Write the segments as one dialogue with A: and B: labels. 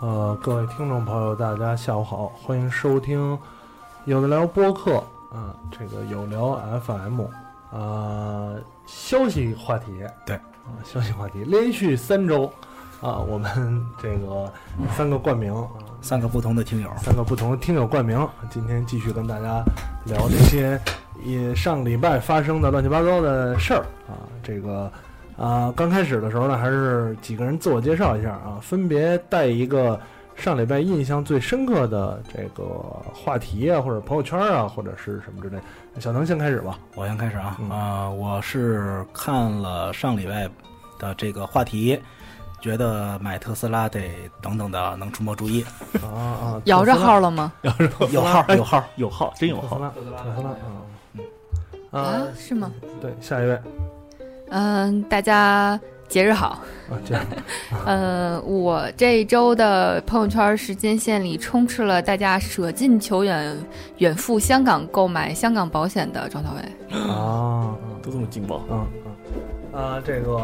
A: 呃，各位听众朋友，大家下午好，欢迎收听有的聊播客啊，这个有聊 FM 啊，消息话题
B: 对
A: 啊，消息话题连续三周啊，我们这个三个冠名啊，
B: 三个不同的听友，
A: 三个不同的听友冠名，啊今天继续跟大家聊这些也上礼拜发生的乱七八糟的事儿啊。这个啊、刚开始的时候呢，还是几个人自我介绍一下啊，分别带一个上礼拜印象最深刻的这个话题啊，或者朋友圈啊，或者是什么之类。小能先开始吧。
B: 我先开始啊，
A: 嗯
B: 呃，我是看了上礼拜的这个话题，觉得买特斯拉得等等的能出没注意，
A: 啊啊，
C: 摇着号了吗？
B: 有号有号，
D: 有号，真有
A: 特斯
D: 号。
A: 拉，特斯拉，特斯拉啊。
C: 啊
A: 啊，，
C: 是吗？
A: 对，下一位啊，
C: 嗯，大家节日 好。
A: 这 样
C: 呃，我这一周的朋友圈时间线里充斥了大家舍近求远、远赴香港购买香港保险的庄小伟。
A: 啊，
D: 都这么劲爆，
A: 嗯嗯，啊，这个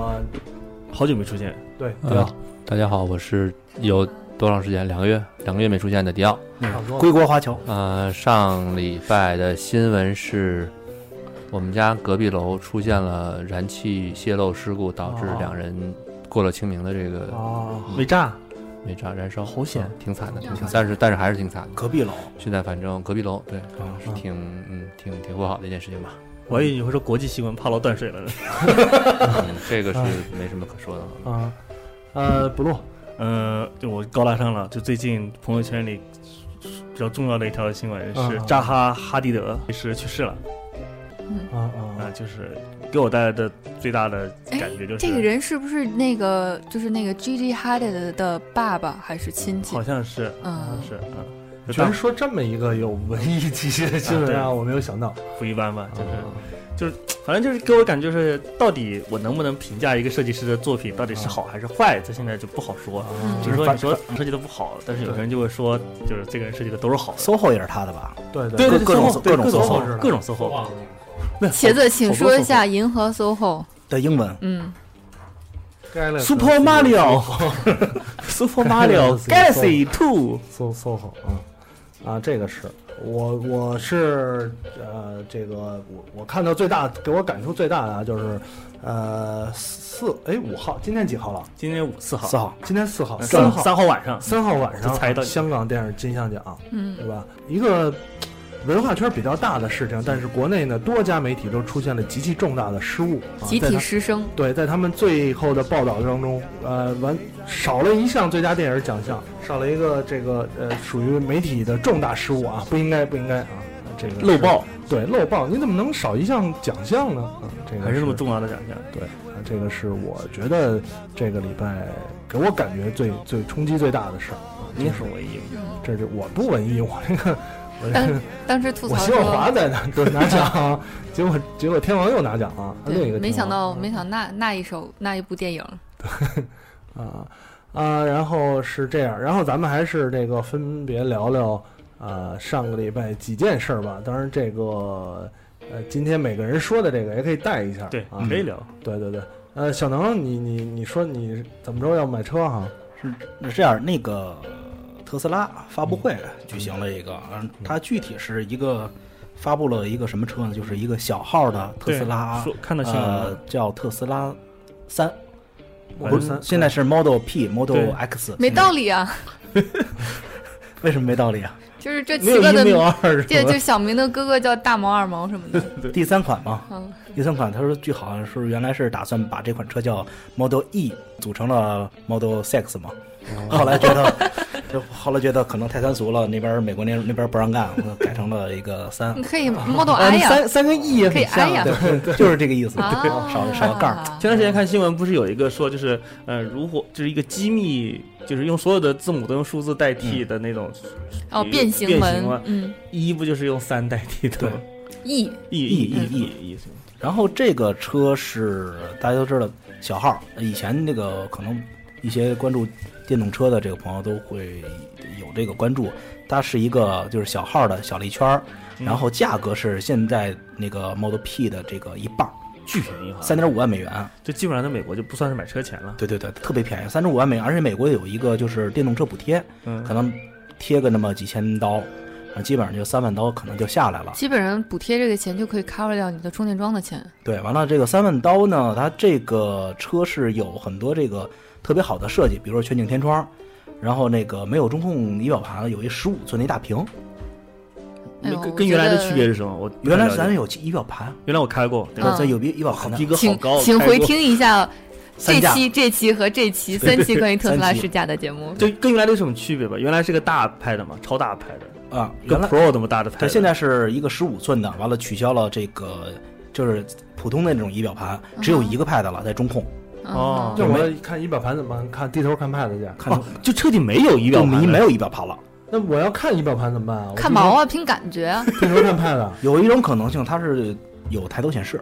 D: 好久没出现。
A: 对
E: 呃
A: 对啊，
E: 大家好，我是有多长时间？两个月，两个月没出现的迪奥。
A: 差不多
B: 归国华侨，
E: 呃，上礼拜的新闻是，我们家隔壁楼出现了燃气泄漏事故，导致
A: 哦
E: 两人过了清明的这个
A: 啊，
D: 没炸，
E: 没炸燃
F: 哦
E: 烧，
D: 好险
E: 嗯挺惨的，挺惨，但是但是还是挺惨的。
B: 隔壁楼
E: 现在反正隔壁楼对，
B: 啊，
E: 是挺嗯挺挺不好的一件事情 吧。
D: 我还以为你会说国际新闻，怕楼断水了呢。
E: 嗯，这个是
F: 哎
A: 啊
E: 没什么可说的了。
A: 啊，呃，不录，
D: 呃，就我高大上了，就最近朋友圈里比较重要的一条新闻
B: 啊
A: 嗯
D: 是
A: 嗯
D: 扎哈哈迪德是去世了
A: 啊
D: 啊、
A: 啊，
D: 就是给我带来的最大的感觉就是
C: 哎这个人是不是那个就是那个 Gigi Hadid 的爸爸还是亲戚
D: 好？像是
C: 嗯，
D: 是啊，就
A: 居然
D: 当
A: 说这么一个有文艺气息的新闻
D: 啊
A: 啊，我没有想到，
D: 不一般吧，就是。反正就是给我感觉是，到底我能不能评价一个设计师的作品到底是好还是坏，在现在就不好说。
A: 啊
C: 嗯
D: 只是说你说设计的不好，但是有些人就会说，就是这个人设计的都是好的。
B: SOHO 也是他的吧？
A: 对
D: 对对，
B: 各种
D: 对
B: 各
D: 各
B: 种
D: 种
B: SOHO
A: 是吧
D: 各种 SOHO，
C: 茄子，请
D: 好多
C: 说一下银河 SOHO。
B: 的英文
C: 嗯，
A: 该了
D: Super Mario，Super Mario Galaxy Two，
A: 搜搜好啊啊，这个是我我是呃这个我我看到最大给我感触最大的啊就是呃四哎五号今天几号了？
D: 今天五四号，
A: 四号，今天四号，
D: 呃
A: 三
D: 三
A: 号
D: 三号晚上，
A: 三号晚上
D: 就猜到你
A: 香港电影金像奖，
C: 嗯
A: 对吧？一个文化圈比较大的事情，但是国内呢多家媒体都出现了极其重大的失误，啊
C: 集
A: 在
C: 体
A: 他
C: 失声。
A: 对，在他们最后的报道当中，呃，完少了一项最佳电影奖项，少了一个这个呃属于媒体的重大失误啊，不应该不应该啊，这个是
D: 漏，报
A: 对漏报，你怎么能少一项奖项呢？啊，这个
D: 还是那么重要的奖项。
A: 啊，这个是我觉得这个礼拜给我感觉最最冲击最大的事儿。啊
D: 你也很文艺，
A: 这是我不文艺，我这个我这个
C: 嗯当当时吐
A: 我
C: 槽
A: 希望华
C: 说，
A: 仔拿对拿奖啊，结果结果天王又拿奖啊，另一
C: 对，
A: 个
C: 没
A: 天
C: 想
A: 王
C: 到没想到那那一首那一部电影，
A: 啊啊，然后是这样，然后咱们还是这个分别聊聊啊上个礼拜几件事儿吧。当然这个呃今天每个人说的这个也可以带一下，
D: 对
A: 啊，，
D: 可以聊。
A: 对对对。呃，小能，你你你说你怎么着要买车哈？
B: 是这样，那个特斯拉发布会举行了一个，嗯，它具体是一个发布了一个什么车呢？就是一个小号的特斯拉，
D: 对说看到新闻
B: 呃
D: 了，，
B: 叫特斯拉三，
A: 我
D: 不
A: 们
D: 是
A: 三
B: 现在是 Model P、
D: 对
B: Model X，
C: 没道理啊！
B: 现在为什么没道理啊？
C: 就是这
B: 没
C: 七
B: 有
C: 个
B: 一
C: 的
B: 没有
A: 啊
B: 二，
C: 这
B: 是吧
C: 就小明的哥哥叫大毛、二毛什么的。
B: 第三款嘛。
C: 嗯，
B: 第三款，他说据好像是原来是打算把这款车叫 Model E 组成了 Model Six 嘛，后来觉得就后来觉得可能太三俗了，那边美国那那边不让干，我就改成了一个三 嗯
C: 你，可以 Model
A: 啊
C: I 哦哎呀，
A: 三三跟 E 也
C: 可以
A: 很像
C: I 呀
A: 啊，对
B: 就是这个意思，对
C: 啊，
B: 少少个杠儿。
D: 前段时间看新闻，不是有一个说，就是呃，如果就是一个机密，就是用所有的字母都用数字代替的那种，
C: 哦，
D: 一个
C: 变
D: 变
C: 形
D: 形
C: 文
D: 文，
C: 嗯
D: 一不就是用三代替的吗
C: ，E，
D: ？E
B: E- E-
D: E E 什么？
B: 然后这个车是大家都知道小号，以前那个可能一些关注电动车的这个朋友都会有这个关注，它是一个就是小号的小了一圈儿，然后价格是现在那个 Model P 的这个一半儿，
D: 巨便宜哈，
B: 三点五万美元。
D: 就基本上在美国就不算是买车钱了。
B: 对对对，特别便宜，三点五万美元，而且美国有一个就是电动车补贴，
D: 嗯
B: 可，能贴个那么几千刀，啊，基本上就三万刀可能就下来了。
C: 基本上补贴这个钱就可以 cover 掉你的充电桩的钱。
B: 对，完了这个三万刀呢，它这个车是有很多这个特别好的设计，比如说全景天窗，然后那个没有中控仪表盘，有一十五寸的一大屏。
C: 哎呦
D: 那跟
C: 我
D: 跟
C: 觉
D: 原来的
C: 得
D: 区别是什么？我不太
B: 原来
D: 了解
B: 咱有仪表盘，
D: 原来我开过，对
C: 嗯
D: 吧？
B: 咱有仪仪表盘的
D: 逼。格好
C: 请
D: 高，
C: 请
D: 开
C: 回
D: 过。
C: 听一下
B: 三
C: 这
B: 架
C: 期、这期和这期三期关于特斯拉试驾的节目。
D: 就跟原来的有什么区别吧？原来是个大拍的嘛，超大拍的，
B: 啊，
D: 跟
B: 原来
D: Pro 那么大的拍
B: 它
D: 的。
B: 现在是一个十五寸的，完了取消了这个就是普通的那种仪表盘，只
C: 嗯
B: 有一个 pad 了，在中控。
D: 哦
A: 那我看仪表盘怎么办？看低头看 pad 去。
B: 看
D: 哦，就彻底没有仪
B: 仪
D: 表盘了，
B: 没有仪表盘了，
A: 那我要看仪表盘怎么办啊？我
C: 看
A: 低头
C: 毛，啊，凭感觉啊。
A: 低头看 pad 啊。
B: 有一种可能性，它是有抬头显示，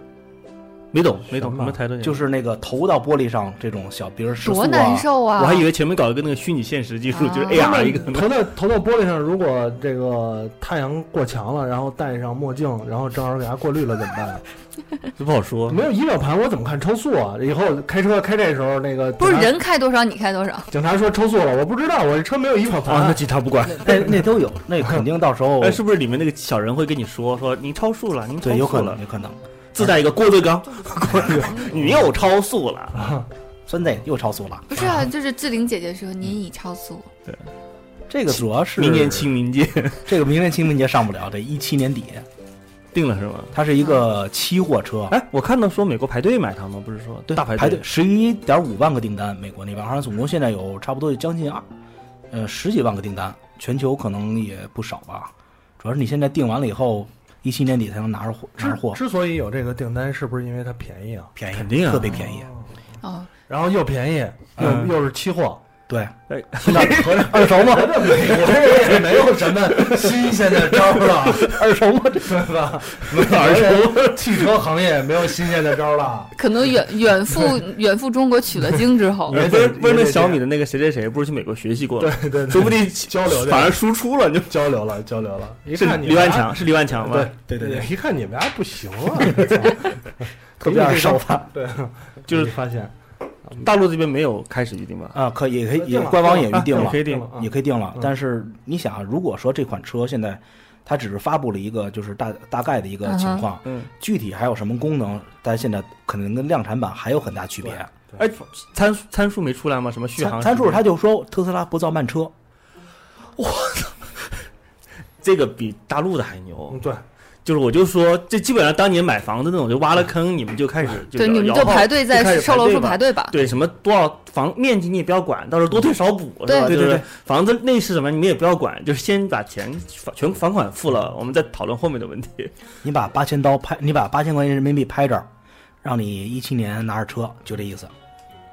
D: 没懂没懂
A: 什
D: 什
A: 么
D: 么抬头显示，
B: 就是那个头到玻璃上这种小，比如时速
C: 多
B: 啊
C: 难受啊！
D: 我还以为前面搞一个那个虚拟现实技术，就是
C: 啊
D: AR 一个
A: 投到投到玻璃上，如果这个太阳过强了，然后戴上墨镜，然后正好给它过滤了，怎么办啊？
D: 这不好说。
A: 没有仪表盘，我怎么看超速啊？以后开车开这时候，那个
C: 不是
A: 警察
C: 人开多少你开多少，
A: 警察说超速了，我不知道，我这车没有仪表盘。
D: 啊，那警察不管。
B: 那那都有，那肯定到时候
D: 哎，是不是里面那个小人会跟你说说您超速了，您超
B: 对，有
D: 速
B: 可
D: 了
B: 能，，有可能。
D: 自带一个郭德纲，郭德纲，你又超速了。
B: 孙子又超速了，
C: 不是啊，就是志玲姐姐说您已超速，
B: 这个主要是
D: 明年清明节
B: 这个明年清明节上不了，得一七年底。
D: 定了是吗？
B: 它是一个期货车，
D: 哎，我看到说美国排队买它吗？不是说大排
B: 排队十一点五万个订单，美国那边好像总共现在有差不多将近二，呃十几万个订单，全球可能也不少吧。主要是你现在订完了以后，一七年底才能拿着货，拿着货
A: 之所以有这个订单，是不是因为它便宜啊？
B: 便宜，
D: 肯定啊
B: 特别便宜。
C: 哦，
A: 然后又便宜，又、
D: 嗯
A: 又是期货，
B: 对，
D: 哎
B: 二手 吗？
A: 我这也没有什么新鲜的招了，
B: 二手吗？这
A: 对吧？二手汽车行业也没有新鲜的招了。
C: 可能远远赴远赴中国取了经之后，
D: 哎不是不是那小米的那个谁谁谁，不是去美国学习过了，
A: 对对，
D: 说不定
A: 交流
D: 反
A: 的
D: 而输出了，你就是
A: 交流了，交流了。一
D: 是
A: 看你
D: 李万强，是李万强
A: 们
D: 吗？
A: 俩，对
B: 对对对
A: 一看你们俩不行啊，
B: 可有点手法
A: 对，
D: 就是
A: 发现
D: 大陆这边没有开始预定吧？
B: 啊，可以，也可以，
A: 定
B: 也
A: 了
B: 官网也
D: 啊
B: 预定
D: 那
B: 了
D: 我可。以定
A: 定呃了啊
B: 也可以定了
A: 嗯。
B: 但是你想啊，如果说这款车现在它只是发布了一个就是大大概的一个情况，
D: 嗯，
B: 具体还有什么功能，但现在可能跟量产版还有很大区别。
D: 哎，参数参数没出来吗？什么续航
B: 参
D: 什么的？
B: 参数他就说特斯拉不造慢车，
D: 这个比大陆的还牛
A: 嗯，。对，
D: 就是我就说，这基本上当年买房子那种，就挖了坑，你们就开始就
C: 对，你们就
D: 摇号
C: 排队在
D: 就开始
C: 售楼处
D: 吧
C: 排。队吧。
D: 对，什么多少房面积你也不要管，到时候多退少补，是吧？
C: 对
D: 就是
B: 对对对
D: 房子内饰什么你们也不要管，就是先把钱全房款付了，我们再讨论后面的问题。
B: 你把八千刀拍，你把八千块钱人民币拍这儿，让你一七年拿着车，就这意思，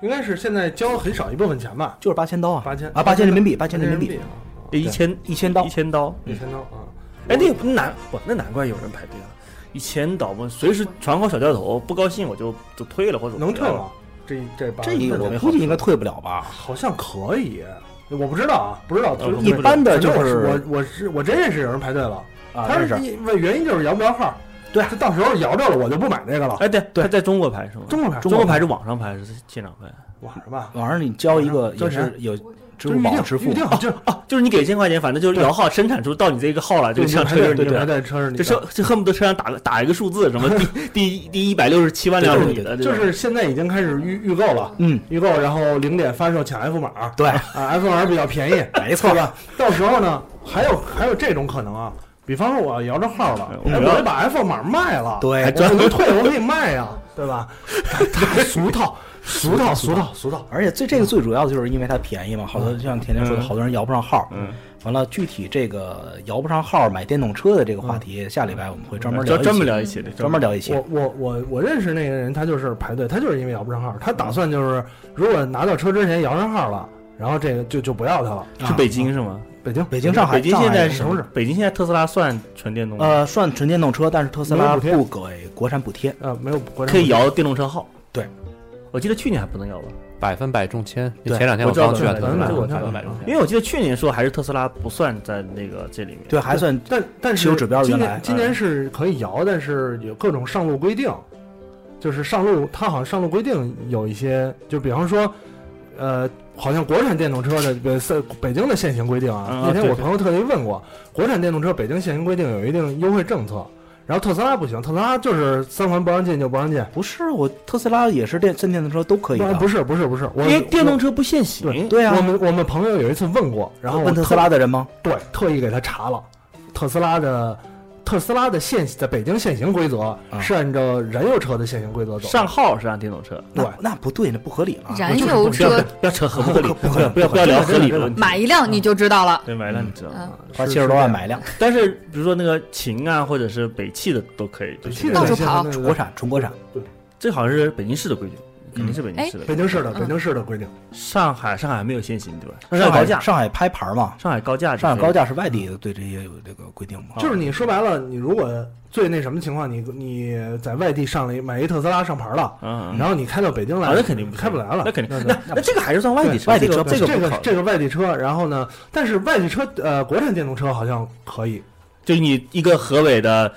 A: 应该是现在交很少一部分钱吧，
B: 就是八千刀啊，
A: 八千
B: 啊，八千人民币，八千人民
A: 民
B: 币，
A: 啊，
D: 这一千
B: 一千刀
D: 一，千刀，
A: 一千刀啊。
D: 哎，那也不难，哇，那难怪有人排队了。以前导播随时传个小掉头，不高兴我就就退了或者我
A: 能
D: 不
A: 退
D: 要
A: 吗？？这这八
B: 这一个
A: 那
B: 我
A: 没
B: 估计
A: 好
B: 应该退不了吧。
A: 好像可以，我不知道啊，不知道。
D: 呃
A: 就是
B: 一般的就
A: 反正
B: 是
A: 我我是我真认识有人排队了，
B: 啊，
A: 他
B: 这
A: 是
B: 是
A: 因为原因就是摇不摇号，
B: 对
A: 这到时候摇着了我就不买那个了。
D: 哎，对，
B: 对
D: 他在中国排是吗？
A: 中国牌，
D: 中国牌是网上排还是现场排？
A: 网上吧，
B: 网上你交一个
A: 交
B: 也
A: 钱
B: 是有支
A: 就
B: 付
A: 是预
B: 宝
A: 定
B: 支付
A: 预，定就
B: 啊
D: 哦，就是你给一千块钱，反正就是摇号生产出到你这个号了，就
A: 你
D: 上
A: 排
D: 车就
A: 队，
D: 是你
A: 对
D: 的
A: 排。队车是
D: 这
A: 你的。
D: 车这恨不得车上打个打一个数字，什么 第第第一百六十七万辆是你的，
A: 就
D: 这种
A: 是现在已经开始预预购了，
B: 嗯，
A: 预购然后零点发售抢 F 码啊
B: 对，
A: ，F 码比较便宜，
B: 没错
A: 对吧？到时候呢，还有还有这种可能啊，比方说我摇着号了，
D: 嗯
A: 哎
D: 我
A: 我
D: 要
A: 就把 F 码卖了，哎
B: 对
A: 我不能退，我可以卖呀，对吧？太太俗套，俗套俗套俗套，
B: 而且最这个最主要的就是因为它便宜嘛，好多就像甜甜说的，
D: 嗯
B: 好多人摇不上号。
D: 嗯，
B: 完了，具体这个摇不上号买电动车的这个话题，下礼拜我们会专门聊
D: 嗯专
B: 一期，
D: 专门聊一期的，
B: 专门聊一期
A: 我。我我我认识那个人，他就是排队，他就是因为摇不上号，他打算就是如果拿到车之前摇上号了，然后这个就就不要他了。
D: 是北京是吗？
A: 北京
B: 北京、啊上海、
D: 北京现在
B: 上海
D: 是北京现在特斯拉算纯电动吗？
B: 呃算纯电动车，但是特斯
A: 没有
B: 拉
A: 补贴
B: 不给国产补贴。
A: 呃没有国产
D: 可以摇电动车号。
B: 对，
D: 我记得去年还不能摇吧，
E: 百分百中签。
B: 对
E: 前两天
D: 我知道
E: 刚去了啊
D: 对
E: 特斯拉
D: 对对
A: 对
E: 百分百中
D: 因
E: 签，
D: 为我记得去年说还是特斯拉不算在那个这里面。
B: 对，还算
A: 但但是
B: 是有指标的
A: 今
B: 原
A: 年
B: 来
A: 今年是可以摇，但是有各种上路规定，就是上路，它好像上路规定有一些，就比方说，呃，好像国产电动车的北在北京的限行规定啊，
D: 嗯啊
A: 那天
D: 对
A: 我
D: 对
A: 朋友特地问过，国产电动车北京限行规定有一定优惠政策，然后特斯拉不行，特斯拉就是三环不让进就不让进，
B: 不是我特斯拉也是电纯电动车都可以
A: 不
B: 的，
A: 不是不是不是，我
D: 因为电动车不限行。
B: 对啊
A: 我，们我们朋友有一次问过，然后我
B: 问特
A: 特
B: 斯拉的人吗？
A: 对，特意给他查了，特斯拉的特斯拉的限在北京限行规则是按照燃油车的限行规则走的。
D: 上号是按电动车，
B: 那
A: 对
B: 那不对，那不合理了。
C: 燃
D: 就是
C: 油
D: 不要
C: 车
D: 不要扯合不合理，
B: 不
D: 不要不要不要聊合理的问题。
C: 买一辆你就知道了。
D: 对，买了你知道吗。
C: 嗯，
B: 花七十多万买一辆，
D: 但是比如说那个秦啊，或者是北汽的都可以，就
A: 北
D: 是
A: 汽的
C: 到处
A: 限
C: 跑
A: 行那个
B: 国产纯国产。
D: 这好像是北京市的规矩，肯定是北京市的规矩。
A: 北京市的
C: 嗯
A: 北京市的规定，啊
D: 上海上海还没有限行对吧？
B: 上
D: 海高
B: 海
D: 架，
B: 上海拍牌嘛，
D: 上海高架就可以，
B: 上海高架是外地的对这些有这个规定吗？
A: 就是你说白了，你如果最那什么情况，你你在外地上了一买一特斯拉上牌了，
D: 嗯，嗯，
A: 然后你开到北京来，
D: 啊那肯定不行
A: 开不来了，
D: 那肯定
A: 那
D: 那那这个还是算外地车，
B: 外地车
D: 这个
A: 这
D: 这
A: 个
D: 个
A: 这
D: 不
A: 个
D: 考虑
A: 这个外地车，然后呢，但是外地车呃，国产电动车好像可以，
D: 就你一个河北的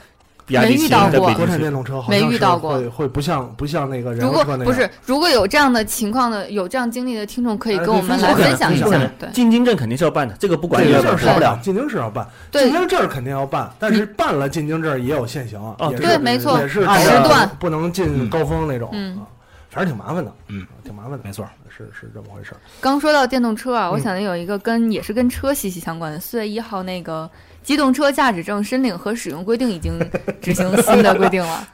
D: 比亚迪秦在北
A: 国
D: 京
A: 产
D: 去
A: 电动车好像是
C: 没遇到过
A: 会会不像不像那个燃
C: 如
A: 油
C: 果
A: 车那样，
C: 不是如果有这样的情况的，有这样经历的听众，可以跟我们来分享一
D: 不可
C: 下
D: 能。
C: 对
D: 进京证肯定是要办的，这个不管
A: 进
D: 你
A: 京
D: 要
A: 证
D: 办
A: 是
C: 少
A: 要
C: 不
A: 办，进京是要办，进
C: 对嗯
A: 京证肯定要办，但是办了进京证也有限行啊
D: 哦，
A: 也
D: 对
A: 是
C: 没错
A: 也是
C: 按
A: 这样
C: 时段
A: 不能进高峰那种，
C: 嗯
A: 啊，反正挺麻烦的，
B: 嗯，
A: 挺麻烦的，
B: 没错，
A: 是是这么回事儿。
C: 刚说到电动车啊，我
A: 嗯
C: 想的有一个跟也是跟车息息相关的，四月一号那个机动车驾驶证申领和使用规定已经执行新的规定了，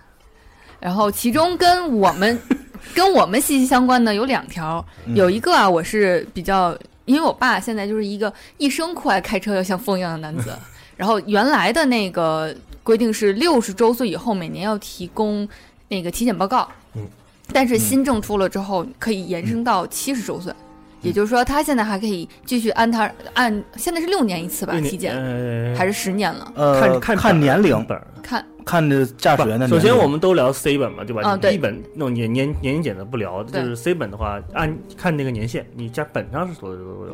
C: 然后其中跟我们跟我们息息相关的有两条，
B: 嗯
C: 有一个啊我是比较，因为我爸现在就是一个一生酷爱开车要像风一样的男子，然后原来的那个规定是六十周岁以后每年要提供那个体检报告，
A: 嗯，
C: 但是新政出了之后可以延伸到七十周岁。也就是说，他现在还可以继续按他按现在是六年一次吧体检，
D: 呃
C: 还是十年了？
B: 呃，
D: 看嗯
B: 看年龄，
D: 本儿。
C: 看
B: 看这驾驶员的年龄。
D: 首先，我们都聊 C 本嘛，对吧？
C: 啊对
D: D 本那种年年年龄检的不聊，就
C: 对
D: 是 C 本的话，按看那个年限，你加本上是多少多少。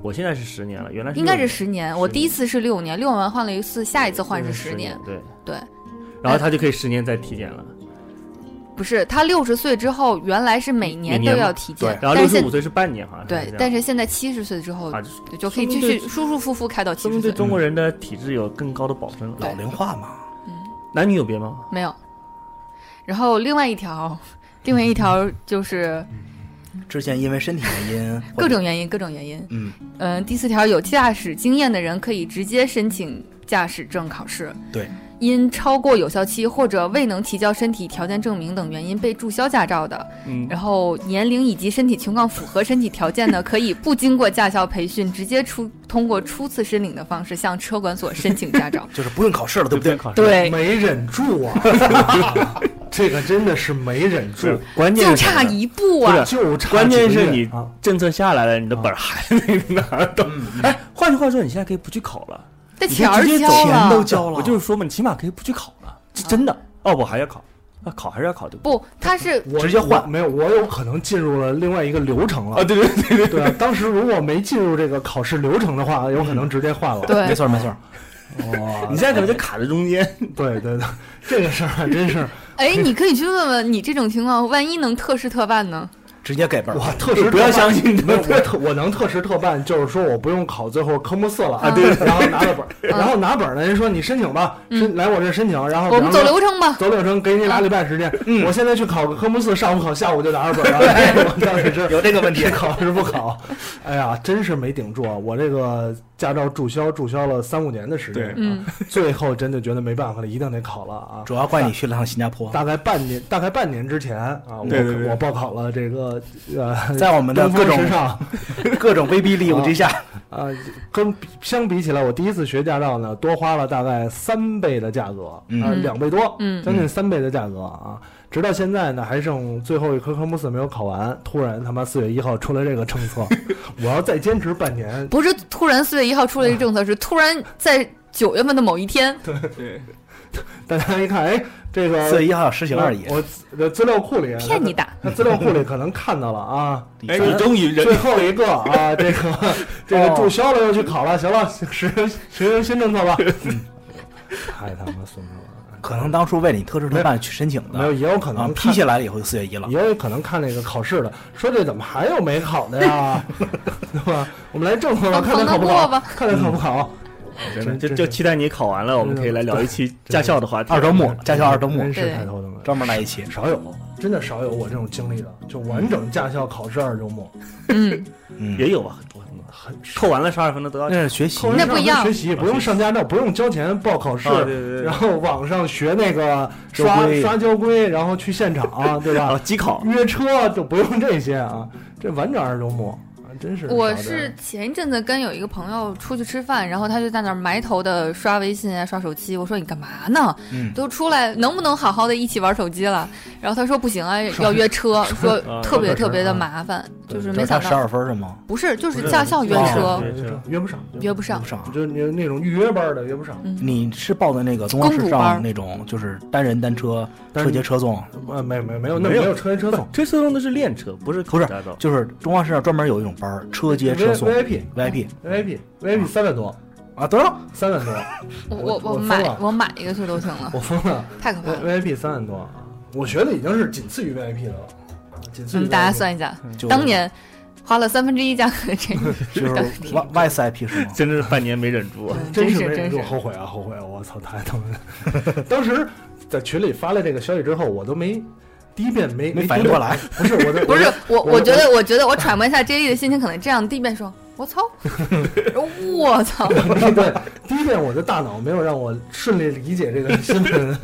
D: 我现在是十年了，原来是
C: 应该是
D: 六
C: 十年，我第一次是六年，六完换了一次，下一次换是十年
D: 年，。对
C: 对。
D: 然后他就可以十年再体检了，
C: 不是，他六十岁之后原来是每年都要体检，
D: 然后
C: 但
D: 六
C: 是
D: 十
C: 现
D: 五岁是半年，好像
C: 对，
D: 但
C: 但
D: 是
C: 是现在七十岁之后
D: 啊，
C: 就就可以
D: 说明
C: 继
D: 对
C: 续舒舒服服开到
D: 说
C: 七
D: 明
C: 十
D: 对
C: 岁。
D: 中国人的体质有更高的保证
B: 老
D: 了。
B: 龄化嘛，
D: 男女有别吗？
C: 没有。然后另外一条，另外一条就是
D: 嗯
B: 之前因为身体原因，或
C: 各
B: 者
C: 种原因，各种原因。
B: 嗯，
C: 嗯，第四条有驾驶经验的人可以直接申请驾驶证考试。
B: 对，。
C: 因超过有效期或者未能提交身体条件证明等原因被注销驾照的，
D: 嗯，
C: 然后年龄以及身体情况符合身体条件的，可以不经过驾校培训，直接出通过初次申领的方式向车管所申请驾照
B: 就是不用考试了，对不对？
D: 考试。
C: 对，
A: 没忍住啊， 这个真的是没忍住，
D: 是关键
C: 就是
D: 什么
C: 差
D: 呢
C: 一步
D: 不
C: 啊！
D: 是
A: 就差
D: 关键
A: 几个
D: 是
A: 月
D: 你
A: 啊
D: 政策下来了，你的本儿还 没拿到。哎，换句话说，你现在可以不去考了，
C: 这条儿啊
D: 你就直接
C: 交
D: 走
B: 钱都
C: 了，
B: 交了，
D: 我就是说嘛，你起码可以不去考了，是真的。哦，我还要考，啊，考还是要考，对不对？
C: 不，他是
A: 我
B: 直接换
A: 我没有，我有可能进入了另外一个流程了。
D: 啊，对对对，
A: 对啊，当时如果没进入这个考试流程的话，有可能直接换了。
C: 对
B: 没错没错。
A: 哇
D: 你现在可能就卡在中间。
A: 对对对，这个事儿还真是
C: 哎，你可以去问问你这种情况，万一能特事特办呢？
B: 直接给本儿。
A: 哇，特时
D: 不要相信
A: 没有我特我能特时特办，就是说我不用考最后科目四了
C: 啊对，嗯
A: 然后拿了本儿，然后拿本儿呢，人说你申请吧，申来我这申请，然后
C: 我们走
A: 比方说
C: 流程嗯吧。
A: 走流程，给你俩礼拜时间。我现在去考个科目四，上午考，下午就拿着本儿了。啊哎我当时是有这个问题，考是不考？哎呀，真是没顶住啊！我这个驾照注销，注销了三五年的时间，啊
C: 对嗯，
A: 最后真的觉得没办法了，一定得考了啊！
B: 主要怪你去了趟新加坡，
A: 大概半年，大概半年之前啊，我
G: 对对对
A: 我报考了这个呃，
B: 在我们的
A: 东
B: 各
A: 风
B: 种
A: 时尚
B: 各种威逼利诱之下，
A: 啊，跟相比起来，我第一次学驾照呢，多花了大概三倍的价格，
B: 嗯
A: 啊，两倍多，
C: 嗯
A: 将近三倍的价格啊。直到现在呢，还剩最后一科科目四没有考完，突然他妈四月一号出了这个政策， 我要再坚持半年，
C: 不是突然四月一号出了一个政策，是突然在九月份的某一天，
G: 对，
A: 大家一看，哎，这个
B: 四月一号实行而已。
A: 我我资料库里啊
C: 骗你， 的，
A: 那资料库里可能看到 了啊，
G: 哎，你终于
A: 最
G: 人
A: 后一个啊，这个这个
B: 哦
A: 注销了又去考了，行了，实实行新政策吧，嗯太他妈孙子了。
B: 可能当初为你特事特办去申请
A: 没有，
B: 的，
A: 也有可
B: 啊
A: 能，
B: 批
A: 看，
B: 下来了以后就四月一了。
A: 也有可能看那个考试的，说这怎么还有没考的 呀？对吧？我们来正统了，
C: 等
A: 看他
C: 等
A: 考
C: 他
A: 不
C: 过
A: 考，
C: 吧。
A: 看他考不考。
D: 真的
A: 真
D: 就是就期待你考完了，我们可以来聊一期驾校的话题。
B: 二周目，驾校二周目，
A: 真是
C: 对
A: 太头疼了，
B: 专门来一期。
A: 少有，真的少有我这种经历的，就完整驾校考试二周目，
C: 嗯，
B: 嗯，
D: 也有吧，很多很多扣完了十二分的得到。
B: 那是学习
A: 扣，人
C: 那不一样
A: 上学习不用上驾照，不用交钱报考试
D: 啊，对对
A: 然
D: 对，
A: 后网上学那个
B: 交
A: 刷
B: 规
A: 刷交规，然后去现场，对吧
D: 啊？机考，
A: 约车就不用这些啊，这完整二周目啊，真是
C: 我
A: 少见
C: 是前一阵子跟有一个朋友出去吃饭，然后他就在那儿埋头的刷微信啊、刷手机。我说你干嘛呢？
B: 嗯
C: 都出来能不能好好的一起玩手机了？然后他说不行啊，要约车，说
D: 啊
C: 特别
A: 说
C: 特别的
A: 啊
C: 麻烦，就是
B: 就
C: 没
B: 是他
C: 想
B: 十
C: 到，
B: 二分是吗？
C: 不是就
D: 不
C: 是
D: 是
C: 驾校约
B: 哦
C: 车
D: 对
A: 约
D: 是
A: 约不上，
C: 约不上
B: 不。上。
A: 就是你那种预约班的约不上。
C: 嗯，
B: 你是报的那个东方
C: 公
B: 时
C: 主班儿
B: 尚那种，就是单人单车
A: 但
B: 车
A: 是
B: 接车送，
A: 呃，没没没有，那
D: 没
A: 没
D: 有
A: 有车接车送，
D: 这次用的是练车，不是考
B: 不是
D: 驾照。
B: 就是中方时尚专门有一种班儿，车接车
A: V-
B: 送
A: VIP
B: VIP
A: VIP VIP 三百多，
B: 啊，得了，
A: 三百多，
C: 我
A: 我
C: 我
A: 我疯
C: 买
A: 了
C: 我买一个去都行了，
A: 我疯了
C: 太可怕了。
A: ，VIP 三百多，啊我学的已经是仅次于 VIP 了，仅次
C: 我嗯
A: 于
C: 们大家
A: VIP
C: 算一下，
D: 嗯
B: 就
C: 当年花了三分之一价格这个，
B: 就是 Y Y C IP 是吗？
D: 真的是半年没忍住，啊
A: 真
C: 是
A: 没忍
C: 真
A: 住，
C: 是，
A: 后悔啊，后悔啊！我操，太他妈！ 当时在群里发了这个消息之后，我都没第一遍没
B: 没反应
A: 读
B: 过
A: 懂，
B: 来，
A: 不是我的，
C: 不是我，
A: 我
C: 我觉得，我觉得我揣摩一下 J 莉的心情，可能这样。第一遍说“我操”，我操，
A: 对，第一遍我的大脑没有让我顺利理解这个新闻，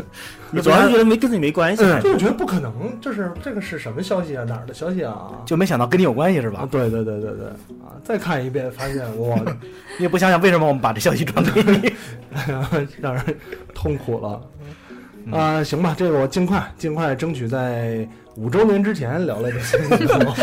D: 你主要是觉得没跟你没
B: 嗯
D: 关系，
A: 就我觉得不可能，就是这个是什么消息啊？哪儿的消息啊？
B: 就没想到跟你有关系是
A: 啊，
D: 嗯
B: 吧？
A: 对对对对对啊！再看一遍，发现我
B: 你也不想想为什么我们把这消息转 给你，
A: 让人痛苦了。
B: 嗯
A: 啊、行吧，这个我尽快尽快争取在五周年之前聊了这些内容。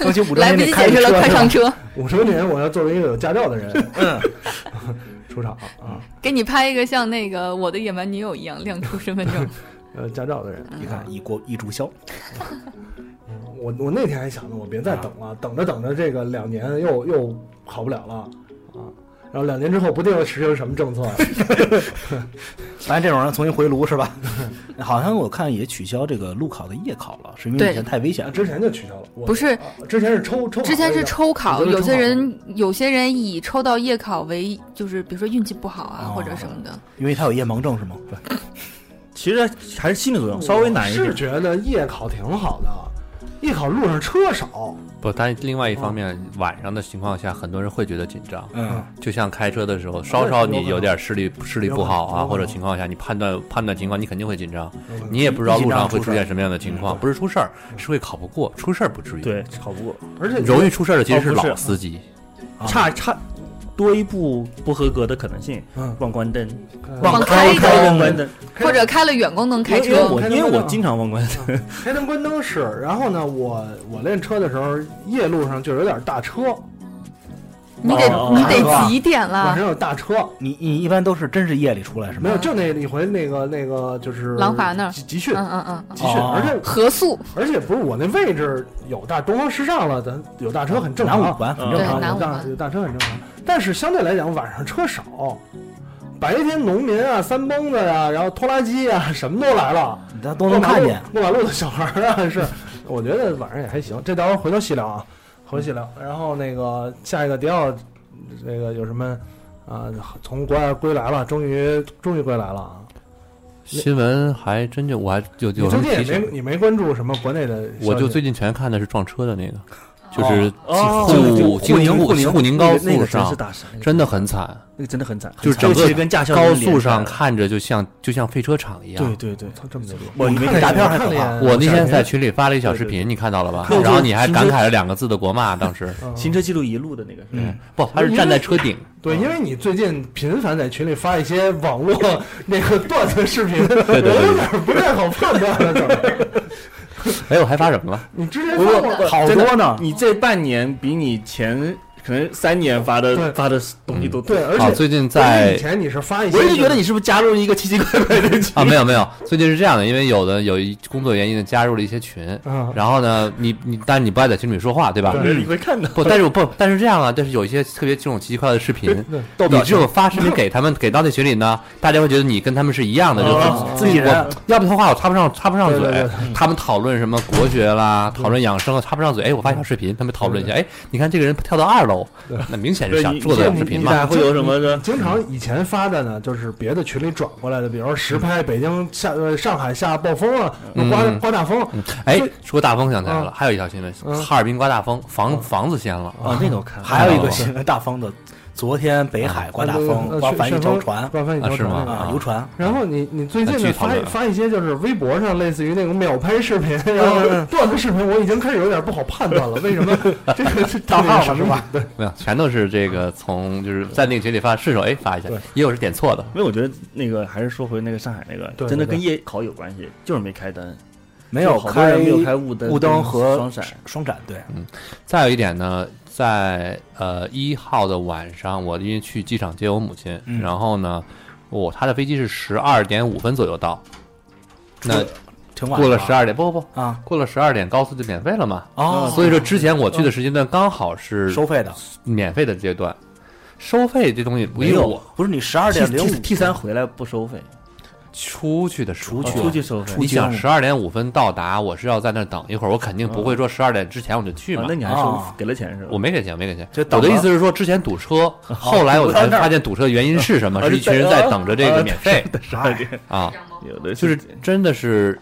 B: 争取五周
C: 来
B: 年
C: 不
B: 得开
C: 及解释了，
B: 车是
C: 快
B: 吧
C: 上车，
A: 五周年，我要作为一个有驾照的人，嗯， 出场啊，
C: 给你拍一个像那个《我的野蛮女友》一样亮出身份证。
A: 呃，驾照的人。嗯
B: 你看一锅一注销，
A: 我我那天还想着我别再等了，等着等着这个两年又又考不了了啊，然后两年之后不定实行什么政策，
B: 咱这种人重新回炉 是吧？好像我看也取消这个路考的夜考了，是因为
C: 对
B: 以前太危险了。
A: 之前就取消了。我
C: 不是
A: 啊之前是抽抽考的，
C: 之前是抽考，
A: 我觉得
C: 有些
A: 抽考
C: 人有些人以抽到夜考为，就是比如说运气不好啊，
B: 哦
C: 或者什么的。
B: 因为他有夜盲症是吗？
D: 其实还是心理作用，稍微难一
A: 是
D: 点。
A: 觉得夜考挺好的，夜考路上车少，
E: 不，但另外一
D: 嗯
E: 方面，晚上的情况下，很多人会觉得紧张，
B: 嗯，
E: 就像开车的时候，稍稍
A: 有可
E: 你
A: 能
E: 有点视力视力不好
A: 有可
E: 啊，
A: 能
E: 或者情况下，你判断判断情况，你肯定会紧张，
D: 嗯
A: 有可能
E: 你也不知道路
B: 紧
E: 上会
B: 张出事
E: 出现什么样的情况，不是出事儿，是会考不过，出事儿不至于，
D: 对，考不过，
A: 而且
E: 容易出事儿的其实是
D: 哦不是
E: 老司机，
B: 啊
D: 差差多一步不合格的可能性。
A: 嗯
D: 忘关灯，
C: 忘
D: 开
C: 开灯
D: 忘关灯，
A: 开
C: 或者开了远光灯开
D: 因为因为
C: 车，
D: 我
A: 开车
D: 因为
A: 关
D: 我
A: 灯
D: 经常忘关灯，
A: 开灯关灯是，然后呢，我我练车的时候，夜路上就有点大车，
C: 你得
D: 哦
C: 你得
B: 哦
C: 几点
A: 晚
C: 了？
A: 上有大车，
B: 你你一般都是真是夜里出来是
A: 没
B: 吗？
A: 有就那一回那个那个就是
C: 廊坊那儿
A: 集集
C: 嗯
A: 训
C: 嗯嗯嗯，
A: 集训，
B: 哦
A: 而且
C: 合宿
A: 而且不是我那位置有大东方时尚了，咱有大车很正
B: 南
A: 常，
B: 五环很正
C: 对
A: 啊有
B: 常，
C: 南五
A: 大
C: 环
A: 有大车很正常，但是相对来讲晚上车少，白天农民啊、三蹦子呀、然后拖拉机啊，什么都来了。
B: 咱都能看见。
A: 过马路的小孩儿啊，是，我觉得晚上也还行。这到时候回头细聊啊，回头细聊。然后那个下一个迪奥，那个有什么啊、从国外归来了，终于终于归来了啊！
D: 嗯
E: 新闻还真就我还有
A: 你
E: 有什
A: 最
E: 么
A: 近
E: 提
A: 也没
E: 醒？
A: 你没关注什么国内的消息？
E: 我就最近全看的是撞车的那个，就是
D: 哦
E: 沪
D: 就
E: 沪
D: 是
E: 宁
D: 沪宁
E: 沪宁高
D: 那
E: 速
D: 个真
E: 上
D: 是大事，那个
E: 真的很惨，
D: 那个真的很惨，
E: 就是整
D: 尤其
E: 个
D: 跟驾校
E: 高
D: 是连
E: 速上
D: 着的
E: 看着就像就像废车场一样。
D: 对对对，
A: 操，这么牛逼！
D: 我以为
A: 看
D: 看
A: 片
D: 见
A: 还
D: 了
A: 可以，
E: 我那天在群里发了一小视频，你看到了吧
D: 对？对
E: 然后你还感慨了两个字的国骂，当时
D: 行车记录仪录的那个是吧，
B: 嗯
E: 不，他是站在车顶，
A: 对，因为你最近频繁在群里发一些网络那个段子视频，我
E: 对对
A: 有点不太好判断了。怎么？
E: 哎，我还发什么了？
A: 你之前
D: 不
A: 发
D: 过
A: 过
D: 不
A: 吧
B: 好
D: 真的
B: 多呢
D: 啊你这半年比你前可能三年发的
A: 对
D: 发的东西都多
A: 对，，而
E: 好，
A: 且
E: 最近
A: 而且
E: 在
A: 以前你是发一些，
D: 我一直觉得你是不是加入了一个奇奇怪怪的群
E: 啊，没有没有，最近是这样的，因为有的有一工作原因呢，加入了一些群，
D: 嗯
A: 啊，
E: 然后呢，你你，但是你不爱在群里说话，对吧？
A: 对
D: 你会看到，
E: 不，但是我不，但是这样啊，但是有一些特别这种奇奇怪怪的视频，
D: 豆
E: 你
D: 表
E: 只有发视频给他们，给到那群里呢，大家会觉得你跟他们是一样的，就
D: 啊
E: 很
D: 自己人
E: 我要不的话我插不上，插不上
A: 对对
E: 嘴
A: 对。
E: 他们讨论什么国学啦，讨论养生啊，插不上嘴。哎，我发一条视频，他们讨论一下，哎，你看这个人跳到二楼，那明显是
D: 对
E: 想
D: 你
E: 做
D: 这
E: 短
D: 你
E: 视频
D: 你
E: 嘛。
D: 咋会有什么的？
A: 经常以前发的呢，就是别的群里转过来的，比如说实拍北京下呃上海下暴风啊，
E: 嗯
A: 刮刮大风，
E: 哎
A: 这，
E: 说大风想起来了
A: 嗯，
E: 还有一条新闻
A: 嗯，
E: 哈尔滨刮大风，房房子掀了。
B: 嗯
D: 啊，那个我看
B: 还哦有一个新闻，大风的，昨天北海刮大风，
D: 啊
A: 呃
B: 刮翻一
A: 旋
B: 艘
A: 风
B: 船
A: 刮翻一
E: 啊
A: 条
E: 是吗
A: 船。
B: 啊
E: 啊，
B: 游船。
A: 然后你你最近
E: 继续
A: 呢
E: 讨
A: 发
E: 论
A: 发一些就是微博上类似于那种秒拍视频，然后段子视频，我已经开始有点不好判断了，为什么这个是大号什么？对，
E: 没有，全都是这个从就是在那个群里发，顺手哎发一下，也有是点错的。
D: 没有，我觉得那个还是说回那个上海那个
A: 对，
D: 真的
A: 对
D: 跟夜考有关系，就是没开灯，
B: 没有
D: 就好多人
B: 开
D: 没有开雾灯、
B: 雾灯和
D: 双闪，
B: 双闪，对，
E: 再有一点呢，在呃一号的晚上，我因为去机场接我母亲，
B: 嗯
E: 然后呢，我、她的飞机是十二点五分左右到，那
B: 挺晚
E: 过了十
B: 二
E: 二点，不不不，
B: 啊，
E: 过了十二点高速就免费了嘛。
D: 啊
B: 哦，
E: 所以说之前我去的时间段刚好是
B: 收费的
E: 免费的阶段，收费这东西不
D: 没
E: 因为
D: 有
E: 我
B: 不是你十二点
D: T-
B: 零
D: T
B: 五
D: T 三回来不收费，
E: 出去的出
D: 哦出去收费
E: 你想
B: 出去
E: 十二点五分到达，我是要在那儿等一会儿，我肯定不会说十二点之前我就去嘛。
D: 嗯啊那你还收
B: 啊
D: 给了钱是吧？
E: 我没给钱，没给钱。
B: 就
E: 我
B: 等
E: 的
B: 了哦
E: 意思是说，之前堵车，后来我才发现堵车的原因是 什么？
D: 啊
E: 是一群人在等着这
B: 啊
E: 个免费
D: 12点
E: 啊，
D: 有的
E: 就是真的是。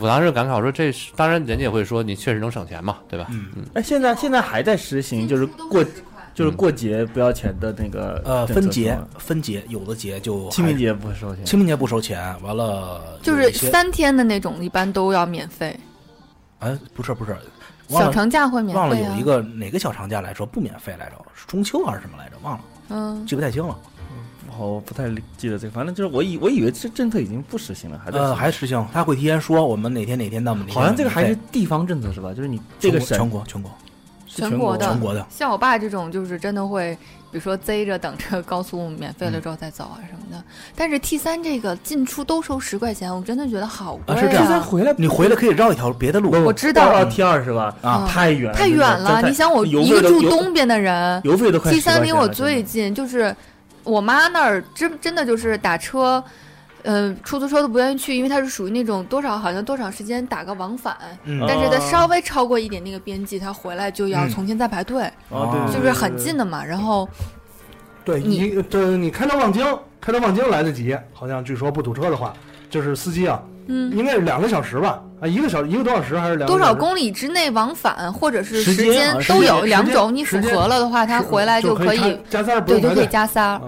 E: 我当时感慨，我说这是当然，人家也会说你确实能省钱嘛，对吧？嗯
D: 哎，现在现在还在实行，就是过就是过节不要钱的那个
B: 呃
D: 政策
B: 分节
D: 是吗
B: 分节，有的节就还
D: 清明节不收钱，
B: 清明节不收钱，完了
C: 就
B: 有
C: 是
B: 一些
C: 三天的那种，一般都要免费，
B: 哎不是不是，忘
C: 小
B: 了
C: 长假会免
B: 忘了
C: 费
B: 有
C: 啊
B: 一。个哪个小长假来着不免费来着，是中秋还是什么来着？忘了，
C: 嗯，
B: 记不太清了。
D: 好，我不太记得这个，反正就是我以我以为这政策已经不实行了，还在实行
B: 呃，还实行，他会提前说我们哪天哪天到哪天
D: 好像这个还是
B: 免费
D: 地方政策是吧？就是你这个省嗯
B: 全国全国
D: 是
C: 全
D: 国
C: 国的
B: 全国的，
C: 像我爸这种就是真的会，比如说贼着等着高速免费了之后再走啊什么的。但是 T 三这个进出都收十块钱，我真的觉得好贵
B: 啊是这样
C: 啊！
A: 回来
B: 你回来可以绕一条别的路
C: 我知道
D: 二 T 二是吧？
B: 啊
C: 嗯
D: 太远
C: 太远了，你想我一个住东边的人
D: 邮费都快
C: ，T 三离我
D: 最
C: 最近，就是我妈那儿，真真的就是打车。呃，出租车都不愿意去，因为它是属于那种多少好像多少时间打个往返，
B: 嗯
C: 但是它
D: 哦
C: 稍微超过一点那个边际，它回来就要
B: 嗯
C: 重新再排队，
D: 哦，对，
C: 就是很近的嘛。然后
A: 对
C: 你
A: 你对你开到望京，开到望京来得及，好像据说不堵车的话，就是司机啊，
C: 嗯，
A: 应该是两个小时吧，啊，一个小一个多小时还是两个
C: 多
A: 小时
C: 少公里之内往返，或者是
A: 时
C: 时
A: 间啊
C: 间
A: 时
C: 都
A: 间
C: 有两
A: 时间
C: 种，你符
A: 时间
C: 合了的话，他
A: 是
C: 回来
A: 就
C: 可
A: 以
C: 以
A: 加加三儿不
C: 对
A: 用
C: 就
A: 排
C: 可以
A: 队。
C: 加塞儿
A: 啊。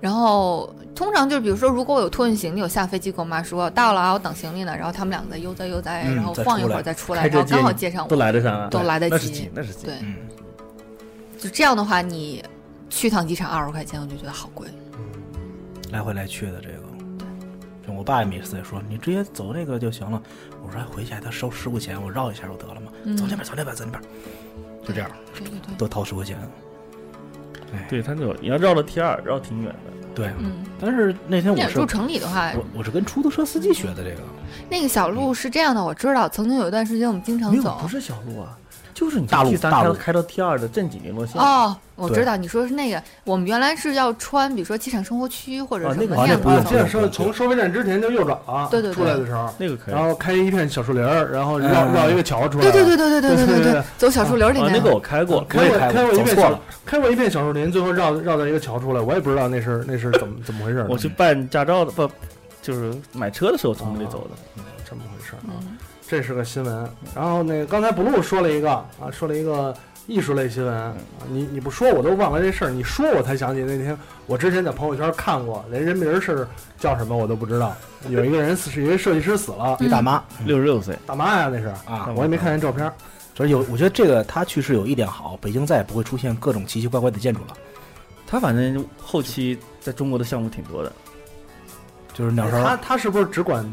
C: 然后通常就是比如说，如果我有托运行李，我下飞机跟我妈说到了啊，我等行李呢，然后他们两个再悠哉悠哉，
B: 嗯
C: 然后
B: 再
C: 晃一
B: 出
C: 会
B: 来
C: 儿再出来，
D: 开
C: 然
D: 车
C: 后刚好接上
D: 都
C: 我。
D: 来得上啊，
C: 都来得及
D: 那是近，那是近。
C: 对，
B: 嗯
C: 就这样的话，你去趟机场二十块钱，我就觉得好贵。
B: 来回来去的这个。就我爸也每次也说，你直接走那个就行了。我说哎回去还得收十块钱，我绕一下不得了吗？
C: 嗯
B: 走那边，走那边，走那边，就这样
C: 对对对，
B: 多掏十块钱。
D: 对他那种你要绕到 T 二，绕挺远的。
B: 对，啊
C: 嗯，
B: 但是那天
C: 你
B: 我
C: 想
B: 是
C: 住城里的话，
B: 我我是跟出租车司机学的这个
C: 那个小路是这样的，我知道，曾经有一段时间我们经常
D: 没有，
C: 走
D: 不。是小路啊，就是你
B: 大路
D: T 三
B: 大
D: 开到
B: 路
D: 开到 T 二的正经联络线。
C: 哦，我
B: 对
C: 知道你说的是那个，我们原来是要穿，比如说机场生活区或者
D: 啊
C: 什
D: 那
C: 么
D: 个
C: 那
B: 啊那
C: 样
B: 不
C: 的
B: 用
C: 走
A: 这样说，从收费站之前就右转啊，
C: 对对对
A: 出来的时候，
D: 那个可以
C: 哦
A: 然。后开一片小树林儿，然后绕
B: 嗯
A: 绕一个桥出
C: 对
A: 来。
C: 对对对对对
A: 对对
C: 对
A: 对
C: 对，走小树林里
D: 啊，
C: 面
D: 那个我开过，
A: 开过
B: 我也开
A: 开
B: 过
A: 过一片
B: 走错
A: 小
B: 了
A: 开过一片小树林，最后绕绕到一个桥出来，我也不知道那是那是怎么怎么回事儿。
D: 我去办驾照的不，就是买车的时候从那里走的。
A: 这么回事儿啊，
C: 嗯
A: 这是个新闻。然后那个刚才 blue 说了一个啊，说了一个艺术类新闻，啊你你不说我都忘了这事儿，你说我才想起那天我之前在朋友圈看过，连人名儿是叫什么我都不知道。有一个人是一个设计师死了，
C: 嗯
B: 一
D: 嗯
B: 大妈
D: 六十六岁，
A: 大妈呀那是
B: 啊，
A: 我也没看见照片儿。
B: 所以有，我觉得这个他去世有一点好，北京再也不会出现各种奇奇怪怪的建筑了。
D: 他反正后期在中国的项目挺多的，
B: 就是鸟
A: 哎他
B: 巢，
A: 他是不是只管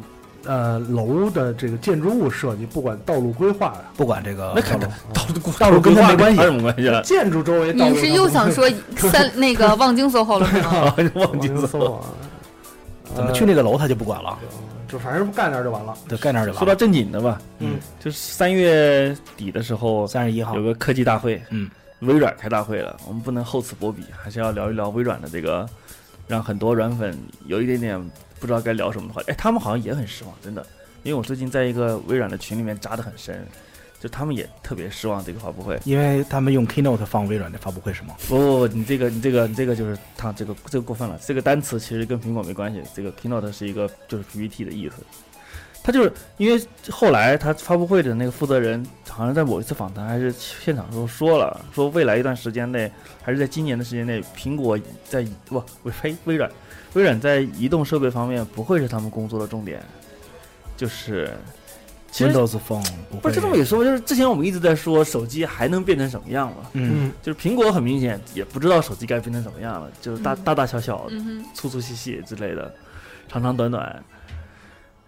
A: 呃楼的这个建筑物设计，不管道路规划呀、
B: 不管这个
D: 那肯
B: 道
D: 定道
B: 路
D: 路
B: 道路跟他没关系
D: 有什么关系了？
A: 建筑周围道路
C: 你是又 想说三那个望京 SOHO 了是吗？
D: 啊， 忘
A: 往
D: 记
A: 京
D: 了。
A: 搜啊？
B: 怎么去那个楼他就不管了，
A: 呃就反正干点儿就完了。
B: 对，干那儿就
D: 说
B: 完
D: 到
B: 了。
D: 正经的吧，
A: 嗯，
D: 就是三月底的时候，
B: 三十一号
D: 有，个科技大会，
B: 嗯，
D: 微软开大会了，我们不能厚此薄彼，还是要聊一聊微软的这个，让很多软粉有一点点不知道该聊什么的话。哎，他们好像也很失望，真的，因为我最近在一个微软的群里面扎得很深，就他们也特别失望这个发布会。
B: 因为他们用 Keynote 放微软的发布会是吗？
D: 不不不，你这个你这个你这个就是他这个这个过分了，这个单词其实跟苹果没关系，这个 Keynote 是一个就是 PPT 的意思。他就是因为后来他发布会的那个负责人，好像在某一次访谈还是现场时候说了，说未来一段时间内，还是在今年的时间内，苹果在不微呸微软，微软在移动设备方面不会是他们工作的重点，就是其实
B: Windows Phone 不
D: 不
B: 会
D: 是就这么一说，就是之前我们一直在说手机还能变成什么样嘛，
B: 嗯，
D: 就是苹果很明显也不知道手机该变成什么样了，就是大
C: 嗯
D: 大大小小、
C: 嗯
D: 粗粗细细之类的，长长短短。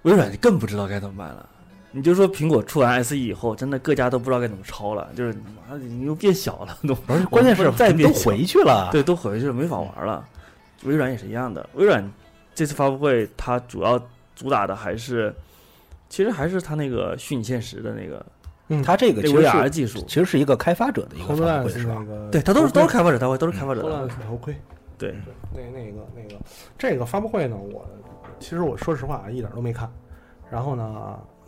D: 微软就更不知道该怎么办了。你就说苹果出完 SE 以后，真的各家都不知道该怎么抄了，就是你妈的你又变小了， 都
B: 不是，关键
D: 我
B: 是
D: 们再
B: 都
D: 变小
B: 回去了，
D: 对，都回去了，没法玩了。微软也是一样的，微软这次发布会它主要主打的还是，其实还是它那个虚拟现实的那个
B: 他这个
D: 那
B: 其
D: 个
B: 实
D: VR
B: 是
D: 技术，
B: 其实是一个开发者的一个发布
A: Homeland
B: 会
A: 是
B: 是吧
A: 那？个，
D: 对，它都是都是开发者大会，都是开发者大会
A: Homeland 是头盔。
D: 对，
A: 那那个那个这个发布会呢，我其实我说实话啊一点都没看。然后呢，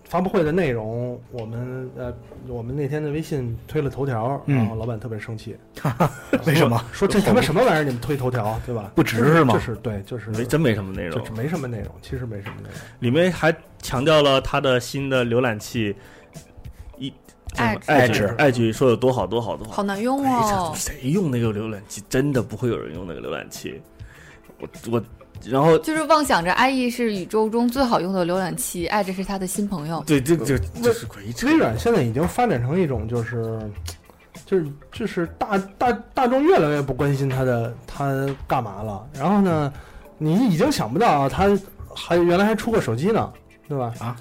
A: 发布会的内容，我们呃，我们那天的微信推了头条，
B: 嗯
A: 然后老板特别生气，
B: 为什么
A: 说这他妈什么玩意儿，你们推头条对吧？
B: 不值是吗
A: 就？是对，就是
D: 没真没什么内容
A: 就，是没什么内容，其实没什么内容。
H: 里面还强调了它的新的浏览器一
C: 爱
D: 爱
B: 知
D: 爱剧说有多好多好多好
C: 好，难用
D: 哎呀
C: 哦，
D: 谁用那个浏览器？真的不会有人用那个浏览器。我我，然后
C: 就是妄想着 IE 是宇宙中最好用的浏览器，爱这是他的新朋 友。
D: 对这就就是鬼扯
A: 微软现在已经发展成一种就是。就是就是大大大众越来越不关心它的它干嘛了，然后呢，你已经想不到啊，它还原来还出过手机呢，对吧？
B: 啊，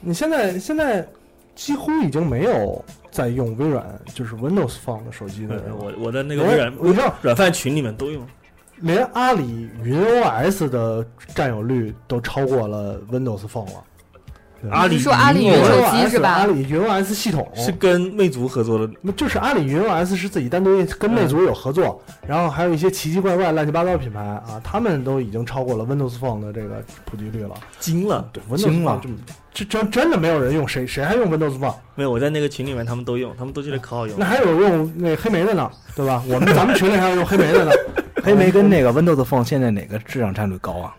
A: 你现在现在几乎已经没有在用微软就是 Windows Phone 的手机的人了。
H: 我我的那个微软
A: 连你知道，
H: 软饭群里面都用，
A: 连阿里云 OS 的占有率都超过了 Windows Phone 了。
H: 阿里
C: 你说阿里
H: 云
C: 云哦
H: 有
C: 手机
A: OS
C: 是
A: 阿
C: 吧？
A: 里云 OS 系统
H: 是跟魅族合作的，
A: 那就是阿里云 OS 是自己单独跟魅族有合作，然后还有一些奇奇怪怪、乱七八糟的品牌啊，他们都已经超过了 Windows Phone 的这个普及率了。
H: 惊了。
A: 对，Windows
B: 惊
A: Phone
B: 了
A: 这么这真真的没有人用，谁谁还用 Windows Phone？
H: 没有，我在那个群里面他们都用，他们都觉得可好用
A: 那。还有用那黑莓的呢，对 吧？我们咱们群里还有用黑莓的呢。
B: 黑莓跟那个 Windows Phone 现在哪个市场占有率高啊？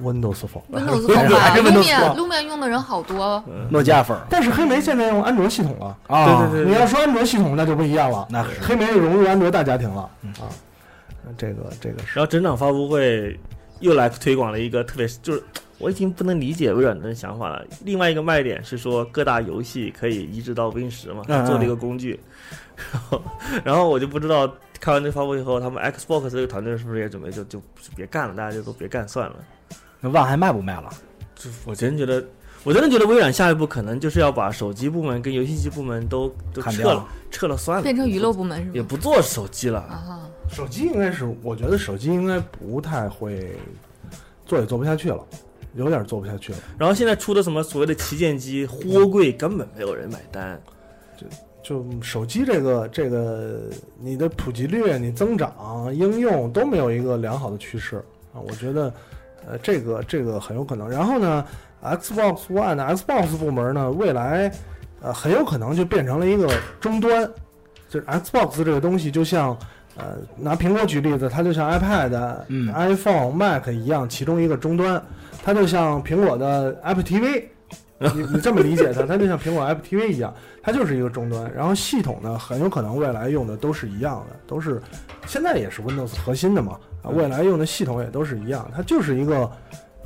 A: Windows Phone，
C: Windows Phone 吧，Lumia Lumia 用的人好多，
H: 嗯
B: 诺基亚粉儿
A: 但是黑莓现在用安卓系统了。
B: 啊，对对，
A: 你要说安卓系统，那就不一样了。
B: 那是
A: 黑莓融入安卓大家庭了啊，这个这个是
H: 然后整场发布会又来推广了一个特别，就是我已经不能理解微软的想法了。另外一个卖点是说各大游戏可以移植到 Win 十嘛，啊
B: 嗯嗯
H: 做了一个工具。 然后，然后我就不知道看完这发布会以后，他们 Xbox 这个团队是不是也准备就就就别干了，大家就都别干算了。
B: 那万还卖不卖了？
H: 就我真觉得，我真的觉得微软下一步可能就是要把手机部门跟游戏机部门都都
B: 砍
H: 撤
B: 掉
H: 了，撤了算了，
C: 变成娱乐部门是
H: 也
C: 吗？
H: 不做手机了。
C: 啊，
A: 手机应该是，我觉得手机应该不太会做也做不下去了，有点做不下去了。
H: 然后现在出的什么所谓的旗舰机、货柜，根本没有人买单。
A: 就手机这个这个，你的普及率、啊你增长、应用都没有一个良好的趋势啊，我觉得，呃，这个这个很有可能。然后呢，Xbox One 的 Xbox 部门呢，未来，呃，很有可能就变成了一个终端，就是 Xbox 这个东西，就像，呃，拿苹果举例子，它就像 iPad、
B: 嗯
A: iPhone、Mac 一样，其中一个终端，它就像苹果的 Apple TV。你你这么理解它，它就像苹果 App TV 一样，它就是一个终端。然后系统呢，很有可能未来用的都是一样的，都是现在也是 Windows 核心的嘛，
D: 嗯
A: 啊，未来用的系统也都是一样，它就是一个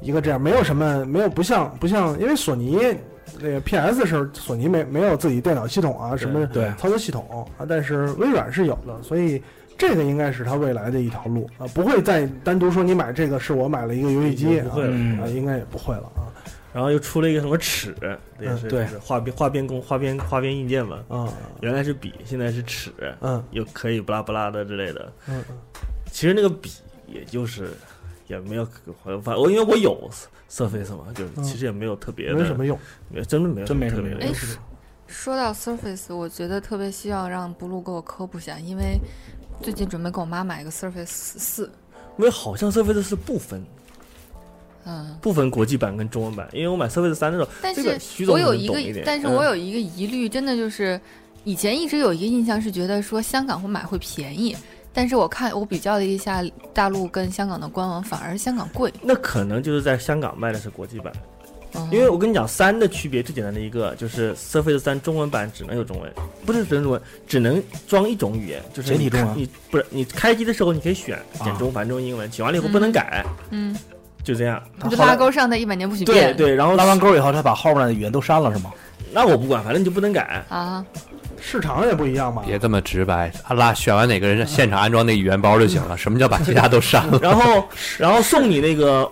A: 一个这样，没有什么没有不像不像，因为索尼那个 PS 时候，索尼没没有自己电脑系统啊，什么
B: 对
A: 操作系统啊，但是微软是有的，所以。这个应该是它未来的一条路啊，不会再单独说你买这个是我买了一个游戏机啊
D: 不，会了。
A: 啊，
B: 嗯，
A: 应该也不会了啊。
D: 然后又出了一个什么尺，
I: 嗯
D: 这也是
A: 对
D: 就是画边画边工画边画边硬件嘛，
A: 啊，
D: 原来是笔，现在是尺，
A: 嗯
D: 又可以不拉不拉的之类的。
A: 嗯
D: 其实那个笔也就是也没有，反我因为我有 Surface 嘛，就是
A: 嗯
D: 其实也没有特别
A: 嗯，
D: 的，
A: 没什么用。
D: 没真的没有
I: 真没
D: 特
I: 什么
D: 别的
I: 用
D: 用
C: 哎。说到 Surface，我觉得特别希望让 Blue 给我科普一下，因为最近准备给我妈买一个 Surface 四，
D: 因为好像 Surface 是不分
C: 嗯，
D: 不分国际版跟中文版，因为我买 Surface 三的时候，
C: 但
D: 这
C: 是
D: 个徐总
C: 我有
D: 可能
C: 一
D: 懂
C: 个，
D: 一点
C: 但是
D: 嗯
C: 我有一个疑虑，真的就是以前一直有一个印象是觉得说香港会买会便宜，但是我看我比较了一下大陆跟香港的官网，反而香港贵。
D: 那可能就是在香港卖的是国际版，
C: 嗯、
D: 因为我跟你讲三的区别最简单的一个就是 Surface 三中文版只能有中文，不是只能中文，只能装一种语言，就是
B: 简体
D: 你
B: 中文啊
D: 你不是你开机的时候你可以选简中繁中英文，选完了以后不能改，
C: 嗯，
D: 就这样。
C: 就拉钩上的一百年不许
D: 对
C: 变。
D: 对，然后
B: 拉完钩以后，他把后面的语言都删了是吗？
D: 那我不管，反正你就不能改。
C: 啊，
A: 市场也不一样嘛。
E: 别这么直白，阿拉选完哪个人，现场安装那语言包就行了。什么叫把其他都删 了？
D: 然后然后送你那个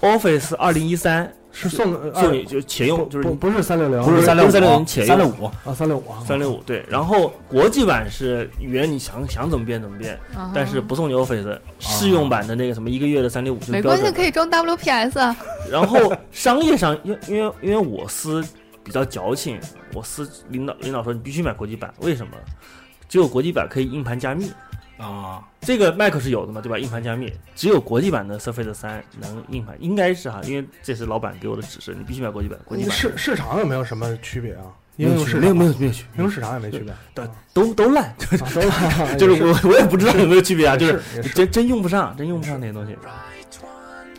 D: Office 二零一三，
A: 是送的
D: 送
A: 呃
D: 你就且
A: 不
D: 用，就是
A: 不
D: 你
A: 不是三六零，
B: 不是三六
D: 不是365
B: 五，三六五，
A: 啊三六五啊，
D: 三六五对。然后国际版是语言你想想怎么变怎么变，
C: 啊
D: 但是不送你 Office
B: 啊
D: 试用版的那个什么一个月的三六五就是
C: 没
D: 标
C: 关系，
D: 准。
C: 可以装 WPS 啊。
D: 然后商业上，因为因为因为我司比较矫情，我司领导领导说你必须买国际版，为什么？只有国际版可以硬盘加密，
B: 啊，
D: 这个 Mac 是有的嘛，对吧？硬盘加密，只有国际版的 Surface 三能硬盘，应该是哈，因为这是老板给我的指示，你必须买国际版。国际版
A: 市市场有没有什么区别啊？
D: 没有
A: 应用
D: 区
A: 市
D: 别没有
A: 场
D: 没有没有区
A: 应用市场也没区 别，
D: 对都都烂，
A: 啊都 烂
D: 就是
A: 也
D: 我我也不知道有没有区别啊，
A: 也
D: 就是
A: 也是，
D: 真真用不上，真用不上那些东西。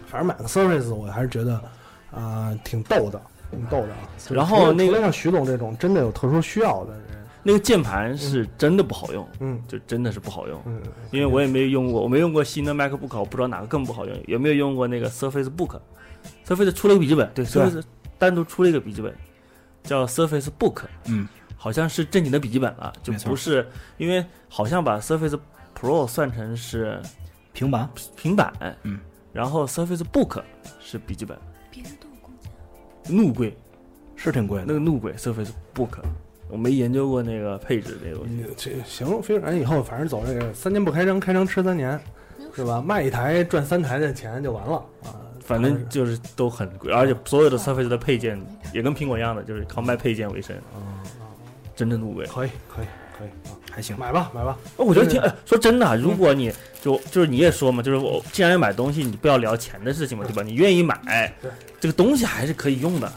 A: 反正买个 Surface 我还是觉得啊挺逗的，挺逗的啊。就是
D: 然后
A: 除了
D: 那个
A: 除了像徐总这种真的有特殊需要的人，
D: 那个键盘是真的不好用，
A: 嗯
D: 就真的是不好用。
A: 嗯，
D: 因为我也没用过，我没用过新的 MacBook，我不知道哪个更不好用，有没有用过那个 Surface Book。Surface 出了一个笔记本，对 Surface 单独出了一个笔记本，叫 Surface Book，
B: 嗯，
D: 好像是正经的笔记本了，就
B: 没错
D: 不是因为好像把 Surface Pro 算成是
B: 平板
D: 平板，
B: 嗯，
D: 然后 Surface Book 是笔记本，怒贵
B: 是挺贵
D: 那
B: 的
D: 个，怒贵 Surface Book，我没研究过那个配置这个东西，
A: 你嗯这行，微软以后反正走这个三年不开张，开张吃三年，
C: 嗯
A: 是吧？卖一台赚三台的钱就完了啊。
D: 反正就是都很贵，而且所有的 Surface 的配件也跟苹果一样的，就是靠卖配件为生，哦真正入围。
A: 可以，可以，可以啊，
B: 还行。
A: 买吧，买吧。
D: 哦我觉得挺，哎说真的啊，如果你就就是你也说嘛，就是我既然要买东西，你不要聊钱的事情嘛，对吧？你愿意买
A: 对，
D: 这个东西还是可以用的，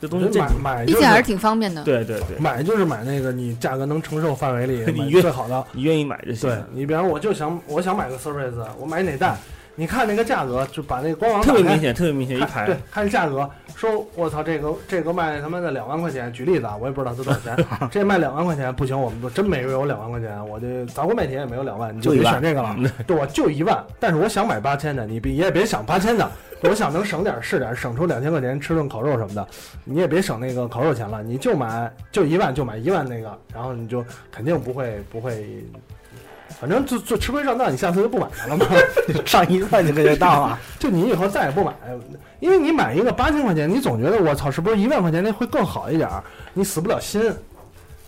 D: 这东西嗯这
A: 买买
C: 毕
A: 就
C: 竟还是
A: 是
C: 挺方便的。
D: 对对对，
A: 买就是买那个你价格能承受 范围里
D: 你
A: 买
D: 越
A: 最好的。
D: 你愿意买就行
A: 对
D: 了。
A: 你，比方我就想我想买个 Surface，我买哪代？你看那个价格，就把那个官
D: 嗯
A: 网
D: 特别
A: 打开
D: 明显，特别明显，一
A: 看
D: 排
A: 对，看价格，说我操，这个这个卖他妈的两万块钱，举例子啊，我也不知道它多少 钱，这卖两万块钱不行，我们真没有两万块钱，我这砸锅卖铁也没有两万，你就
D: 就一
A: 别
D: 万
A: 选这个
B: 嗯
A: 了，对，我就一万，但是我想买八千的，你别也别想八千的，我想能省点儿是点儿，省出两千块钱吃顿烤肉什么的，你也别省那个烤肉钱了，你就买就一万就买一万那个，然后你就肯定不会不会。反正就就吃亏上当，你下次就不买它了嘛。
B: 上一万就给这当了，
A: 就你以后再也不买，因为你买一个八千块钱，你总觉得我操，是不是一万块钱那会更好一点儿？你死不了心。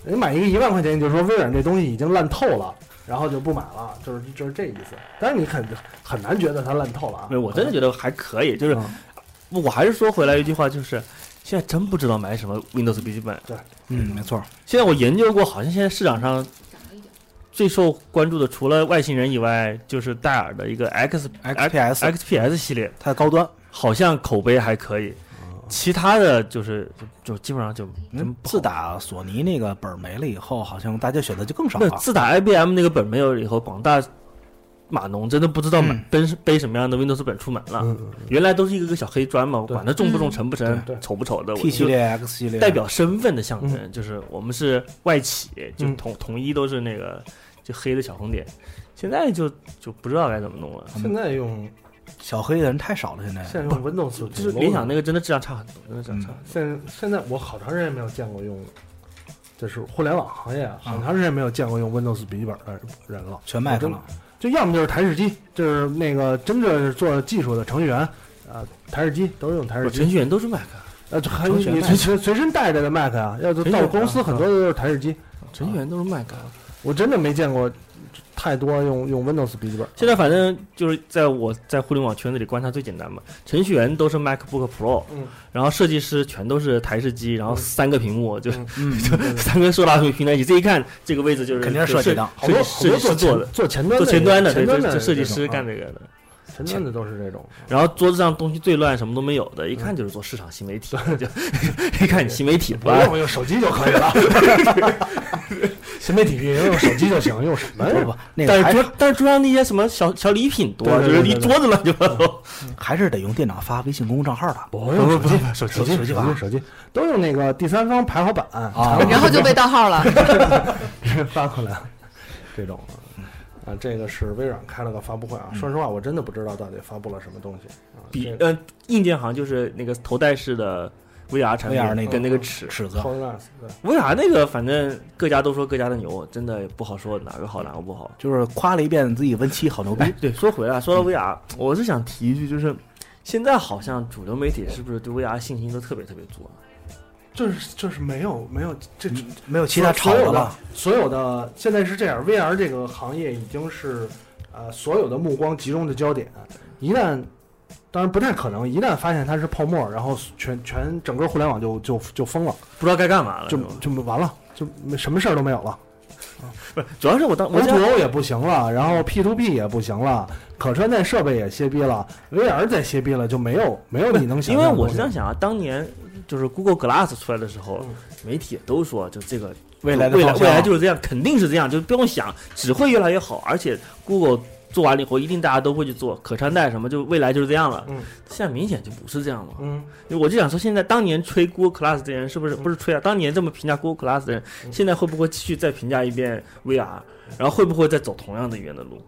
A: 你买一个一万块钱，你就说微软这东西已经烂透了，然后就不买了，就是就是这意思。但是你很很难觉得它烂透了啊
D: 没。有，我真的觉得还可以，就是
A: 嗯
D: 我还是说回来一句话，就是现在真不知道买什么 Windows 笔记本。
B: 嗯，没错，
D: 现在我研究过，好像现在市场上最受关注的，除了外星人以外，就是戴尔的一个 X
B: XPS
D: XPS 系列，
B: 它的高端，
D: 好像口碑还可以。其他的就是就就基本上就
A: 啊
D: 真
B: 嗯
D: 不好
B: 自打索尼那个本儿没了以后，好像大家选择就更少
D: 那
B: 了。
D: 自打 IBM 那个本没有以后，广大码农真的不知道买
B: 嗯
D: 背背什么样的 Windows 本出门了。
A: 嗯嗯
D: 原来都是一个个小黑砖嘛，我管它重不重、
C: 嗯
D: 沉不沉
A: 对、对
D: 丑不丑的，我
B: T 系
D: 就
B: 列、X 系列
D: 代表身份的象征，就是我们是外企，就
A: 嗯
D: 统统一都是那个就黑的小红点。现在就就不知道该怎么弄了，
A: 现在用
B: 小黑的人太少了，现在
A: 现在用 Windows
D: 哎就是联想那
A: 个，
D: 个真的质量差很多，真的质量差很多。
A: 现现在我好长时间没有见过用，就是互联网行业啊，
D: 嗯
A: 好长时间没有见过用 Windows 笔记本的人了，
B: 全 Mac 了，
A: 就要么就是台式机，就是那个真正是做技术的程序员啊、台式机都是用台式
D: 我
A: 机，
D: 程序员都是 Mac，
A: 呃，就还
D: 程序员
A: 你随随随身带着的 Mac 啊，要是
D: 程序
A: 到
D: 员
A: 公司
D: 啊
A: 很多都是啊台式机，
D: 程序员都是 Mac。
A: 我真的没见过太多用用 Windows 笔记本。啊
D: 现在反正就是在我在互联网圈子里观察最简单嘛，程序员都是 MacBook Pro，
A: 嗯
D: 然后设计师全都是台式机，然后
A: 嗯
D: 三个屏幕，就
B: 嗯，
D: 三个硕大屏拼在一起，这一看这个位置就是
B: 肯定是设计的
A: 好多好
D: 设
A: 多
D: 计师
A: 做
D: 做的
A: 前，做前端
D: 做前端的，
A: 前
D: 对，
A: 端
D: 这
A: 的
D: 这设计师
A: 这种
D: 干
A: 啊
D: 这个的。
A: 前端的都是这种。啊
D: 然后桌子上东西最乱，什么都没有的，一
A: 嗯
D: 看就是做市场新媒体，就一看你新媒体
A: 不
D: 吧，
A: 用用手机就可以了， 新媒体运营用手机就行，用什么
B: 不
A: 呀？
B: 不，那
D: 但
B: 个
D: 是
B: 还
D: 桌但是桌上那些什么小小礼品多，
A: 对
D: 就
A: 对
D: 是
A: 对
D: 一
A: 对
D: 桌子乱七八糟。
B: 还是得用电脑发微信公众账号的，
A: 不用手机，手
B: 手机
A: 手机
B: 吧
A: 手机都用那个第三方排行榜
B: 啊
C: 然后就被 盗号了。
A: 发过来了，这种啊，啊这个是微软开了个发布会啊。说实话，我真的不知道到底发布了什么东西啊。
D: 笔
A: 这
D: 呃，硬件好像就是那个头戴式的 VR 产
B: VR 那
D: 品
B: 个
D: 跟那个哦尺。
B: 尺子
A: Hololens 对
D: VR 那个反正各家都说各家的牛，真的不好说哪个好哪个不好。
B: 就是夸了一遍自己 Win 七好牛逼
D: 哎，，对，说回来，说到 VR，我是想提一句，就是现在好像主流媒体是不是对 VR 信心都特别特别足啊？
A: 就是就是没有没有这
B: 没有其他炒
A: 所所
B: 的
A: 有的
B: 了，
A: 所有的现在是这样，VR 这个行业已经是呃所有的目光集中的焦点，一旦。当然不太可能，一旦发现它是泡沫，然后全全整个互联网就就就疯了，
D: 不知道该干嘛了，
A: 就是
D: 吧
A: 就完了，就没什么事儿都没有了。
D: 主要是我当我
A: O
D: 现
A: to
D: 在
A: O 也不行了，然后 P to P 也不行了，可穿戴设备也歇逼了，VR 再歇逼了就没有没有你能想
D: 因
A: 象的
D: 为我
A: 东西。
D: 是这样想啊，当年就是 Google Glass 出来的时候
A: 嗯，
D: 媒体也都说就这个
B: 未来的
D: 未来
B: 方向
D: 未来就是这样，肯定是这样，就不用想，只会越来越好。而且 Google 做完了以后，一定大家都会去做可穿戴什么，就未来就是这样了。
A: 嗯
D: 现在明显就不是这样了。
A: 嗯，
D: 我就想说，现在当年吹 Google Glass 的人，是不是不是吹啊？当年这么评价 Google Glass 的人，现在会不会继续再评价一遍 VR？然后会不会再走同样的原的路？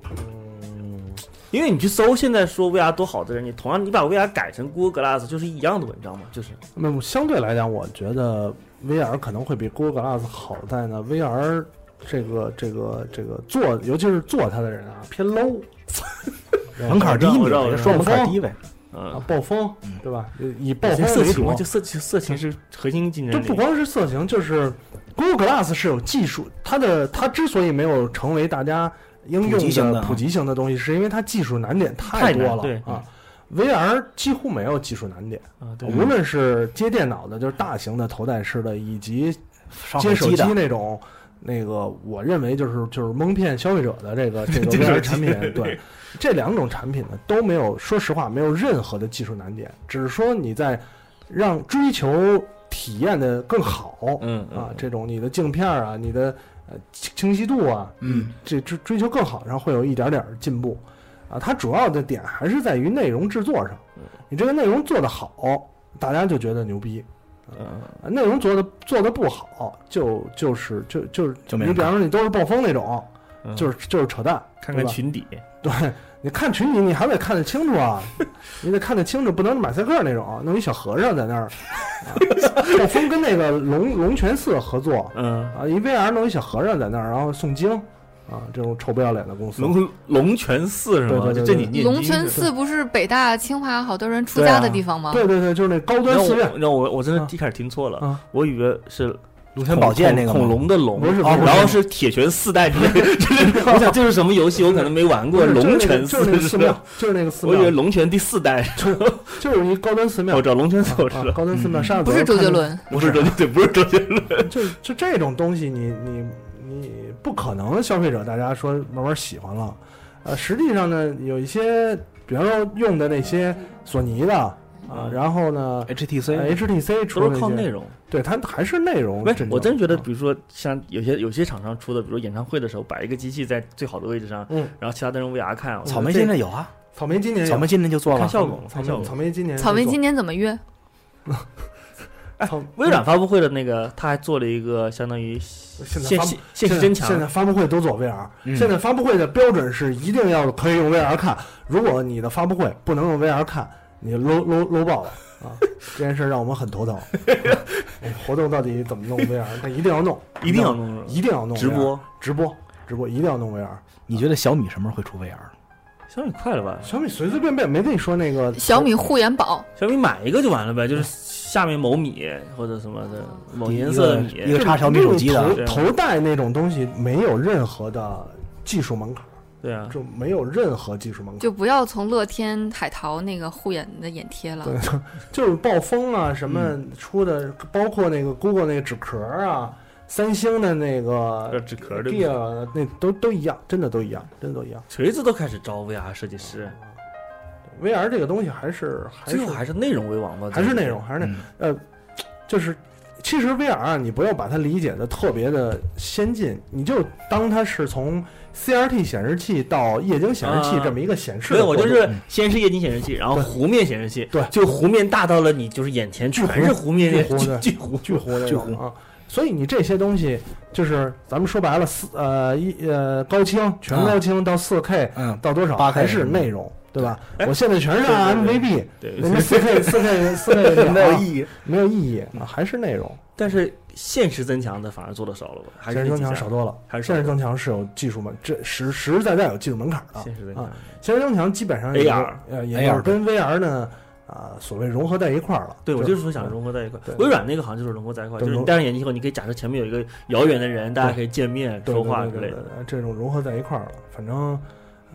D: 嗯因为你去搜现在说 VR 多好的人，你同样你把 VR 改成 Google Glass 就是一样的文章嘛，就是
A: 那么相对来讲，我觉得 VR 可能会比 Google Glass 好在呢，VR 这个这个这个做，尤其是做它的人啊，偏 low，
B: 门槛低嘛，
D: 我知道我知道
B: 也说门槛低呗，
A: 啊
D: 嗯，，
A: 暴风，对吧？以暴
D: 有些
A: 风
D: 色
A: 为
D: 情
A: 主
D: 嘛，，就色情色情是核心竞
A: 就
D: 争
A: 不
D: 力。
A: 光是色情，就是 Google Glass 是有技术，它的它之所以没有成为大家应
B: 普及
A: 用
B: 性的
A: 的
B: 啊
A: 普及性的东西，是因为它技术难点
D: 太
A: 太
D: 难
A: 多了
D: 对
A: 啊。VR 几乎没有技术难点，
D: 啊，对，
A: 无论是接电脑的，就是大型的头戴式的，以及
B: 上
A: 接
B: 手
A: 手
B: 机
A: 机
B: 的，
A: 那种，那个我认为就是就是蒙骗消费者的这个 这个
D: 接手
A: VR
D: 机
A: 产品，对这两种产品呢都没有，说实话没有任何的技术难点，只是说你在让追求体验的更好，
D: 嗯嗯
A: 啊，这种你的镜片儿啊，你的呃清清晰度啊，
B: 嗯，
A: 这追追求更好，然后会有一点点儿进步，啊，它主要的点还是在于内容制作上，
D: 嗯
A: 你这个内容做得好，大家就觉得牛逼，
D: 嗯，
A: 啊内容做的做的不好，就就是就就是
B: 就没
A: 你
B: 人
A: 比方说你都是暴风那种，
D: 嗯
A: 就是就是扯淡，
D: 看看
A: 对吧
D: 群底，
A: 对，你看群里你还得看得清楚 啊，你得看得清楚，不能是马赛克那种，弄一小和尚在 那儿。啊暴风跟那个龙龙泉寺合作
D: 嗯，
A: 啊，一 VR 弄一小和尚在那儿，然后诵经啊，这种臭不要脸的公司。
D: 龙龙泉寺是
A: 对
D: 吗？
A: 对对
D: 就这你
A: 对
D: 念
C: 龙
D: 经
C: 泉
D: 是
C: 寺不是北大、清华好多人出
A: 对啊
C: 家的地方吗？
A: 对对对，就是那高端
D: 那
A: 寺院
D: 我，那我我真的
A: 啊
D: 一开始听错了，
A: 啊
D: 我以为是龙
B: 泉宝剑那个吗
D: 恐龙的龙，啊
A: 不是不是
D: 然后是铁拳四代之类的。 就是我想这是什么游戏？我可能没玩过。
A: 不是就是那
D: 龙
A: 个
D: 泉
A: 就是那个
D: 寺
A: 寺庙，就是那个寺
D: 我以为
A: 庙，
D: 龙泉第四代，
A: 就是一高端寺庙
D: 我知。道龙泉寺，我知
A: 啊
D: 道，
A: 高端寺庙，
B: 嗯
A: 上海
C: 不
A: 左
C: 是
A: 右
C: 周
A: 看
C: 杰
A: 见
C: 伦，
D: 不是周杰，对，不是周杰伦。
A: 就就这种东西你，你你不可能消费者大家说慢慢喜欢了，呃，实际上呢，有一些，比方说用的那些索尼的，啊，然后呢呃
B: HTC
A: ，HTC 出
D: 哎都
A: 了
D: 是
A: 一
D: 靠
A: 些
D: 内容。
A: 对它还是内容
D: 不
A: 阵
D: 是
A: 容。，
D: 我真觉得，
A: 啊
D: 比如说像有些有些厂商出的，比如演唱会的时候摆一个机器在最好的位置上，
A: 嗯，
D: 然后其他的人 VR 看，
B: 草莓现在有啊，
A: 草莓今年有
B: 草莓今年就做
D: 看
B: 了，
D: 效果嘛，
A: 草
D: 看效
A: 莓草
D: 果。
A: 莓今年
C: 草莓
A: 就做哎
C: 今年怎么约？
A: 草
D: 微软发布会的那个，他还做了一个相当于
A: 现在
D: 现
A: 发
D: 实现
A: 现
D: 实
A: 在
D: 增强
A: 现在发布会都走 VR，、
B: 嗯
A: 现在发布会的标准是一定要可以用 VR 看，如果你的发布会不能用 VR 看，你 low low low 爆了 啊！这件事让我们很头疼。哎活动到底怎么弄 VR？但一定要弄，
D: 一定要弄
A: 一定要弄
D: 直
A: VR
D: 播。
A: 直播直播，一定要弄 VR。
B: 你觉得小米什么时候会出 VR？
D: 小米快了吧？
A: 小米随随便便没跟你说那 个
C: 小米护眼宝，
D: 小米买一个就完了呗，就是
A: 嗯
D: 下面某米或者什么的某
B: 一
D: 颜色
B: 个
D: 的米，
B: 一个插小米手机的，
A: 头头戴那种东西没有任何的技术门槛，
D: 对啊，
A: 就没有任何技术门槛。
C: 就不要从乐天海淘那个护眼的眼贴了。
D: 嗯
A: 对，就是暴风啊，什么出的，包括那个 Google 那个纸壳啊，三星的那个
D: 纸壳的
A: d e a 那都都一样，真的都一样，真的都一样。
D: 锤子都开始招 VR 设计师，
A: 哦 VR 这个东西还是还
D: 最
A: 是
D: 后还是内容为王吧，
A: 还是内容，还是那、
B: 嗯
A: 呃，就是其实 VR 啊，你不要把它理解的特别的先进，你就当它是从 CRT 显示器到液晶显示器
D: 啊
A: 这么一个显示
D: 对，
A: 的
D: 我
A: 过
D: 就
A: 渡。
D: 是先是液晶显示器，然后
A: 对
D: 弧面显示器，
A: 对
D: 就弧面大到了你就是眼前全是弧面
A: 巨弧
D: 的
A: 对
D: 巨弧，
A: 巨糊的
B: 巨糊
A: 啊。所以你这些东西就是咱们说白了，四呃一呃高清
D: 啊
A: 全高清到四 K
B: 嗯，
A: 到多少
B: 8K
A: 还是内容，对吧？
D: 哎
A: 我现在全是按 MVB，
D: 对
A: 什么四 K 四 K 四 K 没
B: 啊
A: 有意义，没有意义啊，还是内容。
D: 但是现实增强的反而做的少了吧？还是
A: 现实
D: 那
A: 增
D: 几
A: 强
D: 家
A: 少多了，
D: 还是少
A: 现实
D: 多
A: 增强是有技术门，这实实实在在有技术门槛的。
D: 现实增强
A: 啊。现实增强基本上也
D: AR
A: 呃也就是
B: AR
A: 跟 VR 呢啊所谓融合在一块儿了。
D: 对，我就是说想融合在一块
A: 对。
D: 微软那个好像就是融合在一块，就
A: 对
D: 是你
A: 融
D: 戴上眼镜以后，你可以假设前面有一个遥远的人，大家可以见面、
A: 对
D: 说
A: 对
D: 话
A: 对
D: 之类
A: 对
D: 的。
A: 对对这种融合在一块儿了。反正、呃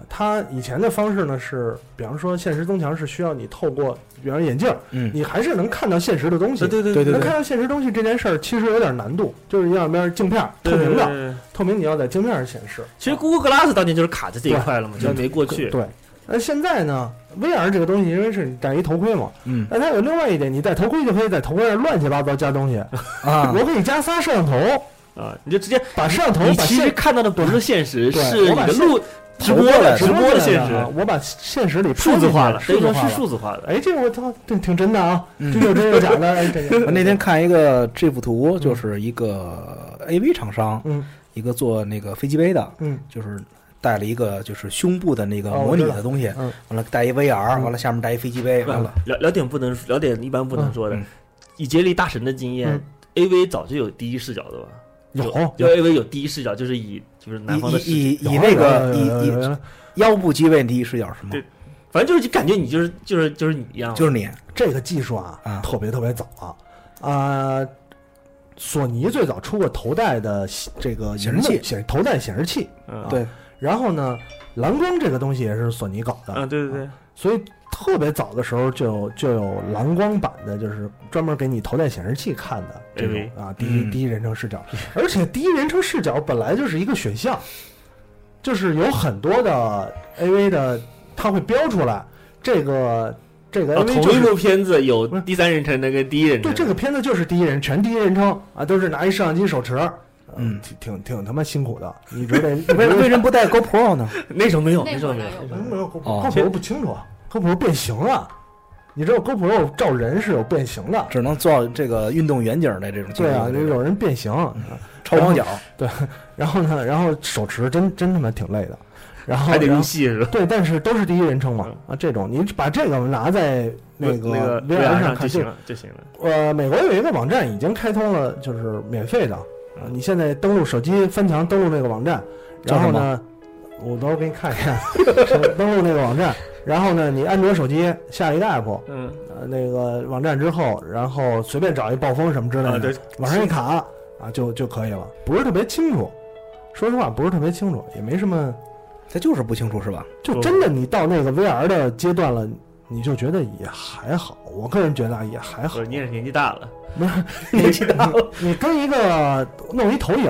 A: 他以前的方式呢是，比方说现实增强是需要你透过，比方说眼镜儿，
B: 嗯
A: 你还是能看到现实的东西。
D: 对对
B: 对
A: 能看到现实东西这件事儿其实有点难度，就是要不然镜片儿透
D: 对
A: 明
D: 对
A: 的，
D: 对
A: 透明你要在镜片上显示。
D: 其实 Google Glass 当年就是卡在这一块了嘛，就
A: 对
D: 没过去。
A: 对。那现在呢？VR 这个东西，因为是你戴一头盔嘛，
B: 嗯
A: 那它有另外一点，你戴头盔就可以在头盔上乱七八糟加东西。
B: 啊，
A: 我可以加仨摄像头，
D: 啊，你就直接
A: 把摄像头
D: 你
A: 把
D: 其
A: 现
D: 实看到的不是现实，
A: 对
D: 是你
A: 我把
D: 的
A: 现
D: 录直播
B: 投过来
D: 的
B: 的
D: 直播的现
A: 啊
D: 实，
A: 我把现实里
D: 数字化了
A: 了，，
D: 等于
A: 数字
D: 说
A: 化
D: 是
A: 了
D: 数字化的。
A: 哎，这个我操，这挺真的啊，
B: 嗯
A: 这有真有假的，哎，这个
B: 我那天看一个这幅图，就是一个 AV 厂商，
A: 嗯
B: 一个做那个飞机杯的，
A: 嗯，
B: 就是带了一个就是胸部的那个
A: 哦我
B: 模拟
A: 知道
B: 的东西，
A: 嗯
B: 完了带一 VR，完了下面带一飞机杯，完了
D: 聊聊点不能聊点一般不能说的
B: 嗯嗯，
D: 以杰利大神的经验
A: 嗯
D: ，AV 早就有第一视角的吧？
A: 有
D: 就 AV 有第一视角，就是以就是南方的视
B: 以以以
A: 有
B: 以那个
A: 有有有有
B: 以
A: 有
B: 以腰部机位第一视角是吗？
D: 对反正就是就感觉你就是就是就是你一样，
B: 就是你
A: 这个技术
D: 嗯
A: 啊
B: 啊，
A: 特别特别早啊，啊，索尼最早出过头戴的这个
B: 显示器
A: 荧幕显头戴显示器，
D: 嗯
B: 对
A: 然后呢，蓝光这个东西也是索尼搞的，
D: 啊，对对对，
A: 所以特别早的时候就有就有蓝光版的，就是专门给你头戴显示器看的这种啊，第一
B: 嗯
A: 第一人称视角，而且第一人称视角本来就是一个选项，就是有很多的 AV 的，它会标出来这个这个
D: 啊，
A: AV
D: 同
A: 就
D: 一
A: 是
D: 部片子有
A: 不是
D: 第三人称的跟第一人称
A: 对
D: 的，
A: 这个片子就是第一人全第一人称啊，都是拿一摄像机手持，呃
B: 嗯
A: 挺挺挺他妈辛苦的，你觉得
B: 为为什么不带 GoPro 呢？
D: 那时候没有，
C: 那
D: 时候
C: 会儿
D: 没
C: 哪
D: 有，
C: 有
A: 为什么没有 GoPro？
B: 哦
A: GoPro 不清楚啊，GoPro 变形了，你知道 GoPro 照人是有变形的。
B: 只能做这个运动远景的这种技术，
A: 对啊，
B: 这
A: 就
B: 种
A: 有人变形，
B: 嗯超广角，
A: 然后呢，然后手持真真他妈挺累的，然后
D: 还得
A: 然
D: 入
A: 后
D: 戏是吧？
A: 对，但是都是第一人称嘛啊，这种你把这个拿在那
D: 那
A: 个
D: VR
A: 上
D: 就
A: 看
D: 行
A: 这，
D: 了就行了，
A: 呃，美国有一个网站已经开通了，就是免费的啊，你现在登录手机翻墙登录那个网站，
B: 叫
A: 然后
B: 什么
A: 呢，我到时候给你看一看， 登录那个网站，然后呢，你安卓手机下一个 app，
D: 嗯
A: 呃，那个网站之后，然后随便找一暴风什么之类
D: 啊
A: 的
D: 对，，
A: 往上一卡啊，就就可以了，不是特别清楚。说实话，不是特别清楚，也没什么。
B: 它就是不清楚是吧？
A: 就
D: 嗯
A: 真的你到那个 VR 的阶段了，你就觉得也还好。我个人觉得啊也还好
D: 不是，。你也是年纪大 了，
A: 你 你你跟一个弄一投影，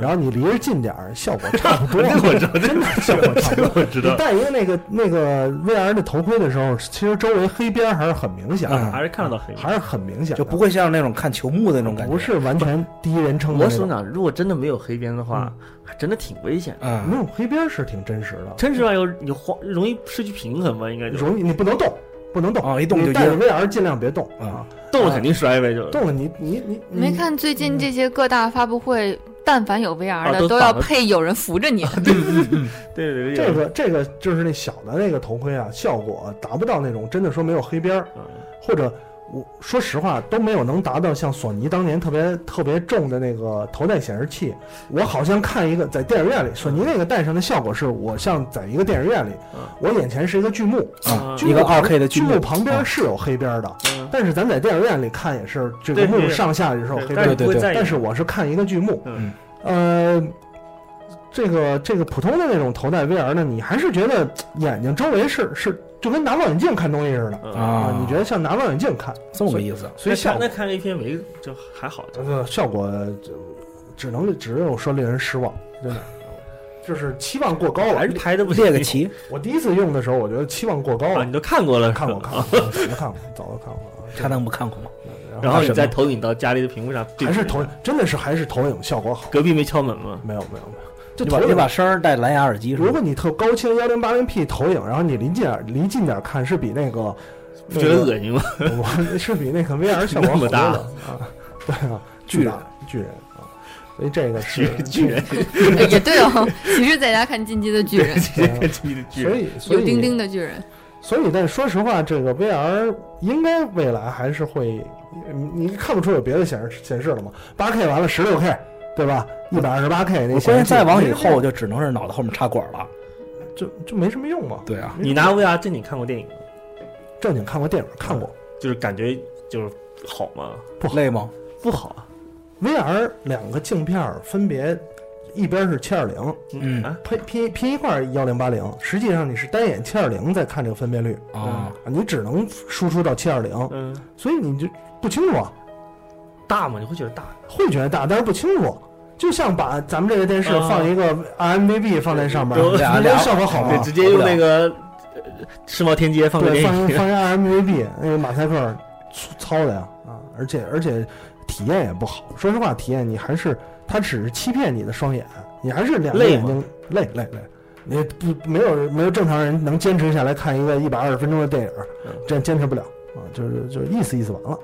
A: 然后你离着近点儿，效果差 不多。我知道，真的效果差不多。
D: 我知
A: 你。戴一个那个那个 VR 的头盔的时候，其实周围黑边还是很明显的，
D: 还是看得到黑影。
A: 还是很明显的，
B: 啊就不会像那种看球幕的那种感觉。
A: 啊不，是完全第一人称的
D: 我
A: 那
D: 手
A: 种。
D: 长，如果真的没有黑边的话，
A: 嗯
D: 还真的挺危险的。
A: 那
B: 嗯，
A: 种黑边是挺真实的，
D: 真实吧，有你慌，容易失去平衡吧，应该就是
A: 容易你不能动，不能动
B: 哦一动就
A: 你戴着
B: 晕
A: VR 尽量别动
B: 啊，
D: 动了肯定摔呗，就是。
A: 动了你你你
C: 你没看最近这些各大发布会，但凡有 VR
D: 啊
C: 的
D: 都啊
C: 都要
D: 绑着
C: 配有人扶着你。
D: 对对对，
A: 这个这个就是那小的那个头盔啊，效果达不到那种真的说没有黑边儿，
D: 嗯
A: 或者我说实话都没有能达到像索尼当年特别特别重的那个头戴显示器。我好像看一个在电影院里，索尼那个戴上的效果是我像在一个电影院里
D: 嗯，
A: 我眼前是一个巨幕，
B: 啊
D: 嗯，
A: 巨
B: 一
A: 幕
B: 个
A: 旁
B: 二 K 的啊嗯
A: 巨
B: 幕
A: 幕旁边是有黑边儿的，
D: 嗯
A: 但是咱在电影院里看也是这
D: 对
A: 个幕
D: 对
A: 上下也是有黑边
D: 但
A: 儿
D: 是
A: 的
D: 你，不会在意。
A: 但是我是看一个剧目，
D: 嗯，
A: 呃，这个这个普通的那种头戴 VR 呢，你还是觉得眼睛周围是是就跟拿望远镜看东西似的
D: 嗯
B: 啊
A: 你觉得像拿望远镜看，
B: 这么个意思。
A: 所以
D: 那
A: 效
D: 看
A: 果
D: 那看 A 片没就还好，就
A: 呃效果就只能只有说令人失望，真的。就是期望过高了
D: 还是。拍的不
B: 列个
D: 行
B: 旗，
A: 我第一次用的时候，我觉得期望过高
D: 啊，
A: 了
D: 你。都看过了，
A: 哦看 过，看过，早就看过，早就看过啊。
B: 他能不看过吗？
D: 然后你
B: 什么
D: 再投影到家里的屏幕上，对
A: 还是
D: 比
A: 投
D: 一
A: 影
D: 下，
A: 真的是还是投影效果好。
D: 隔壁没敲门吗？
A: 没有没有没有，就
B: 你把
A: 投
B: 你
A: 影
B: 把声儿带蓝牙耳机是
A: 如
B: 吧
A: 果？你特高清幺零八零 P 投影，然后你离近点离近点看，是比那个
D: 不觉得恶心吗？
A: 我是比那个 VR 效果
D: 那么大
A: 好多的啊，对啊，巨大巨人啊，所以这个是
D: 巨人，
C: 哎也对哦，其实在家看《进击的巨人》，
A: 对啊
D: 你的巨
A: 所
D: 人，
A: 以所
C: 有钉
A: 以
C: 钉的巨人，
A: 所以，但说实话，这个 VR 应该未来还是会，嗯你你看不出有别的显示显示了吗？八 K 完了十六 K 对吧？一百二十八 K 那
B: 我
A: 显
B: 关键
A: 示器
B: 再往以
A: 没
B: 后就只能是脑袋后面插管了。
A: 就就没什么用嘛。
B: 对啊，
D: 你拿 VR 正经看过电影吗，
A: 正经看过电影看过
D: 就是感觉就是好吗？
B: 累吗？
D: 不好啊，
A: VR 两个镜片儿分别一边是七二零。
B: 嗯
D: 啊，
A: 拼拼拼一块幺零八零，实际上你是单眼七二零在看这个分辨率
B: 啊，
A: 你只能输出到七二零，
D: 嗯，
A: 所以你就不清楚，啊，
D: 大吗？你会觉得大？
A: 会觉得大，但是不清楚。就像把咱们这个电视
D: 啊
A: 放一个 RMVB 放在上面，
D: 对
B: 俩
A: 你觉得
B: 俩
A: 效果好
D: 对，
A: 吗
D: 直？接用那个呃世贸天阶放个
A: 对，
D: 电
A: 放一
D: 影，
A: 放一 RMVB，那个马赛克粗糙的呀啊，而且而且体验也不好。说实话，体验你还是它只是欺骗你的双眼，你还是两个
D: 累
A: 眼
D: 吗
A: 睛累累累，你不没有没有正常人能坚持下来看一个一百二十分钟的电影
D: 嗯，
A: 这样坚持不了啊，就是就意思意思完了。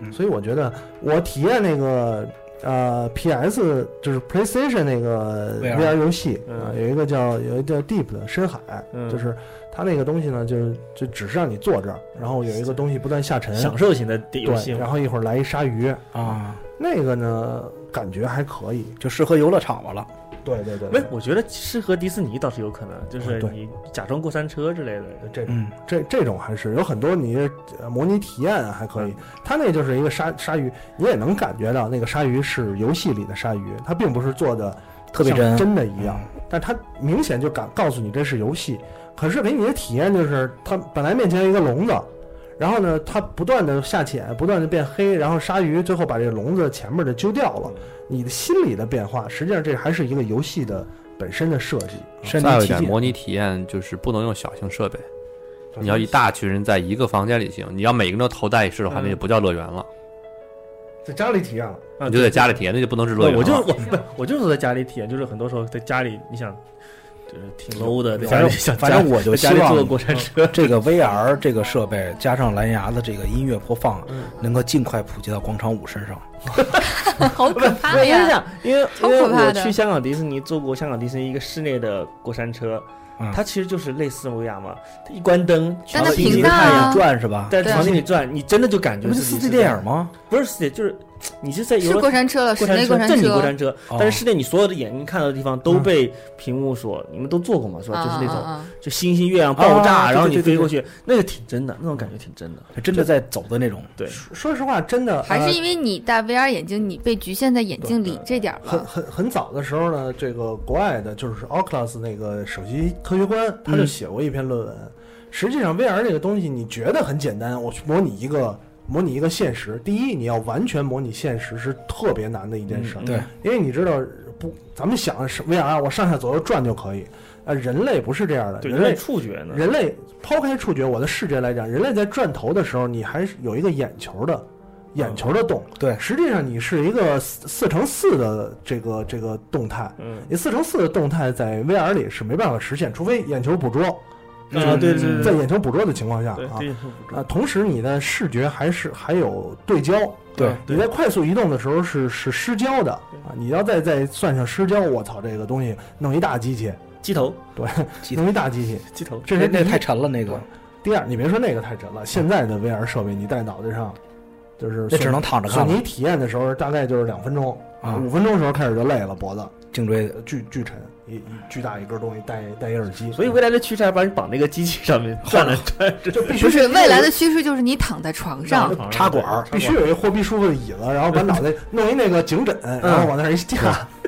B: 嗯
A: 所以我觉得我体验那个呃 PS 就是 PlayStation 那个
B: VR
A: VR 游戏
D: 嗯
A: 啊、有一个叫有一个叫 Deep 的深海，
D: 嗯
A: 就是它那个东西呢，就是就只是让你坐这儿，然后有一个东西不断下沉，
D: 享受型的电游戏
A: 对，
D: 嘛。
A: 然后一会儿来一鲨鱼，
B: 啊，
A: 那个呢感觉还可以，
B: 就适合游乐场了。
A: 对对对
D: 没，我觉得适合迪士尼倒是有可能，就是
A: 嗯对
D: 你假装过山车之类的。
A: 这种
B: 嗯，
A: 这这种还是有很多你呃模拟体验还可以，它那就是一个鲨鲨鱼，你也能感觉到那个鲨鱼是游戏里的鲨鱼，它并不是做的
B: 特别
A: 真
B: 真嗯
A: 真的一样，但它明显就敢告诉你这是游戏，可是给你的体验就是它本来面前有一个笼子，然后呢它不断的下潜，不断的变黑，然后鲨鱼最后把这个笼子前面的揪掉了，你的心理的变化，实际上这还是一个游戏的本身的设计，啊
B: 身临
E: 再有一
B: 其
E: 点，
B: 境。
E: 模拟体验就是不能用小型设备，
D: 嗯
E: 你要一大群人在一个房间里行。你要每个人都头戴一式的话，
D: 嗯
E: 那就不叫乐园了，
A: 在家里体验了，
D: 啊
E: 你就在家里体验，那就不能是乐园
D: 对，
E: 了。
D: 我就是我不我就是在家里体验，就是很多时候在家里，你想就是挺 low 的，在
B: 反
D: 家里
B: 正
D: 想
B: 反正我
D: 在
B: 就希
D: 家里坐个
B: 望
D: 过山车，
B: 这个 VR 这个设备加上蓝牙的这个音乐播放
D: 嗯，
B: 能够尽快普及到广场舞身上。
C: 好可
D: 不
C: 怕
D: 啊是因为是这
C: 哎呀！
D: 样，因为
C: 超
D: 因为
C: 可怕
D: 我
C: 的
D: 去香港迪士尼坐过香港迪士尼一个室内的过山车
B: 嗯，
D: 它其实就是类似维亚嘛，它一关灯，全
C: 但它
D: 是一
C: 平
D: 个
C: 淡
D: 太
C: 啊
D: 阳，
B: 转是吧？
D: 在
C: 对
D: 房间里转，你真的就感
B: 这
D: 觉
B: 不就
D: 自己
B: 四 D
D: 是
B: 电
D: 在
B: 影吗？
D: 不是四 D，就是你是在游
C: 是
D: 乐
C: 过山车了，
D: 过
C: 室
D: 山
C: 内
D: 车，
C: 山
D: 正经
C: 车
D: 过，山车，但是室内你所有的眼睛看到的地方都被屏幕所，你们都坐过嘛，是吧？就是那
C: 啊
D: 种
C: 啊
D: 就星星、月亮爆
B: 啊
D: 炸，
B: 对
D: 然后
B: 对
D: 你
B: 对对
D: 飞过去，那个挺真的，那种感觉挺真的。
B: 还真的在走的那种。
D: 对，
A: 说实话，真的
C: 啊还
A: 呃
C: 是因为你戴 VR 眼镜，你被局限在眼镜里这点儿
A: 很
C: 了。
A: 很很早的时候呢，这个国外的就是 Oculus 那个首席科学官，他就写过一篇论文。实际上，VR 这个东西你觉得很简单，我去模拟一个模拟一个现实。第一，你要完全模拟现实是特别难的一件
D: 嗯
A: 事儿，
B: 对，
A: 因为你知道不，咱们想是 VR，我上下左右转就可以。呃，人类不是这样的，
D: 对，
A: 人类
D: 触觉呢？
A: 人类抛开触觉，我的视觉来讲，人类在转头的时候，你还是有一个眼球的，眼球的动。
B: 对
A: 实际上你是一个四四乘四的这个这个动态，
D: 嗯，
A: 你四乘四的动态在 VR 里是没办法实现，除非眼球捕捉，
D: 啊，对对对
A: 在
D: 对
A: 眼球捕捉的情况下
D: 对
A: 啊。
D: 对，
A: 啊，同时你的视觉还是还有对焦，
B: 对
A: 你在快速移动的时候是是失焦的啊，你要再再算上失焦，我操，这个东西弄一大机器，
D: 鸡头
A: 对，
B: 机
A: 弄一大机器，
D: 鸡头，
A: 这
B: 那
A: 是
B: 那
A: 第一
B: 太沉了，那个
A: 第二，你别说那个太沉了，现在的 VR 设备你戴脑袋上，就是
B: 那只能躺着
A: 索
B: 看了
A: 尼体验的时候大概就是两分钟，
B: 啊
A: 五分钟的时候开始就累了，脖子
B: 颈椎
A: 呃巨巨沉，一一巨大一根东西戴戴一耳机，
D: 所以未来的趋势还把你绑那个机器上面转来转去，
A: 就必须
C: 不是未来的趋势就是你躺在
D: 嗯
C: 床上，
D: 啊
B: 插管儿，
A: 必须有一货币舒服的椅子，然后把脑袋
D: 嗯
A: 弄一那个颈枕，然后往那儿一架，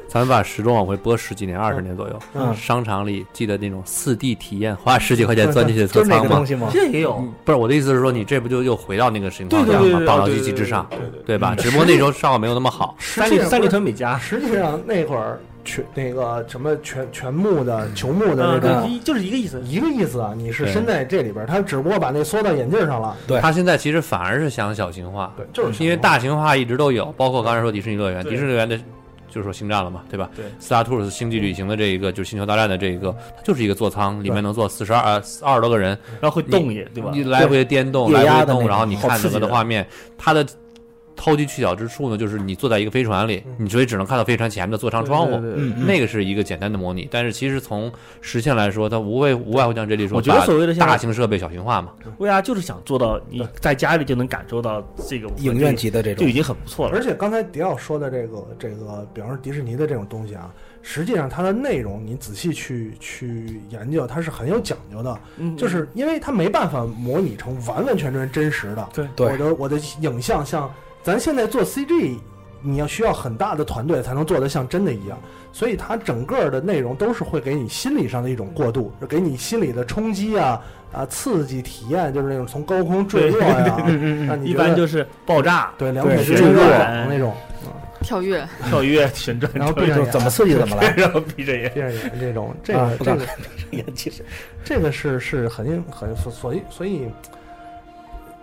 E: 咱们把时钟往回拨十几年、二十年左右，
A: 嗯
E: 商场里记得那种四 D 体验，花十几块钱钻 进去的
B: 就
E: 测
B: 是那
E: 仓
B: 个
E: 吗
B: 东？西吗？
D: 现在也有，
E: 不是我的意思是说，你这不就又回到那个情况
D: 对
E: 下
D: 对对
E: 吗？
D: 对
E: 绑到
D: 对
E: 机
D: 对
E: 器
D: 对
E: 之
D: 对
E: 上
D: 对对，嗯
E: 对吧？直播那时候上网没有那 么好，
D: 三里三里屯美嘉，
A: 实际上那会儿全那个什么全全幕的球幕的那
D: 嗯，
A: 种
D: 对，一就是一个意思。
A: 一个意思啊，你是
E: 对
A: 身在这里边儿，他只不过把那缩到眼镜上了，
B: 对
E: 他现在其实反而是想小型化，
A: 对，就是
E: 因为
A: 小
E: 大型化一直都有，包括刚才说迪士尼乐园，
D: 对
E: 迪士尼乐园的就是说星战了嘛，对吧？
D: 对
E: ，Star Tours 星际旅行的这一个就是星球大战的这一个，它就是一个座舱，里面能坐四十二呃二十多个人，
D: 然后会动也，对吧？
E: 你来回颠动，
B: 对
E: 来
B: 液压
E: 回
B: 的那
E: 动，
B: 种
E: 然后你
D: 好
E: 看
D: 刺
E: 整个
D: 激
E: 的
D: 的
E: 画面，它的偷机取巧之处呢，就是你坐在一个飞船里，你所以只能看到飞船前面的座舱窗户。
B: 嗯，嗯
E: 那个是一个简单的模拟，但是其实从实现来说，它无谓无外乎像这里说，
D: 我觉得
E: 把
D: 所谓的现在
E: 大型设备小型化嘛，
D: VR 就是想做到你在家里就能感受到这个
B: 影院级的这
D: 就
B: 种
D: 已经很不错了。
A: 而且刚才迪奥说的这个这个，比方说迪士尼的这种东西啊，实际上它的内容你仔细去去研究，它是很有讲究的，
D: 嗯
A: 就是因为它没办法模拟成完完全全真实的。
D: 对
B: 对
A: 我的我的影像像咱现在做 CG，你要需要很大的团队才能做得像真的一样，所以它整个的内容都是会给你心理上的一种过渡，就给你心理的冲击啊啊刺激体验，就是那种从高空坠落呀、
B: 嗯
A: 啊让
D: 嗯
A: 你
D: 一
A: 觉得
D: 般就是爆炸、
A: 对两腿
B: 对
A: 之
D: 坠
A: 间
D: 落
A: 那种。
C: 跳跃，
D: 跳跃、旋转，
A: 然后闭
B: 就
A: 上
B: 是
A: 眼，
B: 怎么刺激怎么 来。
D: 然后闭着眼。
A: 闭上眼这种，这
B: 啊
A: 个
B: 不
A: 这
B: 敢
A: 个
B: 其实
A: 这个是是很很所以所以，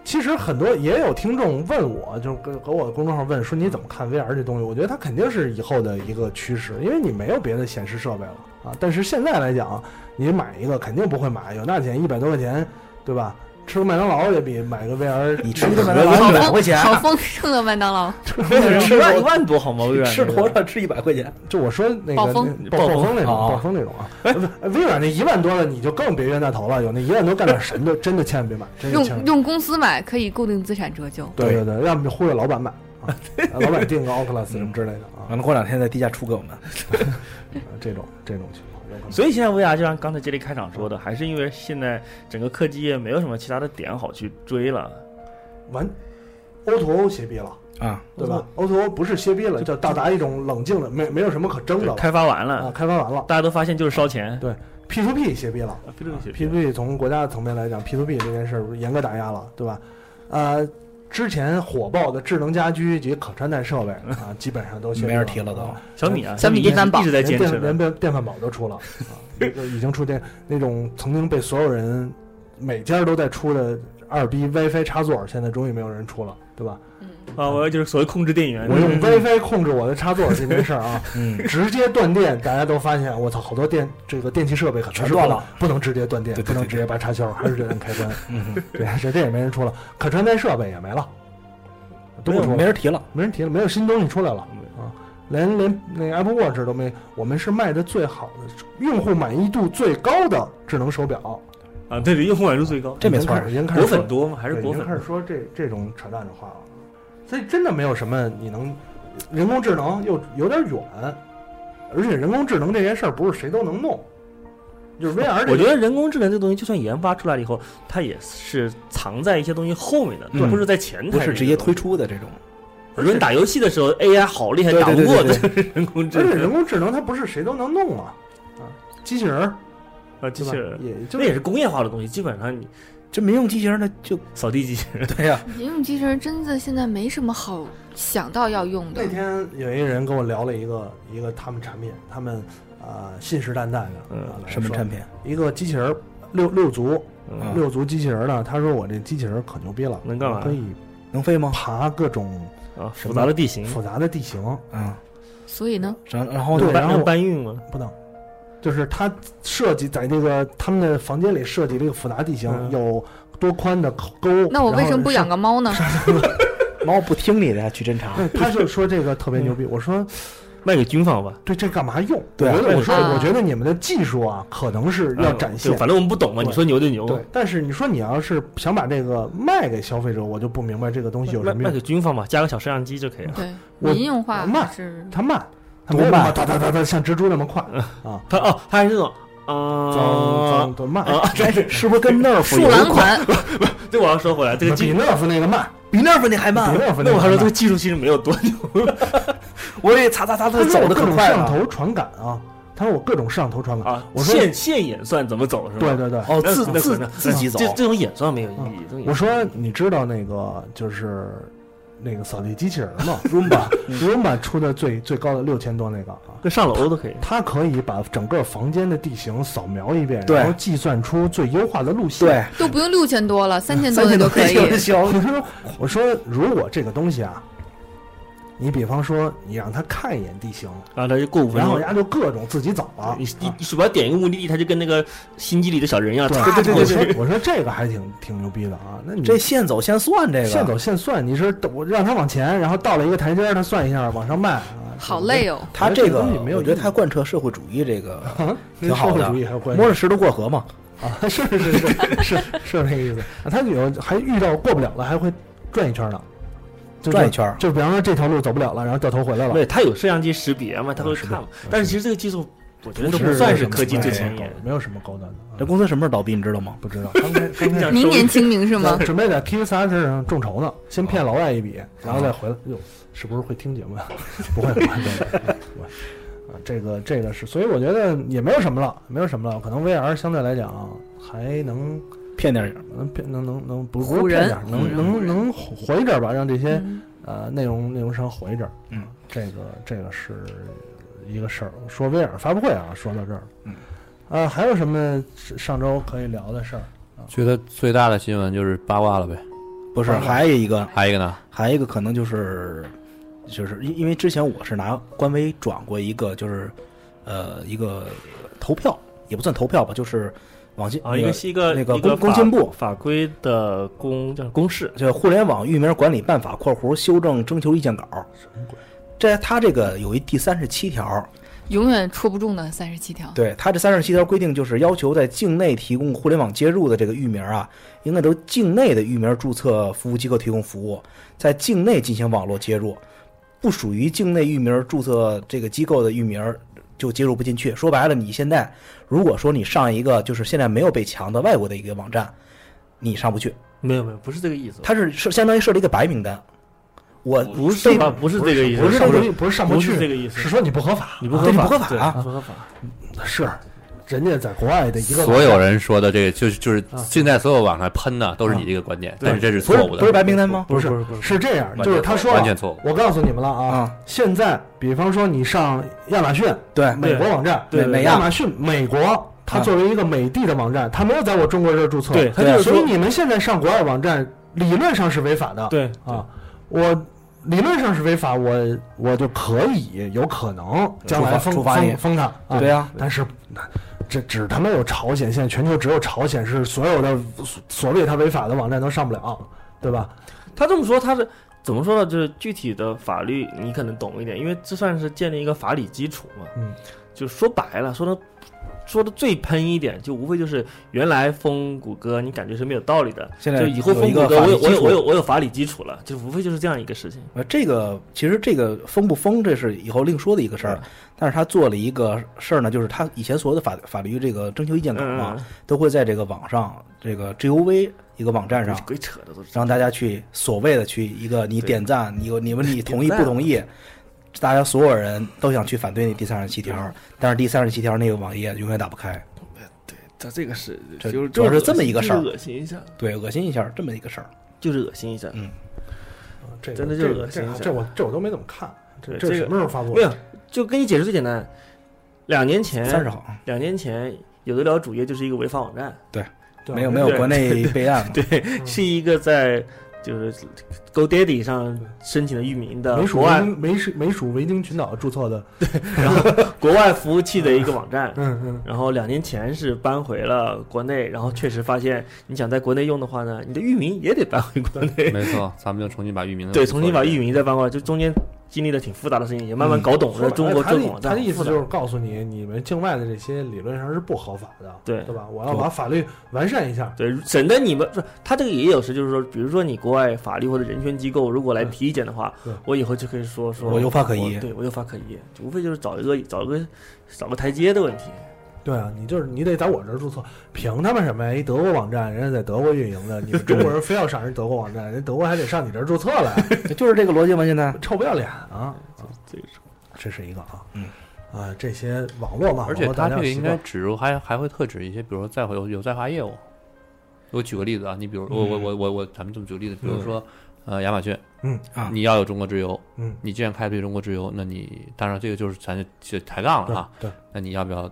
A: 其实很多也有听众问我，就是跟和我的公众号问说你怎么看 VR 这东西？我觉得它肯定是以后的一个趋势，因为你没有别的显示设备了啊。但是现在来讲，你买一个肯定不会买，有那钱一百多块钱，对吧？吃个麦当劳也比买个 VR，
B: 你吃一个麦当
A: 劳
B: 劳一百
C: 好
B: 块
C: 丰
B: 钱，
D: 啊
C: 好丰盛的麦当劳，
D: 吃万一万多好吗？微软
B: 吃
D: 多
B: 多
D: 少？
B: 少吃一百块钱，
A: 就我说那个
C: 暴风
A: 那暴
D: 暴风
A: 风那种，
B: 哦
A: 暴风那种啊。哎，微软那一万多的你就更别冤大头了，有那一万多干点神的，真的千万别买，真的千万
C: 用
A: 别买。
C: 用公司买可以固定资产折旧。
A: 对对对，要么就忽悠老板买 啊，老板订个 Oculus 什么之类的啊
B: 可，能过两天在低价出给我们。嗯
A: 这种这种情况有可能。
D: 所以现在 VR 就像刚才杰里开场说的，还是因为现在整个科技业没有什么其他的点好去追了，
A: 完，O to O 斜逼了，
B: 啊，
A: 对吧？O to O 不是斜逼了，就到达一种冷静的，没没有什么可争的了
D: 开发完
B: 嗯
A: 啊，
D: 了，
A: 开发完了
D: 大家都发现就是烧钱。啊
A: ，P to P 斜逼了。P to P 从国家层面来讲，P to P 这件事儿严格打压了，对吧？呃，之前火爆的智能家居及可穿戴设备啊，基本上都
B: 没人提了都。
D: 小米啊，
C: 小米
D: 一直
C: 电饭煲
D: 一直在坚
A: 连
D: 持
A: 电
D: 的
A: 连。电电饭煲都出了，啊，那个已经出电那种曾经被所有人每家都在出的二逼 WiFi 插座，现在终于没有人出了，对吧？
C: 嗯，
D: 啊，我要就是所谓控制电源，
A: 我用 WiFi 控制我的插座这件事 儿啊，
B: 嗯，
A: 直接断电，大家都发现，我操，好多电这个电器设备可全
B: 全断了，
A: 不能直接断电，
B: 对对对
A: 不能直接拔插销，还是得按开关。
B: 嗯
A: 对，这这也没人出了，可穿戴设备也没了，都
B: 没
A: 不
B: 有
A: 出了
B: 没人提了，
A: 没人提了，没有新东西出来了啊！连连那 Apple Watch 都没，我们是卖的最好的、用户满意度最高的智能手表，
D: 啊，对对，用户满意度最高。
B: 这没错
A: 已
B: 儿。
A: 经开
D: 果
A: 始已经开始说
D: 粉多吗？还是
A: 对
D: 果
A: 已经开
D: 粉
A: 始？说这这种扯淡的话了。所以真的没有什么你能，人工智能又有点远，而且人工智能这件事儿不是谁都能弄，就是 VR 这
D: 我觉
A: 个
D: 得人工智能这东西，就算研发出来了以后，它也是藏在一些东西后面的，
B: 对
D: 它不是在前台。
B: 不是直接推。出的这种。
D: 比如你打游戏的时候，AI 好厉害，
B: 对
D: 打
B: 对
D: 不
B: 对
D: 过
B: 对
D: 这是 人工智
A: 而且人
D: 能啊
A: 工智能它不是谁都能弄啊，啊，机器人儿
D: 啊，机
A: 对吧
D: 器人，
A: 也就
D: 那也是工业化的东西，基本上你
B: 这民用机器人它就
D: 扫地机器人，
B: 对呀、
C: 民用机器人真的现在没什么好想到要用的
A: 那。天有一人跟我聊了一个一个他们产品，他们啊、呃信誓旦旦的，
D: 嗯
A: 啊、来
B: 什么
A: 说
B: 产品？
A: 一个机器人儿六六足
B: 嗯
A: 六足机器人儿呢，他说我这机器人儿可牛逼了，
D: 能干嘛
A: 可以
B: 能飞吗？
A: 爬各种
D: 啊，
B: 什
D: 复
B: 么
D: 杂的地形，
A: 复杂的地形，
B: 啊，
C: 所以呢，
B: 然然后
A: 对
B: 呢？
D: 搬
A: 然后
D: 能搬运吗？
A: 不能。就是他设计在那个他们的房间里设计了一个复杂地形，
D: 嗯
A: 有多宽的沟。
C: 那我为什么不养
A: 个？
C: 个猫呢？
B: 猫不听你的，去侦查。
A: 对他就说这个特别牛逼。我说
D: 卖给军方吧。
A: 对，这干嘛用？
B: 嗯对啊嗯
A: 我觉得我说，
C: 啊
A: 我觉得你们的技术啊，可能是要展现
D: 对。反正我们不懂嘛，
A: 对
D: 你说牛就牛。
A: 对，但是你说你要是想把这个卖给消费者，我就不明白这个东西有
D: 卖
A: 什么
D: 卖给
A: 用。
D: 军方嘛，加个小摄像机就可以了。
C: 对，
A: 我
C: 民用化
A: 慢
C: 是
A: 它慢，它没有
B: 多慢
A: 那么哒哒哒哒像蜘蛛那么快啊，
D: 他哦，他还是那种啊
A: 增，增慢，
D: 啊
B: 哎，是不是跟 Nerf
C: 树
B: 有
C: 懒
B: 关？
C: 款，
D: 对我要说回来，这个技
A: 比 Nerf 那个慢，
B: 比 Nerf 啊那还
A: 比
B: 慢？
A: Nerf
D: 那我还说这
A: 对
D: 个，技术其实没有多牛，
B: 我得擦擦擦，它
A: 它
B: 走的可
A: 各种
B: 快
A: 摄像
B: 了。
A: 头传感啊，他说我各种摄像头传感
D: 啊，
A: 我说
D: 现现演算怎么走是吧？
A: 对对对，
B: 哦，
D: 那
B: 自
D: 那可
B: 自
D: 能
B: 自己走
D: 这这种演算没有意义。这种演
A: 嗯我
D: 算
A: 说你知道那个就是那个扫地机器人吗？Roomba，Roomba 出的最最高的六千多那个啊，
D: 跟上楼都可以。
A: 它可以把整个房间的地形扫描一遍，
B: 对
A: 然后计算出最优化的路线。
B: 对，
C: 都不用六千多了，三千多
B: 三
C: 的
B: 千
C: 都
B: 多
C: 可以。
B: 就行。
A: 我说，我说，如果这个东西啊，你比方说你让他看一眼地形，
D: 然啊后他就过五分
A: 然后啊
D: 钟
A: 人，家就各种自己走了。
D: 你你你鼠标点一个目的地，他就跟那个星际里的小人一样，
A: 对
D: 嚓
A: 对
D: 过
A: 对
D: 去
A: 对，我说这个还挺挺牛逼的啊。那你
B: 这现走现算这个，
A: 现走现算，你是我让他往前，然后到了一个台阶儿，他算一下往上迈啊。
C: 好累哦，
B: 他这
A: 哎这
B: 个
A: 东西没有
B: 我觉
A: 意义
B: 得他贯彻社会主义这个
A: 啊，跟
B: 挺好
A: 社会
B: 的
A: 主义还有关系
B: 摸着石头过河嘛。
A: 啊？是是是是是是那个意思。啊他有还遇到过不了了，还会转一圈呢，就
B: 转一圈儿
A: 就比方说这条路走不了了，然后掉头回来了。
D: 对，他有摄像机识别嘛，他会看嘛。但嗯是其实这个技术，我觉得都不算是科技最前沿。
A: 哎没有什么高端的。啊
B: 这公司什么时候倒闭你知道吗？
A: 不知道，刚才刚才
C: 明年清 明是吗？
A: 准备在 Q 三身上众筹呢，先骗老外一笔，然后再回来。哟，是不是会听节目呀？ 不会，不会，不会不会。啊，这个这个是，所以我觉得也没有什么了，没有什么了。可能 VR 相对来讲还能
B: 骗电影，
A: 能骗能能能不是
C: 唬
A: 不是
C: 人
A: 骗点儿，
C: 唬
A: 能
C: 人
A: 能能火一点儿吧，让这些
C: 嗯
A: 呃内容内容商火一点儿。
B: 嗯，
A: 这个这个是一个事儿。说威尔发布会啊，说到这儿了。
B: 嗯，
A: 啊，还有什么上周可以聊的事儿？
E: 觉得最大的新闻就是八卦了呗，
B: 不是，
A: 啊
B: 还有一个，
E: 还有一个呢，
B: 还有一个可能就是，就是因因为之前我是拿官微转过一个，就是呃一个投票，也不算投票吧，就是网信
D: 啊，
B: 那
D: 一个是一个
B: 那个
D: 一个
B: 工工
D: 法
B: 信部
D: 法规的公叫公示，
B: 就《互联网域名管理办法（括弧修正征求意见稿）。这它这个有一第三十七条，
C: 永远戳不中的三十七条。
B: 对它这三十七条规定就是要求在境内提供互联网接入的这个域名啊，应该由境内的域名注册服务机构提供服务，在境内进行网络接入，不属于境内域名注册这个机构的域名就接入不进去。说白了，你现在如果说你上一个就是现在没有被强的外国的一个网站，你上不去，
D: 没有没有，不是这个意思。
B: 它是是相当于设了一个白名单。我
D: 不是吧？不是这个意思，
A: 不是上
D: 不
A: 不
D: 是
A: 去，不是上
D: 不
A: 去
D: 是这个意思，
A: 是说你不合法，
D: 你
B: 不
D: 不
B: 合
D: 合
B: 法
D: 法，
B: 对
D: 对不合法。
A: 是人家在国外的一个
E: 所有人说的这个就是就是
A: 啊
E: 现在所有网上喷的都是你这个观点，但是这是
B: 不是
E: 错误的，
B: 不是白名单吗？
A: 不是
D: 不是不是
A: 是这样，
E: 完全
A: 就是他说
E: 完全 错误。
A: 我告诉你们了啊，
B: 啊
A: 现在比方说你上亚马逊
B: 对
A: 美国网站，
B: 对对对
A: 美
B: 亚
A: 亚马逊美国。它作为一个美的的网站，它没有在我中国这儿注册，啊
D: 对它就是
A: 所以
D: 说
A: 你们现在上国外网站，理论上是违法的，
D: 对
A: 啊，我理论上是违法，我我就可以有可能将来封
B: 处罚处罚你
A: 封封它，啊
B: 对呀
A: 但是这只他妈有朝鲜，现在全球只有朝鲜是所有的所所谓它违法的网站都上不了，对吧？
D: 他这么说，他是怎么说呢？就是具体的法律你可能懂一点，因为这算是建立一个法理基础嘛。
A: 嗯，
D: 就说白了，说的说的最喷一点，就无非就是原来封谷歌你感觉是没有道理的，
B: 现在
D: 就以后
B: 有
D: 封
B: 一
D: 谷
B: 个
D: 歌
B: 法
D: 我
B: 律
D: 有我
B: 基
D: 有
B: 础
D: 我有我有法理基础了，就无非就是这样一个事情。
B: 呃，这个其实这个封不封，这是以后另说的一个事
D: 嗯
B: 儿。但是他做了一个事儿呢，就是他以前所有的法法律这个征求意见稿啊，
D: 嗯，
B: 都会在这个网上这个 GOV 一个网站上，
D: 鬼扯的都是
B: 让大家去所谓的去一个你
D: 嗯对
B: 点赞，你有你们你同意
D: 点
B: 不
D: 赞
B: 同意？大家所有人都想去反对你第三十七
D: 嗯
B: 条，但是第三十七条那个网页永远打不开。
D: 他这个是
B: 这
D: 就是
B: 主要是这么一个事儿
D: 就是恶心一下，
B: 对，恶心一下这么一个事儿。
D: 就是恶心一
B: 嗯
D: 下。
A: 这个
D: 真的就
A: 这
D: 是
A: 个
D: 恶心
A: 这
D: 一
A: 个
D: 下
A: 这我这我都没怎么看，
D: 对，
A: 这
D: 这
A: 是什
D: 个
A: 么时候发布的？
D: 没有，就跟你解释最简单。两年前，
B: 三十号
D: 两年前，有的聊主页就是一个违法网站，
A: 对吧
B: 没有没有
D: 对
B: 国内备案嘛，
A: 嗯
D: 对，是一个在就是 GoDaddy 上申请的域名的
A: 美属
D: 国
A: 维
D: 外
A: 京美属美属维京群岛注册的，
D: 国外服务器的一个网站。
A: 嗯嗯，
D: 然后两年前是搬回了国内，然后确实发现你想在国内用的话呢，你的域名也得搬回国内，
E: 没错，咱们就重新把域名
D: 对，重新把域
E: 名
D: 名再搬过来，就中间经历了挺复杂的事情，也慢慢搞懂了中国
A: 他的
D: 这个网站
A: 他的意思
D: 复杂
A: 就是告诉你，你们境外的这些理论上是不合法的，
D: 对
A: 对吧？我要把法律完善一下，
D: 对，省得你们不是他这个也有时就是说，比如说你国外法律或者人权机构如果来提意见的话
A: 嗯对，
D: 我以后就可以说说
B: 我有法可依
D: 我对我有法可依，无非就是找一个找一个找个台阶的问题。
A: 对啊，你就是你得在我这儿注册，凭他们什么呀？一德国网站，人家在德国运营的，你 们中国人非要上人德国网站，人德国还得上你这儿注册来，
B: 就是这个逻辑嘛。现在
A: 臭不要脸啊！
D: 这个
A: 这是一个啊，
B: 嗯
A: 啊，这些网络嘛，
E: 而且
A: 网络
E: 它
A: 大
E: 这
A: 家
E: 个
A: 有
E: 应
A: 哦习
E: 该
A: 惯
E: 指入还还会特指一些，比如说在有有在华业务。我举个例子啊，你比如我我我我我，咱们这么举个例子，比如说呃亚马逊，
A: 嗯
B: 啊
E: 你要有中国之友，
A: 嗯，
E: 你既然开辟中国之友，那你当然这个就是咱就抬杠了啊，
A: 对，
E: 那你要不要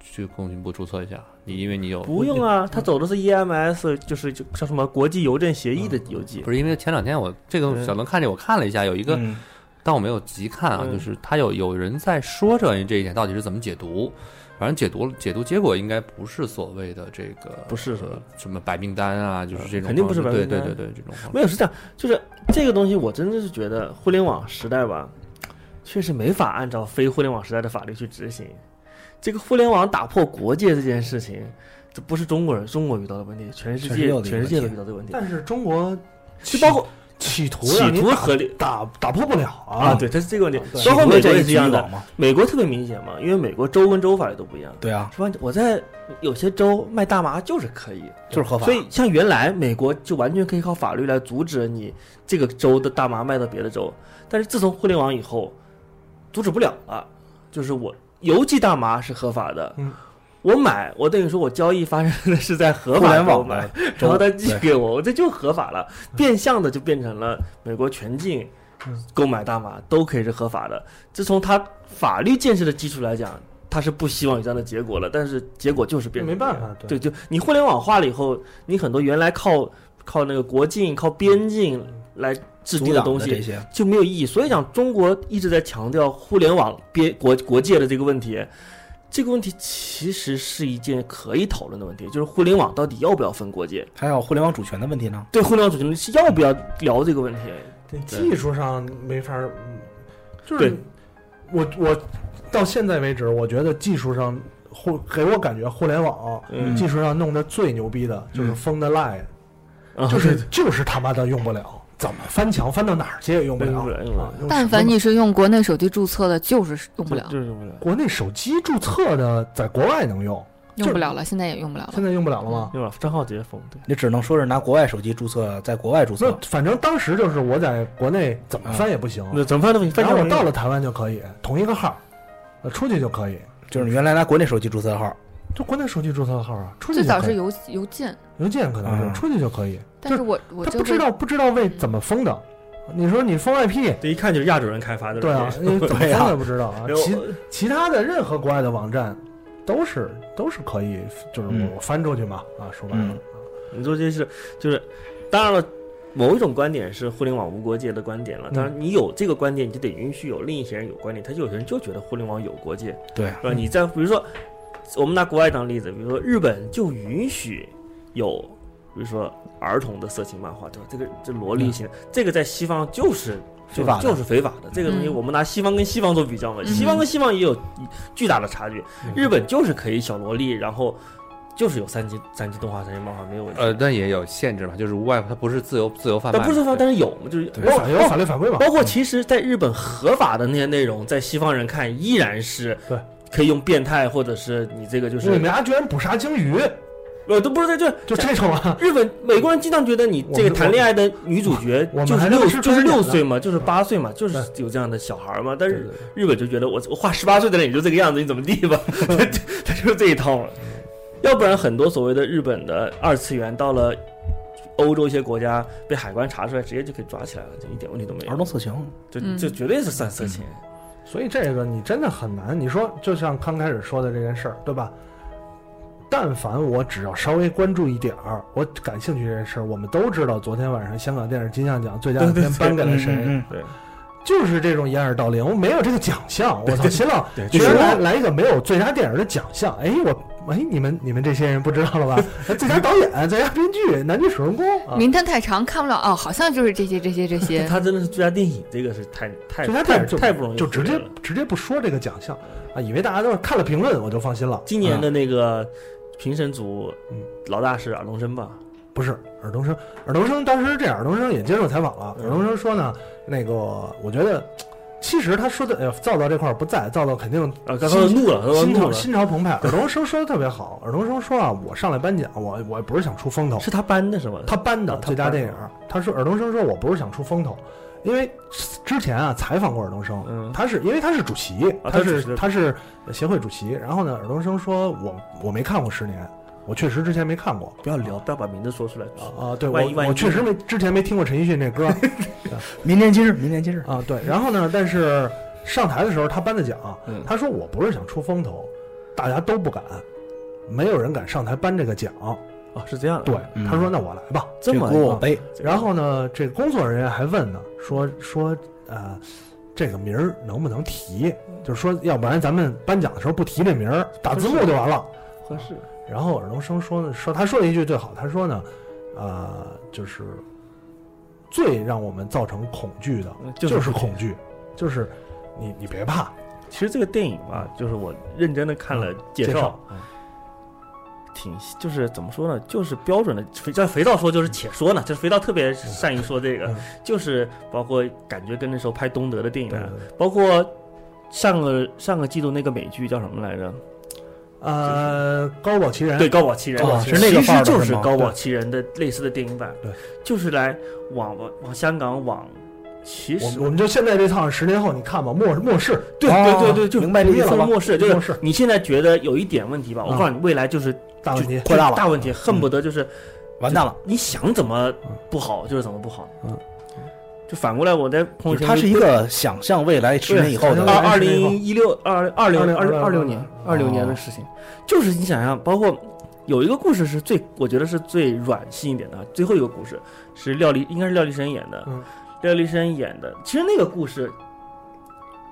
E: 去工信部注册一下？你因为你有
D: 不用啊，他走的是 EMS，就是就叫什么国际邮政协议的邮寄。
E: 不是因为前两天我这个
D: 嗯
E: 小能看见我看了一下，有一个，
B: 嗯
E: 但我没有仔细看啊，
D: 嗯
E: 就是他有有人在说这这一点到底是怎么解读，反正解读解读结果应该不是所谓的这个
D: 不是是吧
E: 呃什么白名单啊，就是这种
D: 呃肯定不是
E: 方
D: 白
E: 式
D: 名单
E: 对对对对这种方式
D: 没有是这样，就是这个东西，我真的是觉得互联网时代吧，确实没法按照非互联网时代的法律去执行。这个互联网打破国界这件事情，这不是中国人中国遇到的问题，全世
B: 全世界
D: 界
B: 有
D: 全
B: 的一个
D: 世界都遇
B: 问题
D: 到的问题，
A: 但是中国
D: 就包括
A: 企图让
D: 企
A: 你
D: 图
A: 打
D: 合理
A: 打打破不了
D: 啊，
A: 啊，
D: 对，它是这个问题。
A: 对
D: 包括美国也
B: 也
D: 是一样的，
B: 嘛。
D: 美国特别明显嘛，因为美国州跟州法律都不一样。
B: 对啊，
D: 是吧？我在有些州卖大麻嗯就是可以，
B: 就是合法。
D: 所以，像原来美国就完全可以靠法律来阻止你这个州的大麻卖到别的州，但是自从互联网以后，阻止不了了。就是我邮寄大麻是合法的，
A: 嗯
D: 我买，我等于说我交易发生的是在合
B: 互
D: 法
B: 联
D: 州
B: 网
D: 买
B: 的，
D: 然后
B: 州
D: 他寄给我，我这就合法了，变相的就变成了美国全境
A: 嗯
D: 购买大麻都可以是合法的。这从他法律建设的基础来讲，他是不希望有这样的结果了，但是结果就是变成
A: 没
D: 这样
A: 办法对
D: 对，就你互联网化了以后，你很多原来靠靠那个国境、靠边境来制
B: 阻
D: 定的
B: 挡
D: 东
B: 这
D: 西
B: 些，
D: 就没有意义。所以讲，中国一直在强调互联网边国国界的这个问题。这个问题其实是一件可以讨论的问题，就是互联网到底要不要分国界？
B: 还有互联网主权的问题呢。
D: 对互联网主权是要不要聊这个问题？
A: 这技术上没法儿，嗯就是
D: 对
A: 我我到现在为止，我觉得技术上互给我感觉互联网、
D: 嗯
A: 技术上弄得最牛逼的就是封的 line，、
D: 啊
A: 就是就是他妈的用不了，怎么翻墙翻到哪儿去也用不了，
D: 用不了用不了
A: 啊用什
C: 但
A: 么
C: 凡你是用国内手机注册的，就是用不了，
D: 就是用不了，
A: 国内手机注册的，在国外能用，
C: 用不了了，现在也用不了
A: 现
C: 了。
A: 在用不了了吗？
D: 用不了，账号直接封。对，
B: 你只能说是拿国外手机注册，在国外注
A: 那
D: 啊
B: 册。
A: 反正当时就是我在国内怎么翻也不行，
D: 那怎么翻都不行，翻
A: 反正
D: 墙
A: 我到了台湾就可以，同一个号，呃，出去就可以，
B: 就是你原来拿国内手机注册的号，
A: 就国内手机注册的号啊，出去
C: 最
A: 就
C: 早
A: 可
C: 是
A: 以，
C: 邮邮件，
A: 邮件可能
B: 嗯
A: 是出去就可以，
C: 但是我我
A: 他
C: 就
A: 不知
C: 会
A: 道不知道为怎么封的，你说你封 IP，
D: 这一看就是亚洲人开发的。
A: 对啊， 你怎么
B: 对啊
A: 封的不知道啊，
D: 然后
A: 其其他的任何国外的网站都是都是可以，就是
B: 嗯
A: 我翻出去嘛，啊，说白了
B: 嗯，
D: 你说这是就是，当然了，某一种观点是互联网无国界的观点了。当然，你有这个观点，你就得允许有另一些人有观点。他就有些人就觉得互联网有国界，
B: 对
D: 是吧？你在比如说，我们拿国外当例子，比如说日本就允许有，比如说儿童的色情漫画，对吧？这个这萝莉型，这个在西方就是就
B: 非法的
D: 就是非法的。这个东西
C: 嗯
D: 我们拿西方跟西方做比较嘛，
C: 嗯
D: 西方跟西方也有巨大的差距。
A: 嗯
D: 日本就是可以小萝莉，然后就是有三级三级动画、三级漫画没有问题。
E: 呃，但也有限制嘛，就是无外，它不是自由自由贩卖
D: 但
E: 嘛，
D: 不是说，
E: 对
D: 但是有，就是
A: 有法有法嗯律法规嘛，
D: 包括其实，在日本合法的那些内容，在西方人看依然是
A: 对，
D: 可以用变态或者是你这个就
A: 嗯你们
D: 是
A: 家居然捕杀鲸鱼，
D: 呃都不是在这
A: 就这种 啊，
D: 日本美国人经常觉得你这个谈恋爱的女主角
A: 我们
D: 就
A: 还
D: 是
A: 在
D: 六
A: 吃
D: 就是
A: 春卷
D: 六
A: 呢
D: 岁嘛，就是八岁嘛，就是有这样的小孩嘛，但
A: 对
D: 是
A: 对对嗯
D: 日本就觉得我我画十八岁的人也就这个样子，你怎么地吧？他就他就是这一套了。要不然很多所谓的日本的二次元到了欧洲一些国家被海关查出来，直接就可以抓起来了，就一点问题都没有。
B: 儿童色情，
D: 就
C: 嗯
D: 就绝对是算色情。
A: 所以这个你真的很难。你说，就像刚开始说的这件事儿，对吧？但凡我只要稍微关注一点儿，我感兴趣这件事儿，我们都知道昨天晚上香港电影金像奖最佳影片颁给了谁，
B: 嗯嗯
D: 对，
A: 就是这种掩耳盗铃。我没有这个奖项，我操！新浪
D: 对
A: 居然来来一个没有最佳电影的奖项，哎，我哎，你们你们这些人不知道了吧？哎最佳导演、最佳编剧、男女主人公啊，
C: 名单太长，看不了哦，好像就是这些这些这些。
D: 他真的是最佳电影，这个是太太
A: 最佳
D: 哎
A: 电
D: 太
A: 影就
D: 太不容易
A: 就
D: 获
A: 直接
D: 得了
A: 直接不说这个奖项啊，以为大家都是看了评论我就放心了。
D: 今年
A: 啊
D: 的那个评审组
A: 嗯
D: 老大是尔冬升吧？
A: 不是尔冬升，尔冬升当时这样，尔冬升也接受采访了。
D: 嗯
A: 尔冬升说呢，那个我觉得，其实他说的，呃，造造这块儿不在，造造肯定
D: 啊，刚刚怒了，刚刚
A: 心
D: 怒
A: 潮
D: 呃了，
A: 心潮澎湃。尔冬升说的特别好，尔冬升说啊，我上来颁奖，我我也不是想出风头，
D: 哦是他颁的是吗？
A: 他颁的
D: 啊他
A: 最佳
D: 颁的
A: 电影，他说尔冬升说我不是想出风头，因为之前啊采访过尔冬升，
D: 嗯
A: 他是因为他是主席，
D: 啊他
A: 他
D: 主
A: 是
D: 席
A: 他是协会主席，然后呢，尔冬升说我我没看过十年，我确实之前没看过，
D: 不要聊，不要把名字说出来。
A: 啊啊，对
D: 万一
A: 我
D: 万一
A: 我确实没之前没听过陈奕迅这歌
B: 明年今日，明年今日，
A: 啊，对。然后呢，但是上台的时候他颁的奖，
I: 嗯
A: 他说我不是想出风头，大家都不敢，没有人敢上台颁这个奖。
D: 哦，是这样的，
A: 对，
B: 嗯
A: 他说那我来吧。
D: 这么
B: 锅我背，
A: 然后呢，这个工作人员还问呢，说说呃，这个名儿能不能提？就是说，要不然咱们颁奖的时候不提这名儿，打字幕就完了。
D: 合适。
A: 然后尔冬升说呢，说他说了一句最好，他说呢，呃，就是最让我们造成恐惧的
D: 嗯，就是
A: 就是恐惧，就是你你别怕，
D: 其实这个电影吧，就是我认真的看了介
A: 嗯介
D: 绍
A: 绍，
D: 挺就是怎么说呢，就是标准的肥叫肥皂说就是且说呢，就是肥皂特别善于说这个
A: 嗯，
D: 就是包括感觉跟那时候拍东德的电
A: 对，
D: 影，啊包括上个上个季度那个美剧叫什么来着？
A: 呃，高保奇人，
D: 对，《高保奇人》
B: 哦
D: 其
B: 是那个范
D: 实
B: 儿的是
D: 就
B: 吗
D: 是《高保奇人》的类似的电影版，
A: 对，
D: 就是来往往往香港往，其
A: 我
D: 实
A: 们我们就现在这趟，十年后你看吧，末末世，啊
D: 对
B: 哦
D: 对对对，就
B: 明白这意思了吧
D: 末世就
A: 末
D: 是
A: 世
D: 你现在觉得有一点问题吧，我告诉你，未来就是
A: 大问题
D: 就，
B: 扩大了嗯
D: 大问题，恨不得就是
B: 完蛋了。嗯
D: 你想怎么不好就是怎么不好，
A: 嗯，
D: 就反过来我在朋友
B: 就是
D: 圈
B: 它是一个想象未来十年以后
A: 对
B: 的
D: 二
A: 想象
D: 二零一六二二零二二六年二六
B: 哦
D: 年的事情，就是你想想，包括有一个故事是最我觉得是最软性一点的，最后一个故事是廖丽应该是廖丽生演的
A: 嗯，
D: 廖丽生演的，其实那个故事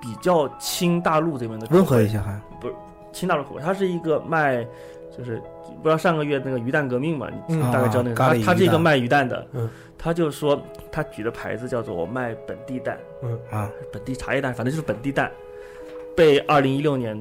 D: 比较亲大陆这边的口味
B: 温和一，些还
D: 亲大陆口味，它是一个卖就是不知道上个月那个鱼蛋革命嘛，你
A: 嗯
D: 大概知道那
B: 啊
D: 个，
B: 咖
D: 他
B: 喱
D: 他是一
B: 鱼
D: 个
B: 蛋
D: 卖鱼蛋的
A: 嗯，
D: 他就说他举的牌子叫做我卖本地蛋。
B: 啊，
D: 本地茶叶蛋，反正就是本地蛋，被二零一六年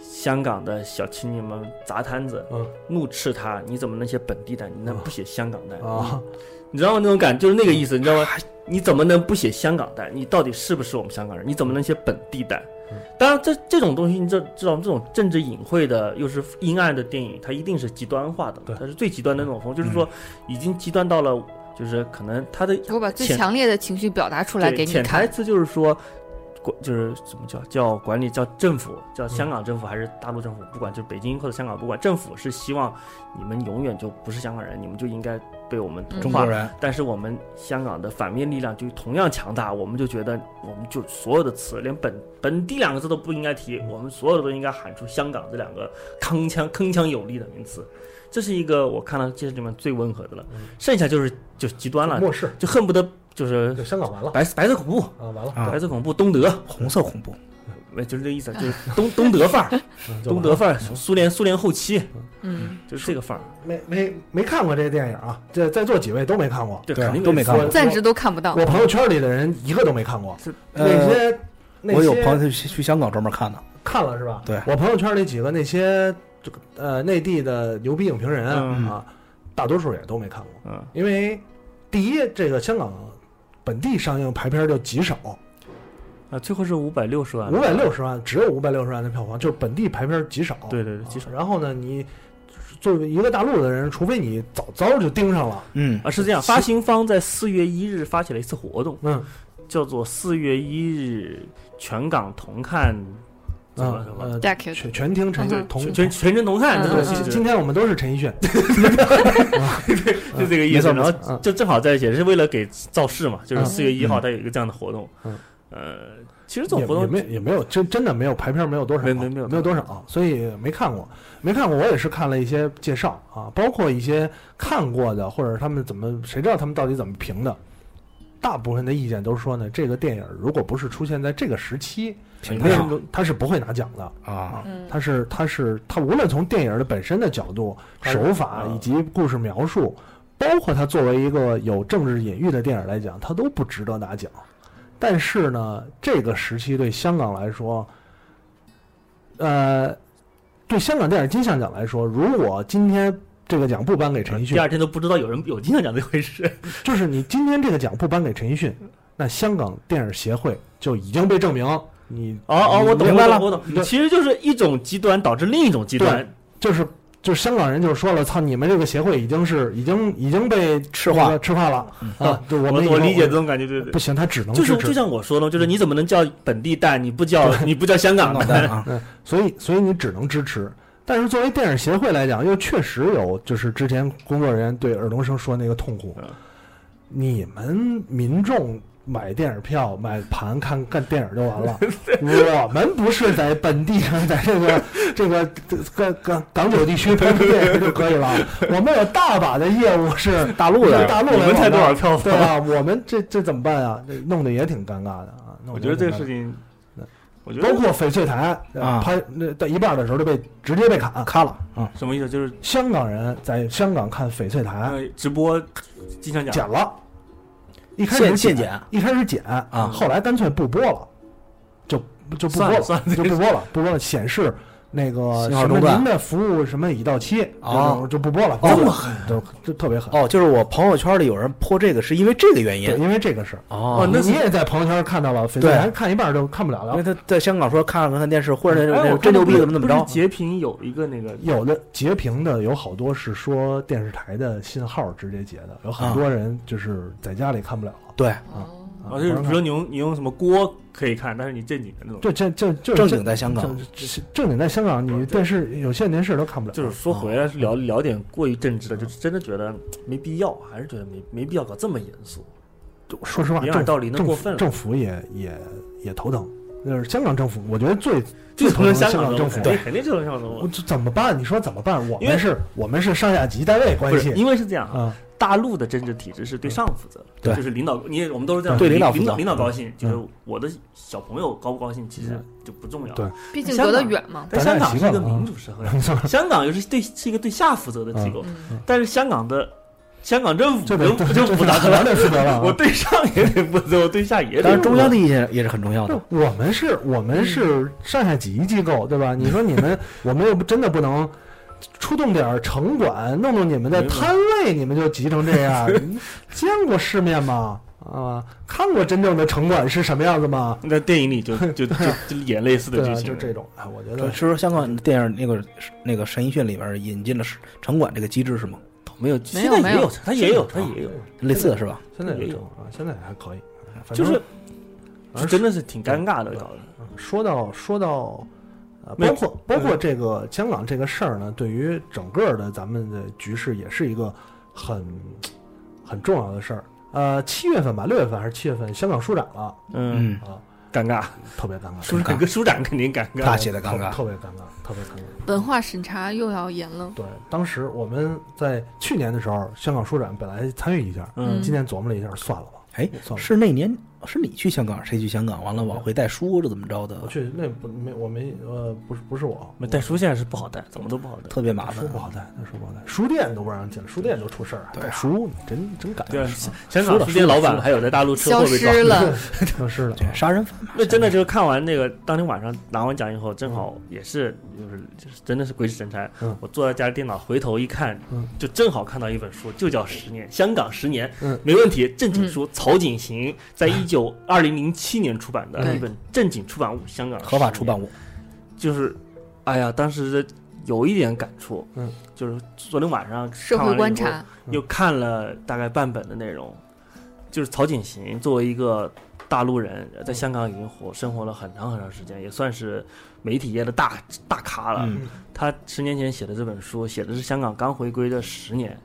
D: 香港的小青年们砸摊子，
A: 嗯
D: 怒斥他：“你怎么能写本地蛋？你能不写香港蛋？”
A: 啊，嗯
D: 你知道吗？那种感就是那个意思，你知道吗？你怎么能不写香港蛋？你到底是不是我们香港人？你怎么能写本地蛋？
A: 嗯
D: 当然这，这种东西，你这这种这种政治隐晦的，又是阴暗的电影，它一定是极端化的嘛
A: 对，嗯
D: 它是最极端的那种风，就是说，已经极端到了，就是可能它的
C: 我把最
D: 潜
C: 强烈的情绪表达出来
D: 对
C: 给你
D: 潜台
C: 看。
D: 词就是说，管就是怎么叫叫管理叫政府叫香港政府还是大陆政府，不管就是北京或者香港，不管政府是希望你们永远就不是香港人，你们就应该被我们同
B: 中
D: 化。
B: 国人
D: 但是我们香港的反面力量就同样强大，我们就觉得我们就所有的词连本本地两个字都不应该提，我们所有的都应该喊出香港这两个铿锵铿锵有力的名词。这是一个我看到介绍里面最温和的了，
C: 嗯
D: 剩下就是就极端了，
A: 末世
D: 就恨不得就是
A: 就香港完了
D: 白色白色恐怖，
A: 啊，完了，
B: 啊
D: 白，色恐怖、东德，
B: 红色恐怖
D: 没就是这意思，就是东东德范儿，
A: 嗯就
D: 东德范儿，苏联苏联后期
C: 嗯，
D: 就是这个范儿。
A: 没没没看过这电影啊，这在座几位都没看过，
D: 对
B: 对啊
D: 肯定
B: 都没看过
A: 我
C: 暂时都看不到
A: 我。朋友圈里的人一个都没看过
D: 是，
A: 那些那
B: 呃我有
A: 些
B: 朋友去去香港专门看的，
A: 看了是吧？
B: 对
A: 我朋友圈里几个那些这个呃内地的牛逼影评人
D: 嗯
A: 啊，大多数也都没看过，
D: 嗯，
A: 因为第一，这个香港本地上映排片就极少，
D: 啊，最后是五百六十万，
A: 五百六十万只有五百六十万的票房，就是本地排片极少，
D: 对对对
A: 啊
D: 极少
A: 然后呢，你作为一个大陆的人，除非你早早就盯上了，
B: 嗯
D: 啊，是这样，发行方在四月一日发起了一次活动，
A: 嗯
D: 叫做四月一日全港同看，怎么
A: 啊
D: 什么，
A: 呃，
C: Jacket，
A: 全全听陈
C: 嗯
A: 同
D: 全全程同看这
C: 嗯
D: 东
A: 对
D: 西，
A: 今
D: 就
A: 今天我们都是陈奕迅，
D: 就这个意思。
B: 没错没
D: 然
B: 错
D: 后就正好在也是为了给造势嘛，就是
A: 嗯
D: 四月一号它有一个这样的活动
A: 嗯，
D: 呃，其实这种
A: 也
D: 活
A: 也
D: 动
A: 没也没有真真的没有排片，没有多少，
D: 没没没有
A: 没有多少，啊所以没看过，没看过。我也是看了一些介绍啊，包括一些看过的，或者他们怎么，谁知道他们到底怎么评的。大部分的意见都说呢，这个电影如果不是出现在这个时期，
B: 评
A: 它
B: 不
A: 是
B: 上
A: 它是不会拿奖的。
B: 啊，
C: 嗯
A: 它是它是它无论从电影的本身的角度、
D: 还是
A: 手法以及故事描述，包括它作为一个有政治隐喻的电影来讲，它都不值得拿奖。但是呢，这个时期对香港来说，呃，对香港电影金像奖来说，如果今天这个奖不颁给陈奕迅
D: 第，二天都不知道有人有金像奖这回事，
A: 就是你今天这个奖不颁给陈奕迅，那香港电影协会就已经被证明你
D: 哦哦，我懂
A: 明白了
D: 我懂，
A: 你
D: 我懂其实就是一种极端导致另一种极端，
A: 就是就是香港人就说了，操，你们这个协会已经是已经已经被
B: 赤化
A: 那个赤化了啊！就
D: 嗯
A: 我
D: 我
A: 们以后
D: 我理解这种感觉，对对
A: 不。行，他只能
D: 就是嗯
A: 支持
D: 就像我说的，就是你怎么能叫本地蛋，你不叫你不叫香港
B: 脑袋
D: 的？
B: 啊，
A: 所以所以你只能支持。但是作为电影协会来讲，又确实有就是之前工作人员对尔冬升说那个痛苦
D: 嗯，
A: 你们民众。买电影票、买盘看看电影就 完了。我们不是在本地，在这 个这个这个港港九地区拍电影就可以了。 我们有大把的业务是
B: 大陆的
A: 对大陆
D: 你
A: 来
D: 们
A: 往
D: 才多
A: 的
D: 少票
A: 对
D: 房？
A: 啊，我们这这怎么办啊？这弄得也挺尴尬的啊。弄
D: 我
A: 得
D: 觉
A: 也
D: 得这个事
A: 挺尴尬
D: 情，我觉
A: 包
D: 得
A: 括翡翠台
B: 啊
A: 拍那到一半的时候就被直接被砍
B: 卡了，
D: 什么意思？就是
A: 香港人在香港看翡翠
B: 哎
A: 台
D: 呃，直播金像奖
A: 剪了，一开始
B: 现现剪，
A: 一开始剪啊后来干脆不播了，就就不
D: 算
A: 播
D: 了
A: 了，
D: 算了，
A: 就不播了，不播了，显示。那个
B: 信号
A: 什
B: 中
A: 么
B: 断
A: 您的服务什么已到期
B: 哦，
A: 就不播了，
B: 这么
A: 狠，就就特别狠。
B: 哦，就是我朋友圈里有人泼这个，是因为这个原因
A: 对，因为这个事儿，
B: 哦
A: 你也在朋友圈看到了，翡翠
B: 对
A: 台看一半就看不了
B: 因为
A: 了。
B: 他在香港说看看看电视，忽然
D: 啊哎
B: 间
D: 我
B: 真牛逼
D: 看
B: 怎么怎么
D: 不是
B: 着，
D: 截屏有一个那个
A: 有的截屏的有好多是说电视台的信号直接截的，有很多人就是在家里看不了。
B: 对，
C: 哦
A: 啊
D: 啊，就是比如说你用你用什么锅可以看，但是你正经的那种。
A: 对，这这这
B: 正经在香港
A: 正正经在香港，你电视有线电视都看不了。
D: 就是说回来聊聊点过于政治的，就是真的觉得没必要，还是觉得没没必要搞这么严肃。
A: 说实话，
D: 掩
A: 政
D: 耳
A: 府
D: 盗铃的
A: 政
D: 过
A: 府
D: 分了
A: 政府也也也头疼。就是香港政府，我觉得最
D: 就
A: 最
D: 是
A: 头
D: 同
A: 疼
D: 香
A: 港政府。
D: 对，肯定就是香港政
A: 我
D: 府。
A: 这怎么办？你说怎么办？我
D: 因为
A: 们是我们是上下级单位
D: 不
A: 关
D: 是，
A: 系
D: 因为是这样啊，
A: 啊，
D: 大陆的政治体制是对上负责的，
B: 对
D: 就是领导，你也我们都是这样，
B: 对
D: 领
B: 领导负责
D: 领导领导高
A: 嗯
D: 兴，就是我的小朋友高不高兴，其实就不重要。
A: 对
C: 毕竟隔得远嘛。
D: 但香
A: 咱俩
D: 港
A: 习
D: 是一
A: 惯
D: 个
A: 了啊
D: 民主社会，香港又是对是一个对下负责的机构，
C: 嗯，
D: 但是香港的香港政府
A: 这
D: 就
A: 得
D: 不就
A: 这
D: 负
A: 这
D: 责
A: 咱
D: 了，
A: 得负责了啊。
D: 我对上也得负责，我对下也得负责。
B: 当然中央的意见也是很重要的
A: 是。我们是，我们是上下级机构，对吧？你说你们，我们又不真的不能出动点儿城管，弄弄你们的
D: 没有
A: 摊位，你们就急成这样？你见过世面吗？啊，看过真正的城管是什么样子吗？
D: 那电影里就就就就演类似的
A: 对
D: 剧
A: 啊，
D: 情，
A: 就这种啊，我觉
B: 是
A: 得
B: 呃说香港电影那个那个陈奕迅里边引进了城管这个机制是吗？哦
D: 没有，
C: 没
D: 现
C: 有
D: 在
C: 没
D: 也
C: 有
D: 有，他也有，他也有，
B: 类似的是吧？
A: 现在
D: 也
A: 也
D: 有
A: 有啊，现在还可以，反
D: 就
A: 正
D: 是
A: 反正
D: 真的是挺尴尬的，
A: 对
D: 搞得
A: 说到说到，呃，
D: 没有
A: 包括包括这个香港这个事儿呢，对于整个的咱们的局势也是一个很很重要的事儿。呃，七月份吧，六月份还是七月份，香港书展了，
D: 嗯，
A: 啊，
D: 尴尬，
A: 特别尴尬，
D: 舒展跟舒展肯定尴尬，
B: 大写的尴尬
A: 特特别尴尬，特别尴尬。
C: 文化审查又要严了。
A: 对，当时我们在去年的时候，香港书展本来参与一下，
D: 嗯
C: 嗯
A: 今年琢磨了一下，算了吧，
B: 哎，
A: 算了，
B: 是那年是你去香港，谁去香港？完了往回带书是怎么着的
A: 我？去那不没我没呃不是不是我，
D: 那带书现在是不好带，怎么都不好带。
B: 特别麻
A: 书
B: 烦。
A: 不好带，那书不好带，啊书店都不让进，书店都出事儿，带书你真真敢
D: 对，啊
A: 是吧
D: 香港书店老板还有在大陆车
C: 消
D: 祸被抓
C: 失了，
A: 消失了。
B: 对，杀人犯嘛。
D: 那真的就是看完那个当天晚上拿完奖以后，正好也是就是就是真的是鬼使神差
A: 嗯，
D: 我坐在家里电脑回头一看
A: 嗯，
D: 就正好看到一本书，就叫《十年香港十年
A: 嗯》，
D: 没问题，正经书，曹景行在一九二零零七年出版的
C: 对
D: 一本正经出版物，香港
B: 合法
D: 10年
B: 出版物，
D: 就是，哎呀，当时有一点感触，
A: 嗯，
D: 就是昨天晚上
C: 社
D: 看
C: 会
D: 完了以
C: 观
D: 后
C: 察，
D: 又看了大概半本的内容，就是曹景行作为一个大陆人，在香港已经活生活了很长很长时间，也算是媒体业的大大咖了。
B: 嗯，
D: 他十年前写的这本书，写的是香港刚回归的十年，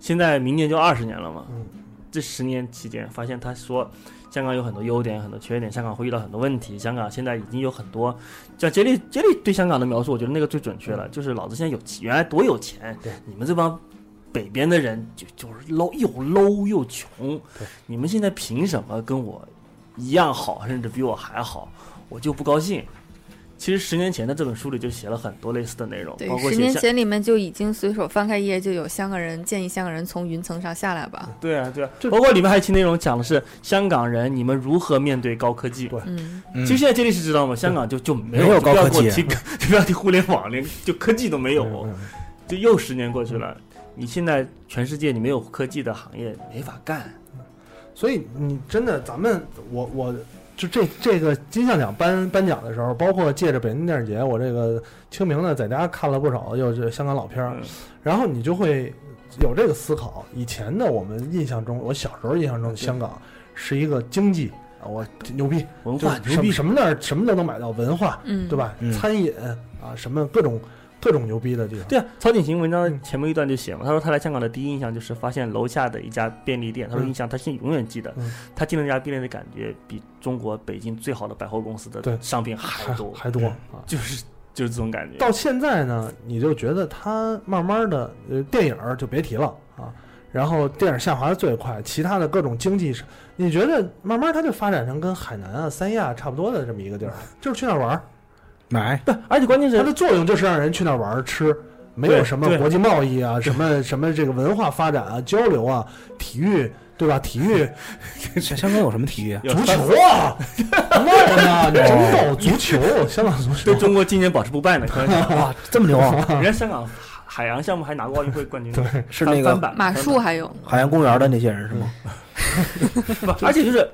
D: 现在明年就二十年了嘛。
A: 嗯
D: 这十年期间，发现他说香港有很多优点，很多缺点，香港会遇到很多问题，香港现在已经有很多，像杰利杰利对香港的描述，我觉得那个最准确了，就是老子现在有钱，原来多有钱
A: 嗯对，
D: 你们这帮。北边的人就就是 low 又 low 又穷
A: 对，
D: 你们现在凭什么跟我一样好，甚至比我还好？我就不高兴。其实十年前的这本书里就写了很多类似的内容，
C: 对
D: 包，括
C: 十
D: 写
C: 年
D: 像
C: 前里面就已经随手翻开一页就有香港人建议香港人从云层上下来吧，
D: 对啊对啊，包括里面还有其内容讲的是香港人你们如何面对高科技。
A: 对
C: 嗯，
B: 嗯
D: 其实现在这里是知道吗？香港就就没有
B: 没有
D: 就不要
B: 高科
D: 给我
B: 技
D: 提 就不要提互联网，连 就科技都没有。
A: 嗯嗯
D: 就又十年过去了，你现在全世界你没有科技的行业没法干。
A: 所以你真的，咱们我我就这这个金像奖颁颁奖的时候，包括借着北京电影节，我这个清明呢在家看了不少，又是香港老片儿，
D: 嗯
A: 然后你就会有这个思考。以前呢，我们印象中，我小时候印象中香港是一个经济啊，我牛逼，
D: 文
A: 就
D: 化牛
A: 是什么
D: 逼，
A: 什么那儿什么都能买到，文化
C: 嗯
A: 对吧？
B: 嗯
A: 餐饮啊，什么各种各种牛逼的地方。
D: 对啊，曹景行文
A: 嗯
D: 章前面一段就写嘛，他说他来香港的第一印象就是发现楼下的一家便利店，他说
A: 嗯
D: 印象他是永远记得
A: 嗯，
D: 他进了那家便利店的感觉比中国北京最好的百货公司
A: 对
D: 的商品还
A: 还
D: 多，嗯
A: 还多啊！
D: 就是就是这种感觉。
A: 到现在呢，你就觉得它慢慢的，呃，电影儿就别提了啊，然后电影下滑的最快，其他的各种经济是，你觉得慢慢它就发展成跟海南啊、三亚差不多的这么一个 地儿，就是去那儿玩儿，
B: 买
D: 而且关键
A: 它
D: 是
A: 的作用就是让人去那儿玩儿吃。没有
D: 对
A: 什么
D: 对
A: 国际贸易啊，什 么什么这个文化发展啊、交流啊、体育，对吧？体育、
B: 香香港有什么体育啊？
D: 有
A: 足球 啊，闹呢，你真逗！足球，香港足球
D: 对，中国今年保持不败呢，开玩 笑
B: 哇，这么 牛啊！
D: 人家香港海海洋项目还拿过奥运会冠军呢，
B: 是 那个
D: 翻版
C: 马术
D: 还。
C: 还有，
B: 海洋公园的那些人是吗？
D: 不，而且就是。嗯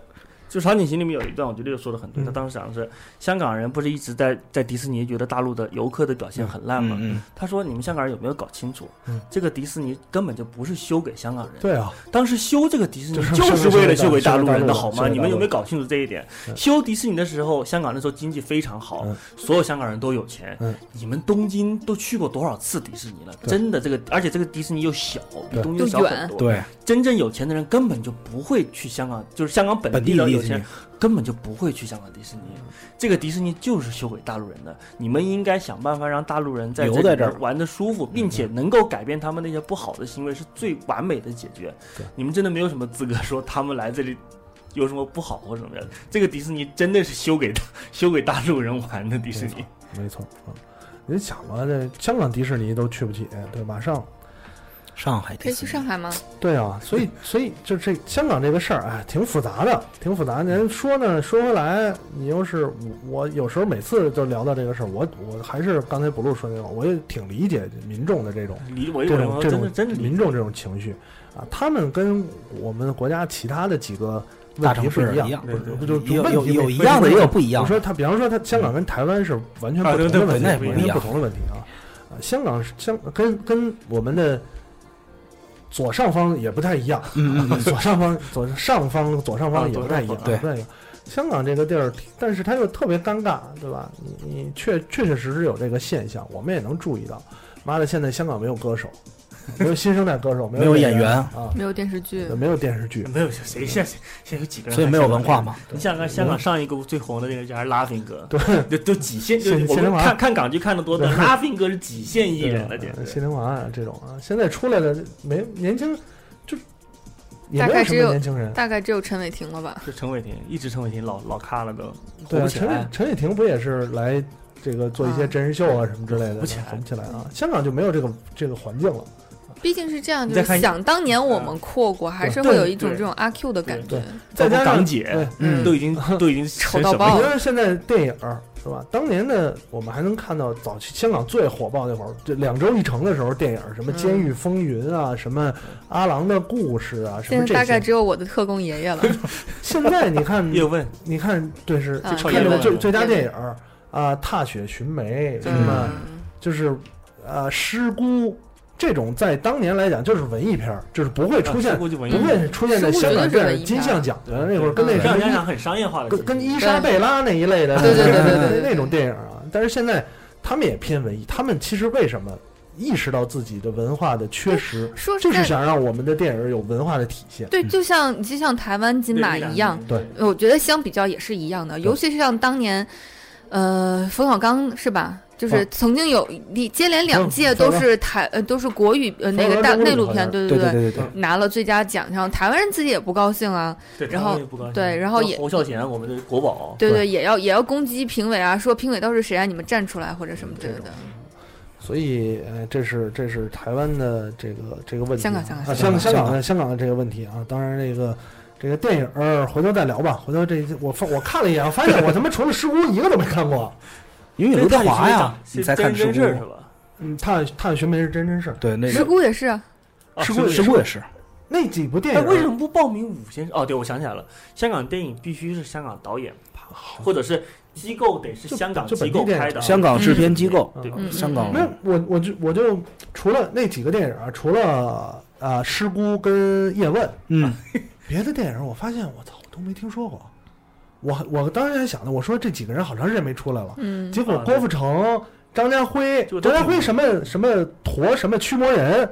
D: 就《场景行》里面有一段，我觉得又说的很对。他当时讲的是，香港人不是一直在在迪士尼觉得大陆的游客的表现很烂吗？
B: 嗯
D: 他说：“你们香港人有没有搞清楚
A: 嗯，
D: 这个迪士尼根本就不是修给香港人，
A: 对啊，
D: 当时修这个迪士尼
A: 就是
D: 就是为了修给大陆人的好
A: 修给大
D: 吗？
A: 陆
D: 你们有没有搞清楚这一点？
A: 嗯
D: 修迪士尼的时候，香港那时候经济非常好
A: 嗯，
D: 所有香港人都有钱
A: 嗯。
D: 你们东京都去过多少次迪士尼了？
A: 对
D: 真的，这个而且这个迪士尼又小，比
A: 对
D: 东京小很多。
B: 对，
D: 真正有钱的人根本就不会去香港，就是香港本
B: 本
D: 地
B: 地
D: 的
B: 的
D: 有
B: 迪
D: 钱
B: 士
D: 人
B: 尼，
D: 根本就不会去香港迪士尼。这个迪士尼就是修给大陆人的，你们应该想办法让大陆人在
B: 留在
D: 这
B: 这
D: 里
B: 儿嗯
D: 面玩的舒服，并且能够改变他们那些不好的行为，是最完美的解决
A: 对。
D: 你们真的没有什么资格说他们来这里。有什么不好或者怎么样？这个迪士尼真的是修给修给大 陆人玩的迪士尼，
A: 没错啊。你想吧，这香港迪士尼都去不起，对，马上
B: 上海
C: 可
B: 迪
C: 以
B: 士
C: 去
B: 尼
C: 上海吗？
A: 对啊，所以所以就这香港这个事儿，哎，挺复杂的，挺复杂的。人说呢，说回来，你又是我，我有时候每次就聊到这个事儿，我我还是刚才补录说那种，我也挺理解民众的这种
D: 理
B: 哎
D: 我
A: 这
D: 有我
A: 种
D: 真
A: 这种
D: 的真的理
A: 民众这种情绪啊，他们跟我们国家其他的几个
B: 大
A: 问题
B: 城
A: 不
B: 市
A: 一样，
B: 样，
A: 不是就
B: 有
A: 就
B: 有
A: 问
B: 有
A: 题
B: 有
A: 不
B: 一样的，也有不一样
A: 我
B: 的。
A: 说他，比方说他香港跟台湾是完全不同
D: 啊对
A: 的
D: 对
A: 问题，
B: 那也不一
A: 完全
B: 样
A: 不同的问题啊。啊，香港是香跟跟我们的左上方也不太一样，
B: 嗯嗯嗯，
A: 左上方左上方左上
D: 啊
A: 方也不
D: 左
A: 太
D: 上
A: 一
D: 方
A: 样，
B: 对
A: 不太一样。香港这个地儿，但是它又特别尴尬，对吧？你你确确确实实有这个现象，我们也能注意到。妈的，现在香港没有歌手，没有新生代歌手，没
B: 没有演
A: 员
B: 员，
A: 啊，
C: 没有电视剧，
A: 没有电视剧，
D: 没有谁现在现在有几个人，
B: 所以没有文化。嘛。
D: 你想看香港上一个最红的那个叫还是 Laughing 哥，
A: 对，
D: 就就几线，就
A: 现
D: 我
A: 现
D: 们
A: 在
D: 看看港剧看的多的
A: 对
D: ，Laughing 哥是几线艺
A: 对
D: 人了，
A: 啊
D: 简
A: 谢
D: 直。
A: 霆锋啊这种啊，现在出来的没年轻，就也
C: 大
A: 没
C: 概
A: 什
C: 只
A: 么
C: 有
A: 年轻人。
C: 大概只有陈伟霆了吧？
D: 就陈伟霆，一直陈伟霆老老咖了都，火
A: 对啊，
D: 不起
A: 陈
D: 来哦
A: 伟陈伟霆不也是来这个做一些
C: 啊
A: 真人秀啊什么之类的，
D: 火不起来
A: 火不起来啊！香港就没有这个这个环境了。
C: 毕竟是这样，
D: 你
C: 就
D: 再
C: 是
D: 看
C: 想当年我们阔过，还是会有一种这种阿 Q 的感
A: 对
C: 觉。
A: 再加
D: 包括
A: 上
D: 港姐
A: 对，
C: 嗯
D: 都已 经都已经成
C: 丑到
D: 什么
C: 爆
A: 你
D: 样
A: 看现在电影儿是吧？当年的我们还能看到早期香港最火爆那会儿，这两周一成的时候，电影儿什么《监狱
C: 嗯
A: 风云》啊，什么《阿郎的故事》啊，什么
C: 现在
A: 这
C: 大概
A: 些。
C: 只有我的特工爷爷了。
A: 现在你看，
D: 叶问
A: 你看，对是
C: 啊
A: 看这
D: 叶
A: 个
D: 问
A: 最
D: 了
A: 最佳电影儿啊，《踏雪寻梅》什么
C: 嗯，
A: 就是呃《师姑》这种，在当年来讲就是文艺片儿，就是不会出
C: 啊
A: 现
D: 估计文艺
A: 不会出现在
C: 嗯
A: 香港电影金像奖的那会儿，跟那
D: 这
A: 什
D: 两
A: 么
D: 家
A: 一
D: 长很商业化的
A: 跟
D: 节
A: 跟
D: 目，
A: 伊莎贝拉那一类的，
C: 对对对对对对对
A: 那那种电影啊。但是现在他们也偏文艺，他们其实为什么意识到自己的文化的缺失，
C: 说实
A: 就是嗯
C: 在，
A: 想让我们的电影有文化的体现。
C: 对，就像就像台湾金马一样，呃
A: 对
C: 我觉得相比较也是一样
A: 嗯
C: 的，尤其是像当年，呃，冯小刚是吧？
A: 哦
C: 就是曾经有一接连
A: 嗯
C: 两届都是台呃都是国语呃那
A: 冯小
C: 个
A: 刚
C: 大
A: 中国
C: 内
A: 语
C: 陆
A: 好
C: 片，
A: 像
C: 对
B: 对
C: 对，
B: 对对对，
C: 拿了最佳奖项，台湾人自己也不高兴啊，
D: 对，
C: 然后
D: 他们也不高兴
C: 对然后也
D: 侯孝贤我们的国宝，
C: 对
A: 对
C: 对，也要也要攻击评委啊，说评委都是谁啊，你们站出来或者什么之类的。
A: 所以，呃，这是这是台湾的这个这个问题啊，
C: 香港香港
A: 啊，
C: 香港
A: 香香港的香港的这个问题啊。当然，这个这个电影儿回头再聊吧。回头这我发我看了一眼，我发现我他妈除了《失孤》一个都没看过。
B: 因为有刘德华呀，你才
D: 真
B: 看石
D: 人真事儿是
B: 姑，
D: 吧？
A: 嗯，《踏踏雪寻梅》是真真事儿，
B: 对那
C: 石
B: 个
C: 姑也是啊，
D: 啊
A: 石姑
B: 石姑也是，
A: 那几部电
D: 哎，
A: 影
D: 为什么不报名五先生？哦，对，我想起来了，香港电影必须是香港导演拍，或者是机构得是
A: 就
D: 香港
A: 就本
D: 机
A: 地
D: 构
A: 电影
D: 拍的啊，
B: 香港制片机构，
D: 对，
C: 嗯，
B: 香
C: 嗯
B: 港
A: 没有，我我就我就除了那几个电影啊，除了啊《失孤》跟《叶问》，
B: 嗯，
A: 别的电影我发现我操我都没听说过。我我当时还想呢，我说这几个人好长时间没出来了，
C: 嗯，
A: 结果
D: 啊
A: 郭富城、张家辉、
D: 就都
A: 张家辉
D: 挺
A: 什么什么驼什么驱 魔人，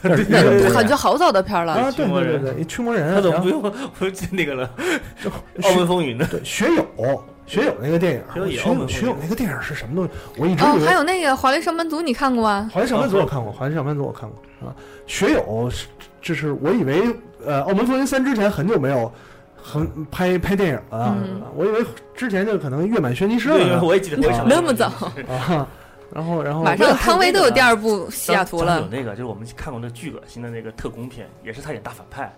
A: 那是那
C: 嗯
A: 是
C: 好就好早的片儿了，
A: 啊，
D: 驱
A: 对
D: 魔
A: 对
D: 人
A: 对对，一驱魔
D: 他
A: 人，
D: 怎么
A: 然
D: 不
A: 后
D: 用不是那个了？
A: 就
D: 澳门
A: 学
D: 风云呢？
A: 对学友学友那个电影，
D: 学友也
A: 学
D: 澳门
A: 友学
D: 风
A: 友
D: 云
A: 那个电影是什么东西？我一直
C: 哦
A: 以，为
C: 还有那个《华丽上班族》，你看过吗？
A: 华丽
D: 啊
A: 上班族我看过，华丽上班族我看过啊。学友是，就是我以为呃，《澳门风云三》之前很久没有很拍拍电影了啊，
C: 嗯
A: 我以为之前就可能月满轩尼诗
D: 对，
A: 了
D: 我也记得，我也
A: 嗯
D: 想
C: 那么早，
A: 啊。然后， 然后
C: 马上汤唯都有第二部《西
D: 张
C: 雅图》
D: 张有
C: 了
D: 那个就是我们看过那巨恶心的那个特工片，也是他演大反派，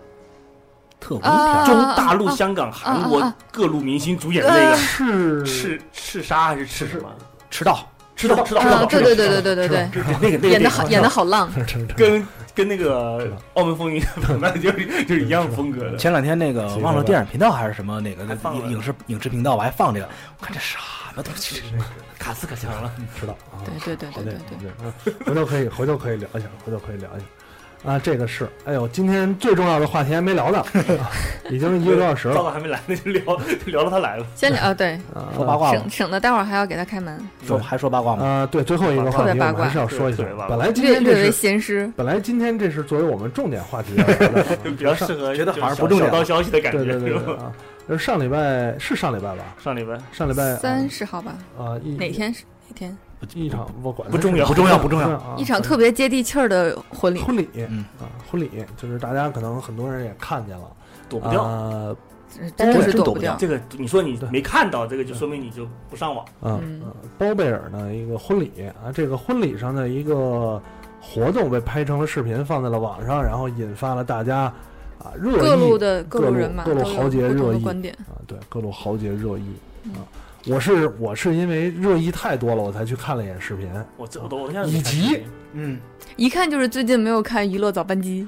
B: 特工
C: 啊！
D: 中大陆、香港、
C: 啊
D: 韩
C: 啊
D: 国
C: 啊
D: 各路明星主演的那
C: 呃
D: 个
A: 是
D: 赤赤杀还是赤什么？
B: 迟到，
D: 赤道赤道
C: 啊，
D: 赤道
C: 对对对对对对对，
D: 对那个那个
C: 演
D: 电
C: 的
D: 影
C: 好演的好浪，
D: 跟跟那个
A: 道
D: 澳门风云反派 就是就是一样风格的。
B: 前两天那个
A: 几个
B: 忘了
A: 吧
B: 电影频道还是什么哪个
D: 还放了
B: 影影视影视频道，我还放这个，我看这什么东西，
D: 卡斯可强了，
A: 知道啊。
C: 对对对
A: 好
C: 对
A: 的
C: 对对，
A: 好的 啊回头可以回头可以聊一下，回头可以聊一下啊。这个是，哎呦，今天最重要的话题还没聊呢，啊已经一个多小时
D: 赵
A: 了
D: 导还没来呢，就聊聊到他来了。
C: 先聊啊， 对，
A: 啊。
B: 说八卦了
C: 省，省得待会儿还要给他开门，
B: 说还说八卦吗？
A: 啊，对，最后一个
C: 特
A: 话
C: 别
A: 题
C: 八
A: 我们还
C: 卦
A: 是要说一下
D: 对特别八。卦
A: 本来今
C: 略
A: 天
C: 略
A: 这
C: 为
A: 是
C: 闲诗，
A: 本来今天这是作为我们重点话题要聊的，
D: 就比较适合
B: 觉得好像
D: 就是
B: 不重要
D: 小道消息的感
A: 对
D: 觉，
A: 对对
D: 是
A: 对
D: 吧？
A: 啊，就是上礼拜是上礼拜吧，
D: 上礼拜
A: 上礼拜
C: 三十号吧，
A: 啊啊一
C: 哪天是哪天？
A: 一场我管
D: 不重要
B: 不重要，不
A: 不
B: 重要。
A: 啊，
C: 一场特别接地气儿的婚礼，
A: 婚礼
B: 嗯
A: 啊婚礼，就是大家可能很多人也看见了，
D: 躲不掉。
A: 啊
C: 真的是
B: 真躲
C: 躲
B: 不
C: 不
B: 掉
C: 掉。
D: 这个你说你
A: 对
D: 没看到，这个就说明你就不上网。
A: 啊
C: 嗯
A: 啊包贝尔的一个婚礼啊，这个婚礼上的一个活动被拍成了视频，放在了网上，然后引发了大家啊热议
C: 各路的
A: 各
C: 路
A: 路
C: 人嘛，
A: 各路
C: 都有
A: 豪杰
C: 不同
A: 热
C: 的
A: 议
C: 观点，
A: 啊，对，各路豪杰热议
C: 嗯
A: 啊。我是我是因为热议太多了，我才去看了一眼视频。
D: 我这我都我现在
A: 以及
B: 嗯，
C: 一看就是最近没有看《娱乐早班机》，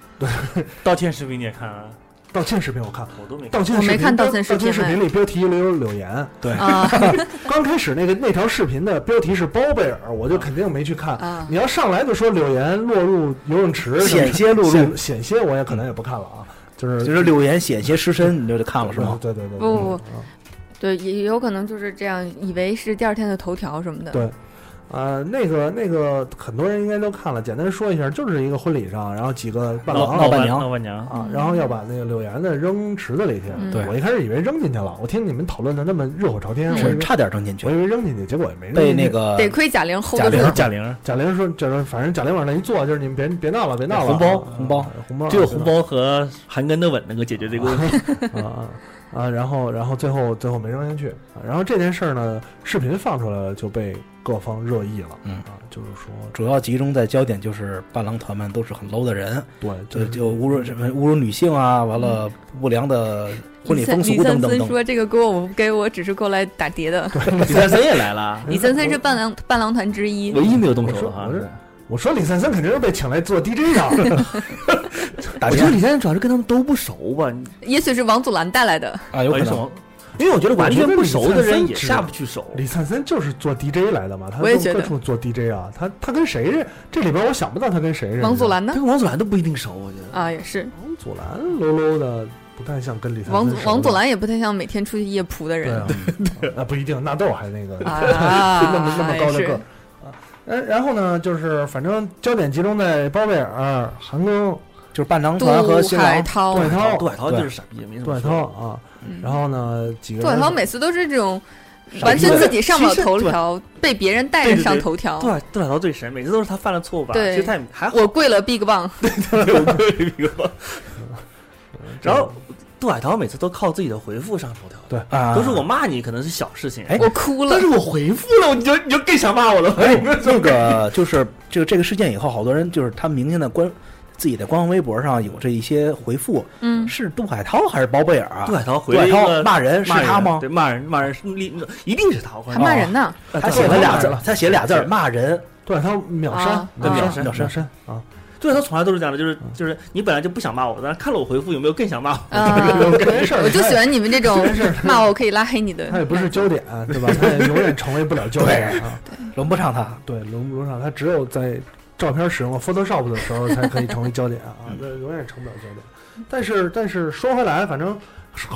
D: 道歉视频你也看啊，
A: 道歉视频我看，
D: 我都没看。
A: 道歉
C: 我
A: 视
C: 没
A: 频
C: 看
A: 当
C: 道歉视频
A: 视频里标题留有柳岩。
B: 对，
C: 啊
A: 刚开始那个那条视频的标题是包贝尔，我就肯定没去看。
C: 啊
A: 你，要上来就说柳岩落入游泳池，
B: 险些落入，
A: 险险些，我也可能也不看了啊。就是
B: 就是柳岩险些失身，你就得看
A: 哦
B: 了是吗？
A: 对对对，对
C: 不不不
A: 啊
C: 对，也也有可能就是这样，以为是第二天的头条什么的。
A: 对呃，那个那个，很多人应该都看了，简单说一下，就是一个婚礼上，然后几个伴
I: 老
A: 郎
I: 老
B: 伴
I: 伴
B: 娘
I: 老伴娘，
A: 啊，然后要把那个柳岩的扔池子里去。
C: 嗯
B: 对
A: 我一开始以为扔进去了，我听你们讨论的那么热火朝天，
C: 嗯
A: 我以
B: 是
A: 为
B: 差点扔进
A: 我
B: 去，
A: 以为扔进去，结果也没扔进去。
B: 被那个
C: 得亏贾玲 hold
B: 贾
C: 得
B: 玲
C: 住。
I: 贾玲
A: 贾玲说，就是反正贾玲往那一坐，就是你们别别闹了，别闹
B: 红
A: 了，
B: 包
A: 啊
B: 红包
A: 红包，
I: 只有红包和韩庚的吻能够解决这个问题。
A: 啊啊啊！然后然后最后最后没扔进去，啊然后这件事儿呢，视频放出来了就被各方热议了，
B: 嗯
A: 啊，就是说
B: 主要集中在焦点就是伴郎团们都是很 low 的人，
A: 对，
B: 就
A: 就
B: 就侮辱什么侮辱女性啊，完
I: 嗯
B: 了不良的婚礼风俗
C: 李
B: 等
C: 三
B: 等
C: 森
B: 等。
C: 说：“这个锅我不给我，只是过来打碟的。
I: 李三森也 来 了”，
C: 李三森是伴郎伴郎团之一，
I: 唯一没有动手的
A: 我
I: 哈
A: 说我。说我说李三森肯定是被请来做 DJ 的，啊
I: 我觉得李三森主要是跟他们都不熟吧，你
C: 也许是王祖蓝带来的。
B: 啊，
D: 哎
B: 有可
I: 为什
B: 能
I: 么？ 因为我觉得完全不熟的人也
A: 我觉得李三森只
I: 下不去手。
A: 李三森就是做 DJ 来的嘛，他
C: 我也
A: 从
C: 觉
A: 各
C: 得
A: 处做 DJ 啊，他他跟谁认？这里边我想不到他跟谁认识。
C: 王祖蓝
I: 他
C: 呢？
I: 跟王祖蓝都不一定熟，我觉得。
C: 啊，也是
A: 王祖蓝 low low 的，不太像跟李三
C: 王
A: 森
C: 祖
A: 熟的
C: 王祖蓝也不太像每天出去夜蒲的
A: 对
C: 人
A: 啊，那不一定，纳豆还那个
C: 啊
A: 那么那么高的个儿。啊呃，然后呢，就是反正焦点集中在包贝尔、韩庚、
B: 就是伴郎
C: 杜
B: 团和新
C: 海
B: 郎，
C: 涛
A: 杜，海涛、
I: 啊杜海涛就是傻逼，没什么
A: 杜海
I: 说的。
A: 涛啊，
C: 嗯
A: 然后呢，几个
C: 杜海
A: 人
C: 涛每次都是这种
I: 傻逼
C: 完全自己上不了头
I: 其实
C: 条，被别人带着上头条
I: 杜。海杜海涛最神，每次都是他犯了错误吧？
C: 对
I: 其实他也还 好。
C: 我跪了 Big Bang，
I: 有对比过。
A: 这
I: 然后杜海涛每次都靠自己的回复上头条，
A: 对
B: 啊，
I: 都是我骂你可能是小事情，
B: 哎
C: 我哭了
I: 但是。我回复了，你就你就更想骂我了。
B: 哎，那个就是这个这个事件以后，好多人就是他明显的官自己的官方微博上有这一些回复，
C: 嗯，
B: 是杜海涛还是包贝尔啊
I: 杜？海涛
B: 杜
I: 回了
B: 海
I: 一
B: 涛
I: 个
B: 骂人是
I: 骂人
B: 他吗
I: 对，？骂人骂人是另一定是他，我告
C: 还
I: 诉你
C: 骂人呢，
I: 呃
B: 他
I: 杜
B: 写
I: 海涛
B: 了俩
I: 骂
B: 字
I: 人
B: 儿，他写俩字儿骂人，
A: 杜海涛秒删
C: 啊，
A: 对
C: 啊
A: 秒
B: 秒
A: 秒
B: 删
A: 删啊，
I: 杜海涛从来都是这样的，就是就是你本来就不想骂我，但是看了我回复有没有更想骂我？
C: 啊，
A: 这件事儿
C: 我就喜欢你们这种
A: 这件事儿
C: 骂我可以拉黑你的。
A: 他也不是焦点，对吧？他也永远成为不了焦点啊。
B: 轮不上他。
A: 对，轮不轮上，他只有在照片使用了 Photoshop 的时候才可以成为焦点啊，那永远成不了焦点。但是但是说回来，反正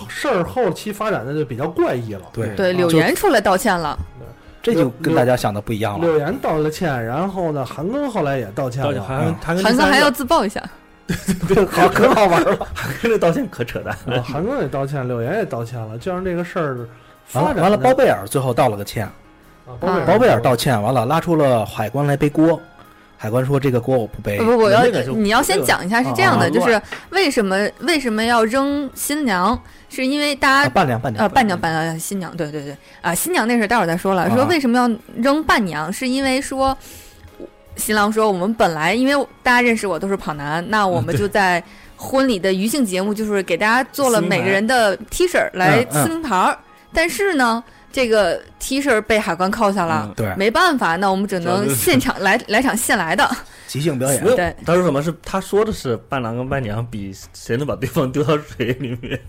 A: 事儿后期发展的就比较怪异了。
B: 对
C: 对，柳
B: 就
C: 岩出来道歉了，
B: 这就跟大家想的不一样了。
A: 柳岩道了歉，然后呢，韩庚后来也道歉
I: 道歉
A: 了。
I: 还还跟
C: 韩庚还要自爆一下。
B: 好，可好玩了。
I: 跟这道歉可扯淡。
A: 啊韩庚也道歉，柳岩也道歉了，就让这个事儿发
B: 完
A: 展
B: 了完了，
A: 的
B: 包贝尔最后道了个歉，
A: 啊包贝尔
B: 包贝尔道歉，完了拉出了海关来背锅，海关说这个锅我不背
C: 不。不，我要
I: 哎那个就
C: 你要先讲一下是这样
I: 啊
C: 的，
I: 乱
C: 就是为什么为什么要扔新娘，是因为大
B: 啊，
C: 家
B: 伴娘伴娘
C: 呃伴娘伴娘新娘，对对对啊，新娘那事儿待会儿再说了。说
B: 啊
C: 为什么要扔伴娘，是因为说。新郎说：“我们本来因为大家认识我都是跑男，那 我们就在婚礼的余兴节目，就是给大家做了
I: 撕名牌
C: 每个人的 T 恤来
B: 嗯嗯
C: 撕名牌儿。但是呢，这个 T 恤被海关扣下
I: 嗯
C: 了，
A: 哎
B: 对
C: 没办法，那我们只能现场来 来场现来的。
B: 即兴表演
I: 没有
C: 对，
I: 他说什么是他说的是伴郎跟伴娘比谁能把对方丢到水里面。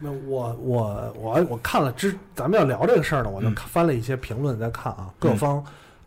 A: 那我我我我看了之，咱们要聊这个事儿呢，我就看翻了一些评论在看啊，各方、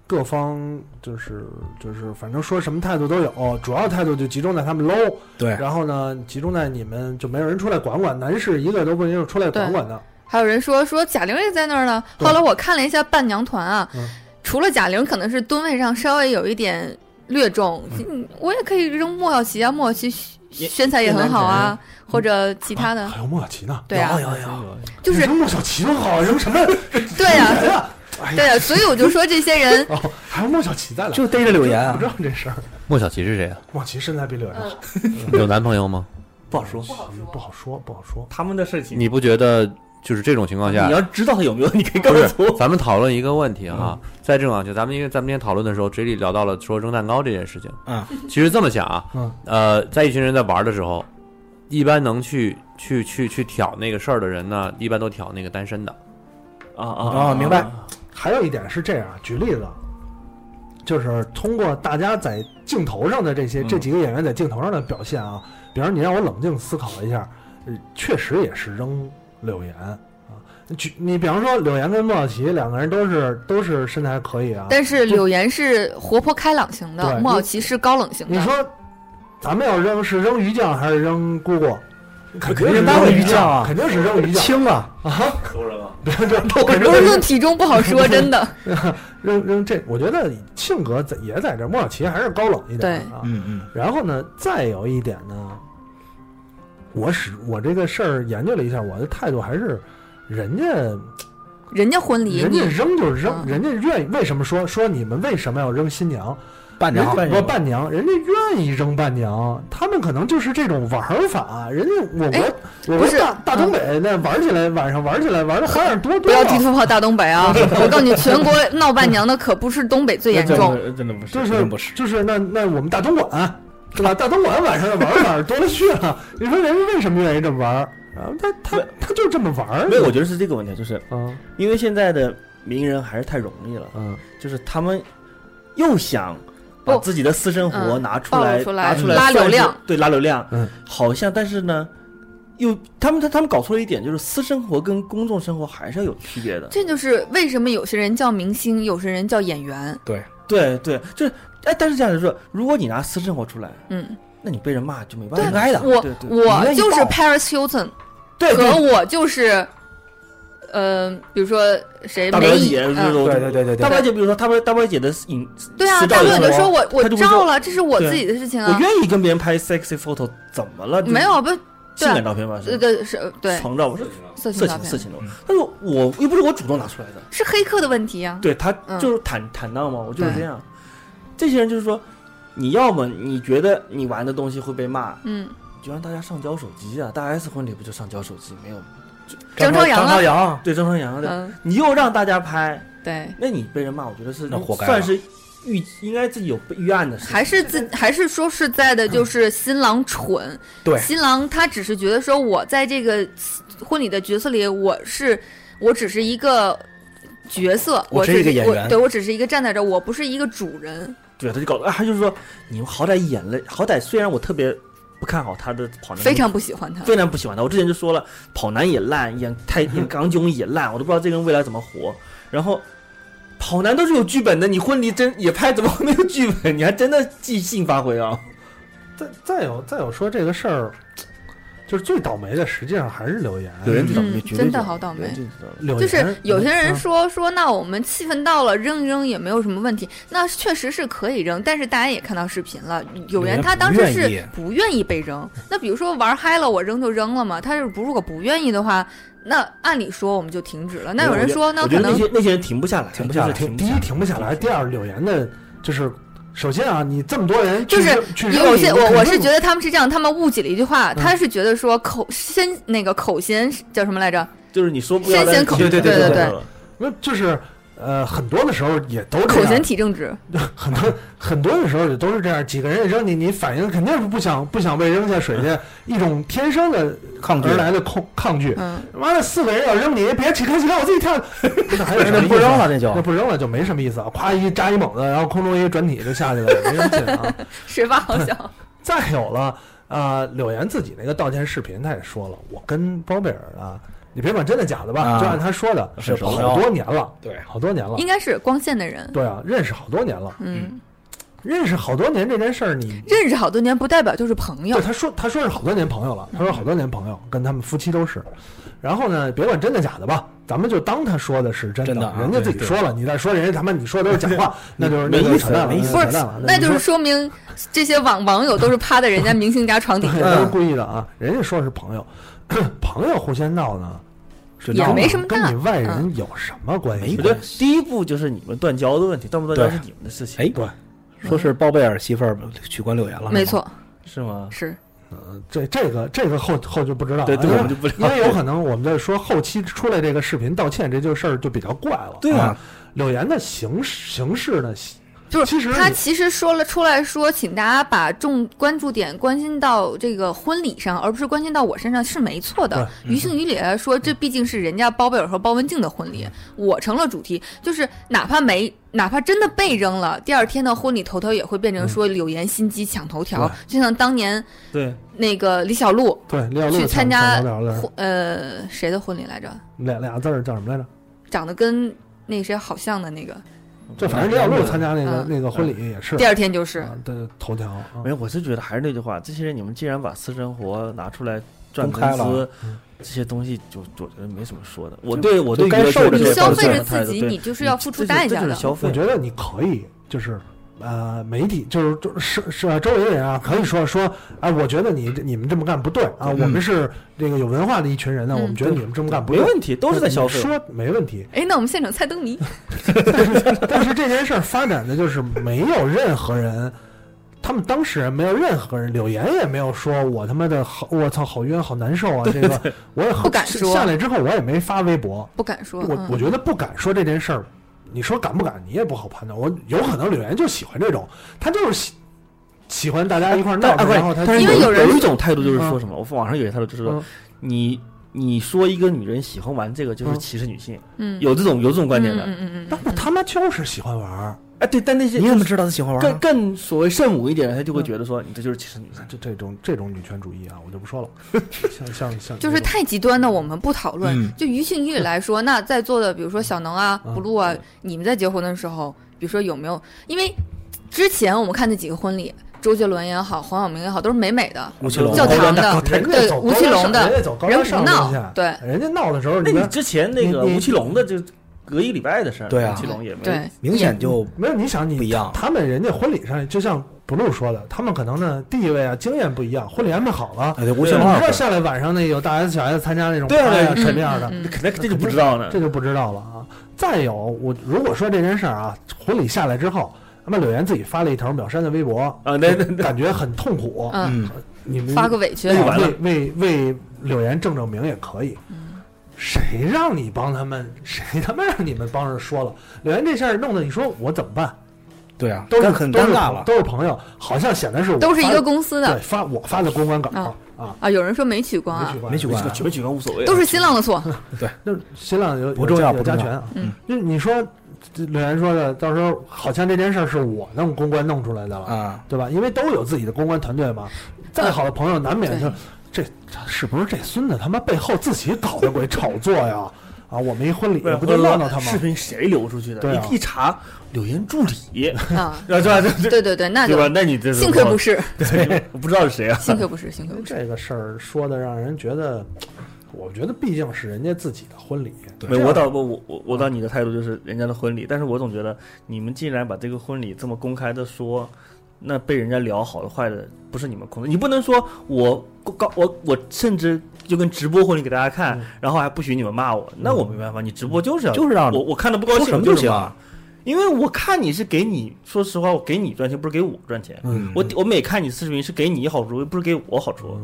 A: 各方就是就是，反正说什么态度都有，主要态度就集中在他们 low，
B: 对，
A: 然后呢集中在你们就没有人出来管管，男士一个都不没有出来管管的，
C: 还有人说说贾玲也在那儿呢。
A: 对
C: 后来我看了一下伴娘团啊，
A: 嗯
C: 除了贾玲可能是吨位上稍微有一点略重，嗯我也可以扔莫小琪啊，莫小琪
I: 也
C: 身材也很好啊，或者其他的。
A: 还有莫小琪呢，
C: 对啊，
B: 有有有，
C: 就是
A: 扔莫小琪多好，啊，扔什么？
C: 对啊，
A: 哎呀，哎
C: 对
A: 呀，
C: 啊，所以我就说这些 人
A: 哦，还有莫小琪在了，
B: 就逮着柳岩啊
A: 不知，道这事儿，
E: 莫小琪是谁啊？
A: 莫小琪身材比柳岩
C: 嗯
A: 好，
D: 嗯
A: 嗯
E: 有男朋友吗？
I: 不好说，
A: 不好说，不好说，
I: 他们的事情
E: 你不觉得就是这种情况
D: 啊
E: 下
I: 你，要知道他有没有，你可以告
E: 不是
I: 诉我。
E: 咱们讨论一个问题啊？
A: 嗯
E: 在这种情况下，咱们因为咱们今天讨论的时候，嘴里聊到了说扔蛋糕这件事情。
B: 嗯，
E: 其实这么想啊，
A: 嗯
E: 呃，在一群人在玩的时候，一般能去去去去挑那个事儿的人呢，一般都挑那个单身的。
I: 啊
B: 啊明白
A: 还有一点是这样，举例子，就是通过大家在镜头上的这些、这几个演员在镜头上的表现啊，比方你让我冷静思考一下，呃确实也是扔柳岩啊。举你比方说柳岩跟莫小琪两个人都是都是身材可以啊，
C: 但是柳岩是活泼开朗型
A: 对
C: 的，
A: 你
C: 莫小琪是高冷型
A: 你
C: 的。
A: 说咱们要扔是扔鱼酱还是扔姑姑？肯定是扔鱼酱
B: 啊
A: 肯定是扔鱼酱，
B: 轻啊，
C: 不
A: 肯定是
C: 是
A: 扔
C: 论体重不好 说，真的。
A: 扔扔这，我觉得性格在也在这儿，莫小琪还是高冷一点啊。
B: 嗯嗯，
A: 然后呢，再有一点呢，我使我这个事儿研究了一下，我的态度还是人家
C: 人家婚礼
A: 人家
C: 你
A: 扔就扔，
C: 嗯
A: 人家愿意为什么说说你们为什么要扔新娘？
B: 伴
A: 人
B: 娘
A: 家不伴娘，人家愿意扔伴娘，他们可能就是这种玩儿法。人家我
C: 哎
A: 国我
C: 不
A: 国
C: 是嗯
A: 大大东北那玩起来，晚上玩起来玩的花样多
C: 不
A: 多
C: 要
A: 了。
C: 地图炮大东北 啊！我告诉你，全国闹伴娘的可不是东北最严重。
D: 真的真的不是，
A: 就
B: 肯
A: 是
B: 定不是
A: 就是那那我们大东莞是吧？大东莞晚上的玩法多了去了。你说人家为什么愿意这么玩儿？然后他他他就这么玩儿。
D: 没有，我觉得是这个问题，就是
A: 啊
D: 因为现在的名人还是太容易了，
A: 嗯，
D: 就是他们又想把
C: 不
D: 自己的私生活
C: 嗯
D: 拿出来，
C: 暴露出来
D: 拿出来
C: 拉流
D: 算是
C: 量，
D: 对拉流量，
A: 嗯，
D: 好像但是呢，又他们他他们搞错了一点，就是私生活跟公众生活还是要有区别的。
C: 这就是为什么有些人叫明星，有些人叫演员。
D: 对对，就是哎，但是这样子说，如果你拿私生活出来，
C: 嗯，
D: 那你被人骂就没办
C: 对
D: 法，应该的。
C: 我
D: 对对
C: 我
D: 你愿意
C: 就是
D: 爆
C: Paris Hilton，
D: 对
C: 和
D: 对
C: 我就是，呃，比如说谁
D: 大表
C: 梅姨，
D: 姐，就是
C: 嗯，
D: 我
B: 对对对对
D: 大
B: 对，
D: 表姐，比如说大表大表姐的影，
C: 对啊，
D: 私
C: 大
D: 照
C: 表
D: 有
C: 姐
D: 什
C: 说
D: 么
C: 我我
D: 她就会
C: 照
D: 说
C: 了，这是我
D: 对
C: 自己的事情
D: 我
C: 啊，
D: 愿意跟别人拍 sexy photo，怎么了？就是
C: 没有不对
D: 性
C: 啊
D: 感照片吧？
C: 这
D: 是
C: 个是对
D: 床照，我是
C: 色情
D: 色
C: 照
D: 情色
C: 片嗯
D: 情照片。但是我又不是我主动拿出来的，
C: 是黑客的问题啊，
D: 对他
C: 嗯
D: 就是坦坦荡嘛，我就是
C: 对
D: 这样。这些人就是说，你要么你觉得你玩的东西会被骂，
C: 嗯，
D: 你就让大家上交手机啊。大 S 婚礼不就上交手机没有？
C: 张朝
B: 朝
C: 阳
B: 张
C: 啊
B: 朝阳，
D: 对，张朝阳的，
C: 嗯，
D: 你又让大家拍，
C: 对，
D: 那你被人骂，我觉得是
B: 那活该
D: 算
B: 了
D: 是预应该自己有预案的事情。
C: 还是自还是说是在的，就是新郎蠢。
B: 嗯对
C: 新郎他只是觉得说，我在这个婚礼的角色里，我是我只是一个角色，
B: 我
C: 我
B: 是一个演员
C: 我对我只是一个站在这儿，我不是一个主人。
D: 对，他就搞得啊，还就是说，你们好歹演了，好歹虽然我特别不看好他的
B: 嗯
D: 跑男，
C: 非常不喜欢他。
D: 非常不喜欢他。我之前就说了，跑男也烂，演太演港囧也烂，我都不知道这个人未来怎么活。然后，跑男都是有剧本的，你婚礼真也拍，怎么会没有剧本？你还真的即兴发挥啊？
A: 再再有再有说这个事儿，就是最倒霉的，实际上还是柳岩。
D: 有人知道
C: 嗯
D: 就绝对
C: 真的
D: 有
C: 好倒霉
D: 有人就知道了
A: 柳
C: 就
A: 岩
C: 是有些人
A: 哦嗯
C: 说说，那我们气氛到了扔一扔也没有什么问题，那确实是可以扔，但是大家也看到视频了，有人他当时
B: 有人不
C: 是
B: 愿
C: 不愿意被扔。那比如说玩嗨了，我扔就扔了嘛，他是不如果不愿意的话，那按理说我们就停止了。那有人说，那
D: 我觉
C: 可
D: 得那
C: 能
D: 些那些人停不下来，
A: 停不下来，
D: 就是停
A: 第一
D: 不下
A: 停不下来，第二柳岩的就是。首先啊，你这么多人去
C: 就是
A: 扔去扔
C: 有
A: 你
C: 些
A: 你
C: 我
A: 肯
C: 我
A: 定
C: 是觉得他们是这样，他们误解了一句话，他是觉得说口深那个口嫌叫什么来着？
D: 就是你说不要
C: 深
D: 但是
C: 陷恐
D: 停不
C: 对
D: 下来
C: 对对
D: 了
A: 那就是呃，很多的时候也都这
C: 口嫌
A: 样，
C: 体正直，
A: 很多很多的时候也都是这样，几个人扔你，你反应肯定是不想不想被扔下水去，一种天生的
B: 抗拒
A: 而来的抗抗拒。
C: 嗯，
A: 妈的，四个人要扔你，别起开起开，我自己跳。 那还有什么
B: 那
A: 意思啊
B: 不扔了，那就
A: 那不扔了就没什么意思啊！咵一扎一猛子，然后空中一转体就下去了，也没人进啊。
C: 水吧好小，
A: 再有了啊、呃柳岩自己那个道歉视频，她也说了，我跟包贝尔啊，你别管真的假的吧，
B: 啊
A: 就按她说的，
B: 是朋友
A: 好多年了，
B: 对
A: 好多年了
C: 应，该是光线的人，
A: 对啊，认识好多年了，
C: 嗯，
A: 认识好多年这件事儿，你
C: 认识好多年不代表就是朋友
A: 对，他说他说是好多年朋友了，他说好多年朋友，跟他们夫妻都是。然后呢，别管真的假的吧，咱们就当他说的是真的，
B: 真的啊
A: 人家自己
B: 对
A: 说了，你再说人家他妈你说的都是假话，那就是那就是扯淡了，
B: 没意
A: 那
B: 思
A: 就是扯淡了，
C: 那
A: 你
C: 就
A: 说
C: 是说明这些网网友都是趴在人家明星家床 底下，
A: 都
B: 嗯
A: 是故意的啊！人家说是朋友， 朋友互相闹呢，
B: 是
C: 也
B: 闹
C: 没
B: 呢
C: 什么嗯
A: 跟
C: 大
A: 你外人有什么关系？
B: 没
D: 我觉得第一步就是你们断交的问题，断不断交是你们的事情，
B: 哎，对，说是包贝尔媳妇儿取关柳岩了，
C: 没，错，
D: 是吗？
C: 是
A: 嗯这这个这个后后就不知道了，
D: 对对
A: 因为
D: 我们就不了解
A: 因为有可能我们在说后期出来这个视频道歉这件事儿就比较怪了。
D: 对啊，
A: 柳岩的形式形式呢，
C: 就是
A: 其实
C: 他
A: 你
C: 其实说了出来说，请大家把重关注点关心到这个婚礼上，而不是关心到我身上，是没错的。
A: 嗯
C: 于情于理来说，这毕竟是人家包贝尔和包文婧的婚
A: 嗯
C: 礼，我成了主题，就是哪怕没。哪怕真的被扔了，第二天的婚礼头条也会变
A: 嗯
C: 成说柳岩心机抢头条，就像当年
D: 对，
C: 那个李小璐
A: 对李小璐
C: 去参加
A: 俩
C: 婚呃谁的婚礼来着？
A: 俩俩字儿叫什么来着？
C: 长得跟那谁好像的那个
A: 就反正李小璐参加那个
C: 嗯
A: 那个婚礼也是
C: 第二天就是
A: 啊的头条，啊
D: 没有，我是觉得还是那句话，这些人你们既然把私生活拿出来赚
A: 公开
D: 工
A: 了
D: 资
A: 嗯，
D: 这些东西就就我觉得没什么说的。我对我对
A: 该
D: 娱乐
A: 受
D: 圈
A: 的
D: 这
C: 你
A: 这
D: 些
C: 消
D: 方
C: 费
D: 面
C: 着
D: 的态
C: 自
D: 度
C: 己，
D: 对
C: 你就是
D: 这
C: 要付出
D: 这
C: 代
D: 这
C: 价
D: 就是
C: 的。
D: 消费
A: 我。觉得你可以就是。呃，媒体就是就是是啊周围的人啊，可以说说，哎，我觉得你你们这么干不对啊，我们是这个有文化的一群人呢，
C: 嗯
A: 我们觉得你们这么干不
D: 嗯没
A: 对，
D: 问题，都是在消费
A: 你。说没问题，
C: 哎，那我们现场猜灯谜，
A: 但是这件事儿发展的就是没有任何人，他们当事人没有任何人，柳岩也没有说我他妈的好，我操，好冤，好难受啊！这个我也很
C: 不敢说
A: 下来之后我也没发微博，
C: 不敢说。
A: 我
C: 嗯
A: 我觉得不敢说这件事儿，你说敢不敢，你也不好判断。我有可能柳岩就喜欢这种，她就是喜喜欢大家一块儿闹
D: 但
A: 着，然后她
D: 但是
C: 哎因为有人
D: 有一种态度就是嗯说什么，我网上有一态度就是
A: 嗯
D: 说，你你说一个女人喜欢玩这个就是
A: 嗯
D: 歧视女性，
C: 嗯，
D: 有这种有这种观点
C: 嗯
D: 的。
C: 嗯嗯嗯
A: 但我他妈就是喜欢玩儿，
D: 哎，对，但那些
B: 你怎么知道他喜欢玩
D: 更
B: 呢？
D: 更所谓圣母一点的，他就会觉得说你这就是歧视女性。
A: 这这种这种女权主义啊，我就不说了。 像像像，
C: 就是太极端的，我们不讨论。
B: 嗯
C: 就于性欲来说，那在座的，比如说小能啊、
A: 嗯
C: blue 啊，你们在结婚的时候，比如说有没有？因为之前我们看那几个婚礼，周杰伦也好，黄晓明也好，都是美美的，
B: 吴奇隆
C: 教
D: 哦
C: 堂的，
A: 人家
C: 对
A: 走
C: 吴
A: 高
C: 奇
A: 大
C: 隆
A: 上
C: 的
A: 人家走高
C: 人
A: 大
C: 不
A: 上
C: 闹
A: 路线，
C: 对
A: 人家闹的时候，
D: 那
A: 你
D: 你
A: 看
D: 之前那个
A: 你你
D: 吴奇隆的，就隔一礼拜的事儿，
B: 对啊
D: 吴奇隆也没
C: 对，
B: 明显就
A: 没有？你想你
B: 不一样
A: 他们人家婚礼上就像 blue 说的，他们可能呢地位啊、经验不一样，婚礼安排好了，
B: 哎，对，吴奇
A: 你
B: 隆二
A: 知道
B: 婚，
A: 下来晚上那有大 S 小 S 参加那种
D: 对啊
A: 派啊
D: 对
A: 什么样的，
C: 嗯嗯嗯嗯
D: 肯定这就不知道呢。
A: 这就不知道了啊。再有，我如果说这件事儿啊，婚礼下来之后，他妈柳岩自己发了一条秒删的微博
D: 啊对对对
A: 感觉很痛苦。
C: 嗯，
B: 嗯，
A: 你们
C: 发个委屈
A: 那，
D: 完了
A: 为为为柳岩正正名也可以。
C: 嗯
A: 谁让你帮他们？谁他妈让你们帮着说了？柳岩这事儿弄得，你说我怎么办？
B: 对啊，
A: 都是
B: 但很
A: 都
B: 尴
A: 是
B: 尬了。
A: 都是朋友，好像显得是我
C: 都是一
A: 发
C: 个公司
A: 对
C: 的
A: 发我发的公关稿
C: 啊
A: 啊，
C: 啊。有人说没取光
A: 没
C: 啊
A: 取，关
B: 没取关啊
D: 举没举报无所谓，
C: 都是新浪的错。
A: 就是新浪有
B: 不重要
A: 有
B: 不重
A: 加
B: 要
A: 权啊。
C: 嗯，
A: 就是你说这柳岩说的，到时候好像这件事儿是我弄公关弄出来的了，
B: 啊，
A: 对吧？因为都有自己的公关团队嘛。再好的朋友，难免就这这是不是这孙子他妈背后自己搞的鬼炒作呀？啊，我们一婚礼
D: 不是
A: 不就闹闹他吗
D: 视？频谁流出去的？
A: 对啊
D: 一一查，柳岩助理，
C: 啊，
D: 然后是吧？这这
C: 对对对，那
D: 对
C: 就
D: 吧？那你这
C: 幸亏不 是，
D: 是，我不知道是谁啊。
C: 幸亏不是，幸亏不是。
A: 这个事儿说的让人觉得，我觉得毕竟是人家自己的婚礼，
B: 对
D: 没，我倒不，我我我到你的态度就是人家的婚礼，但是我总觉得你们既然把这个婚礼这么公开的说，那被人家聊好的坏的不是你们控制，你不能说我告我我甚至就跟直播婚礼给大家看，然后还不许你们骂我，那我没办法，你直播就是要
B: 嗯就是让
D: 我我看的不高
B: 说
D: 兴
B: 什么
D: 就
B: 就是行
D: 骂
B: 啊。
D: 因为我看你是给你，说实话，我给你赚钱，不是给我赚钱。
B: 嗯
D: 我我每看你视频是给你好处，不是给我好处。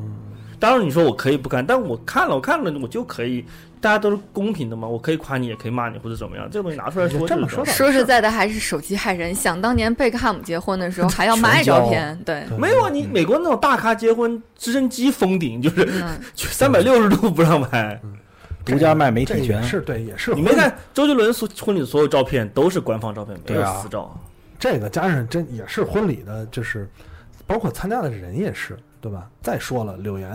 D: 当然你说我可以不看，但我看了，我看了我就可以，大家都是公平的嘛，我可以夸你，也可以骂你，或者怎么样，这个东西拿出来说
A: 这
D: 就
A: 么
D: 是
A: 说
D: 样
A: 倒
C: 说实在的，还是手机害人。想当年贝克汉姆结婚的 时候，还要买照片，对，
A: 对
D: 没有啊，你美国那种大咖结婚，直升机封顶，就是
C: 嗯，
D: 三百六十度不让拍。
B: 独家卖媒
A: 这
B: 体
A: 也
B: 权，
A: 是对，也是
D: 你没
A: 婚礼
D: 看周杰伦所婚礼所有照片都是官方照片，没
B: 对
D: 有
B: 啊
D: 私照。
A: 这个加上真也是婚礼的，就是包括参加的人也是，对吧？再说了，柳岩，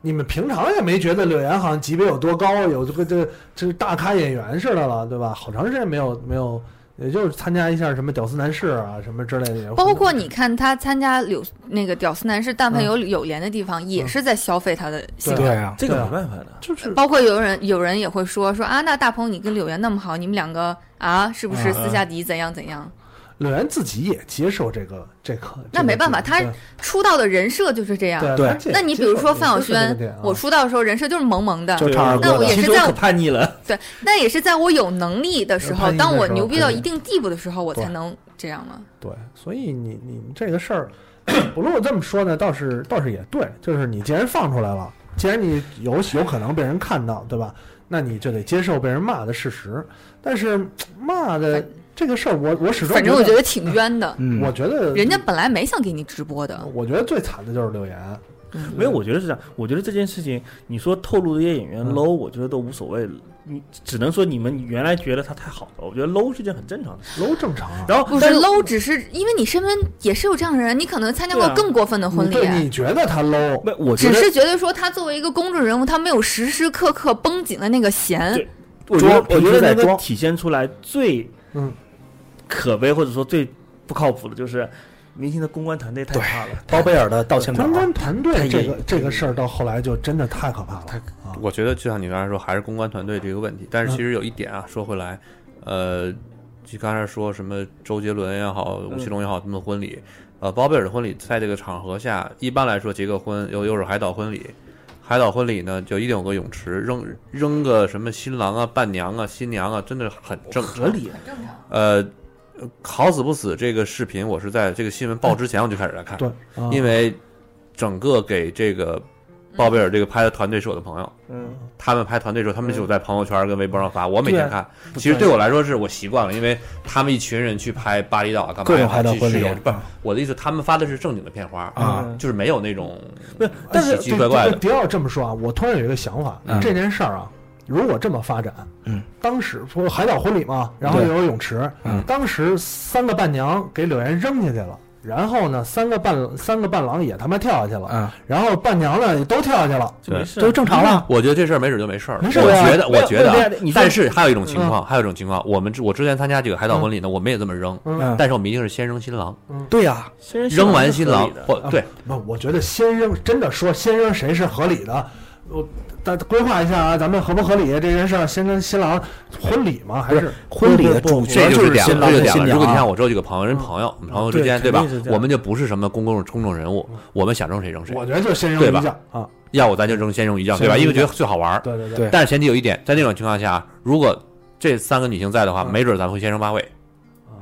A: 你们平常也没觉得柳岩好像级别有多高，有这个这这大咖演员似的了，对吧？好长时间没有没有，也就是参加一下什么屌丝男士啊什么之类的。
C: 包括你看他参加柳那个屌丝男士，但凡
A: 嗯
C: 有有脸的地方，也是在消费他的性格。
B: 对啊，
D: 这个
A: 对啊
D: 没办法的，
A: 就是
C: 包括有人有人也会说说啊，那大鹏你跟柳岩那么好，你们两个啊，是不是
A: 嗯
C: 私下底怎样怎样？
A: 柳岩自己也接受这个这个，
C: 那没办法
A: 这个
C: 他出道的人设就是这样。
A: 对
B: 对
A: 她这也
C: 那你比
A: 接受
C: 如说
A: 也
C: 范晓
A: 接受这个
C: 萱
A: 点啊，
C: 我出道的时候人设就是萌萌的，
B: 就唱二
C: 那
B: 哥
C: 我也
B: 的，
D: 其
C: 是
D: 实
C: 在
D: 我可叛逆了。
C: 对，那也是在我有能力的时
A: 有
C: 候，
A: 叛逆的
C: 当我
A: 时候
C: 牛逼到
A: 对
C: 一定地步的时候，我
A: 对
C: 才能这样嘛。
A: 对，所以你你这个事儿，不论我这么说呢，倒是倒是也对，就是你既然放出来了，既然你有有可能被人看到，对吧？那你就得接受被人骂的事实。但是骂的
C: 反
A: 这个事儿，我我始终
C: 反正我
A: 觉
C: 觉得挺冤的，
B: 嗯，
A: 我觉得
C: 人家本来没想给你直播的。
A: 我觉得最惨的就是柳岩，
C: 嗯
D: 没有，我觉得是这样。我觉得这件事情，你说透露这些演员
A: 嗯
D: low，、我觉得都无所谓。你只能说你们原来觉得他太好了，我觉得 low 是件很正常的事。
A: 楼正常啊。
D: 然后
C: 不，是
D: 但
C: low，只是因为你身边也是有这样的人，你可能参加过
D: 对啊
C: 更过分的婚
A: 你对，
C: 礼，啊
A: 你觉得他 low，
D: 没，我觉
C: 只
D: 得
C: 是觉得说他作为一个公众人物，他没有时时刻刻绷紧了那个弦
D: 对。我觉得
B: 装
D: 我觉
B: 平时
D: 得
B: 在
D: 那个
B: 装
D: 体现出来最
A: 嗯
D: 可悲或者说最不靠谱的就是明星的公关团队太差了。
B: 包贝尔的道歉稿啊
A: 官，官团队
B: 太
A: 这
B: 严
A: 个这个事儿到后来就真的太可怕了。啊
E: 我觉得就像你刚才说，还是公关团队这个问题。
D: 嗯
E: 但是其实有一点啊，说回来，呃，就刚才说什么周杰伦也好，
D: 嗯
E: 吴奇隆也好，他们的婚礼，呃，包贝尔的婚礼，在这个场合下，一般来说结个婚，又又是海岛婚礼，海岛婚礼呢，就一定有个泳池，扔扔个什么新郎啊、伴娘啊、新娘啊，真的很正常
D: 合理，
C: 很正常。
E: 呃，好死不死，这个视频我是在这个新闻报之前我就开始来看，
A: 对，啊
E: 因为整个给这个鲍贝尔这个拍的团队是我的朋友，
D: 嗯，
E: 他们拍团队的时候，他们就在朋友圈跟微博上发，我每
D: 对
E: 天
D: 啊
E: 看。嗯其实对我来说是我习惯了，因为他们一群人去拍巴厘岛啊，干嘛
B: 各种
E: 呀
B: 拍到
E: 去
B: 婚
E: 去
B: 礼
E: 有不是我的意思，他们发的是正经的片花
B: 啊，
E: 就是没有那种
A: 不是，但是
E: 啊奇奇怪怪
A: 这
E: 的
A: 这迪奥这么说啊，我突然有一个想法，
B: 嗯
A: 这件事儿啊，如果这么发展，
B: 嗯，
A: 当时说海岛婚礼嘛，然后
B: 对
A: 又有泳池，
B: 嗯
A: 当时三个伴娘给柳岩扔下去了。然后呢，三个伴三个伴郎也他妈跳下去了，
B: 嗯，
A: 然后伴娘呢也都跳下去了，
D: 就没事啊
B: 都正常了。
E: 我觉得这事儿没准就没事儿了。
A: 没事儿
E: 我
A: 啊
E: 觉得，
D: 没
E: 我
D: 有
E: 觉得
D: 没有
E: 啊
D: 对啊你，说
E: 但是还有一种情况，还有一种情况，我们之我之前参加这个海岛婚礼呢，我们也这么扔，
B: 嗯
A: 嗯，
E: 但是我们一定是先扔新郎，
B: 对啊呀，
D: 虽然
E: 扔完
D: 新
E: 新郎
D: 的，
E: 或对
A: 不，我觉得先扔，真的说先扔谁是合理的，我咱规划一下啊，咱们合不合理这件事儿，先跟新郎婚礼嘛，还是
B: 婚礼的主角
E: 这就是点
B: 新
E: 了，
B: 郎
E: 这就
B: 和
E: 点
B: 新
E: 了。
B: 娘
E: 如果你
B: 啊
E: 看。我只有几个朋友，人朋友，朋友之间
D: 对
E: 对吧
D: 肯定是这？样
E: 我们就不是什么公众公众人物，我们想扔谁扔谁
A: 我，觉得就先扔
E: 对
A: 一
E: 吧
A: 下啊，
E: 要不咱就扔先扔一将，对吧？
A: 先扔一
E: 因为觉得最好玩儿。
A: 对对对
B: 对
E: 但是前提有一点，在那种情况下，如果这三个女性在的话，
A: 嗯
E: 没准咱们会先扔八位。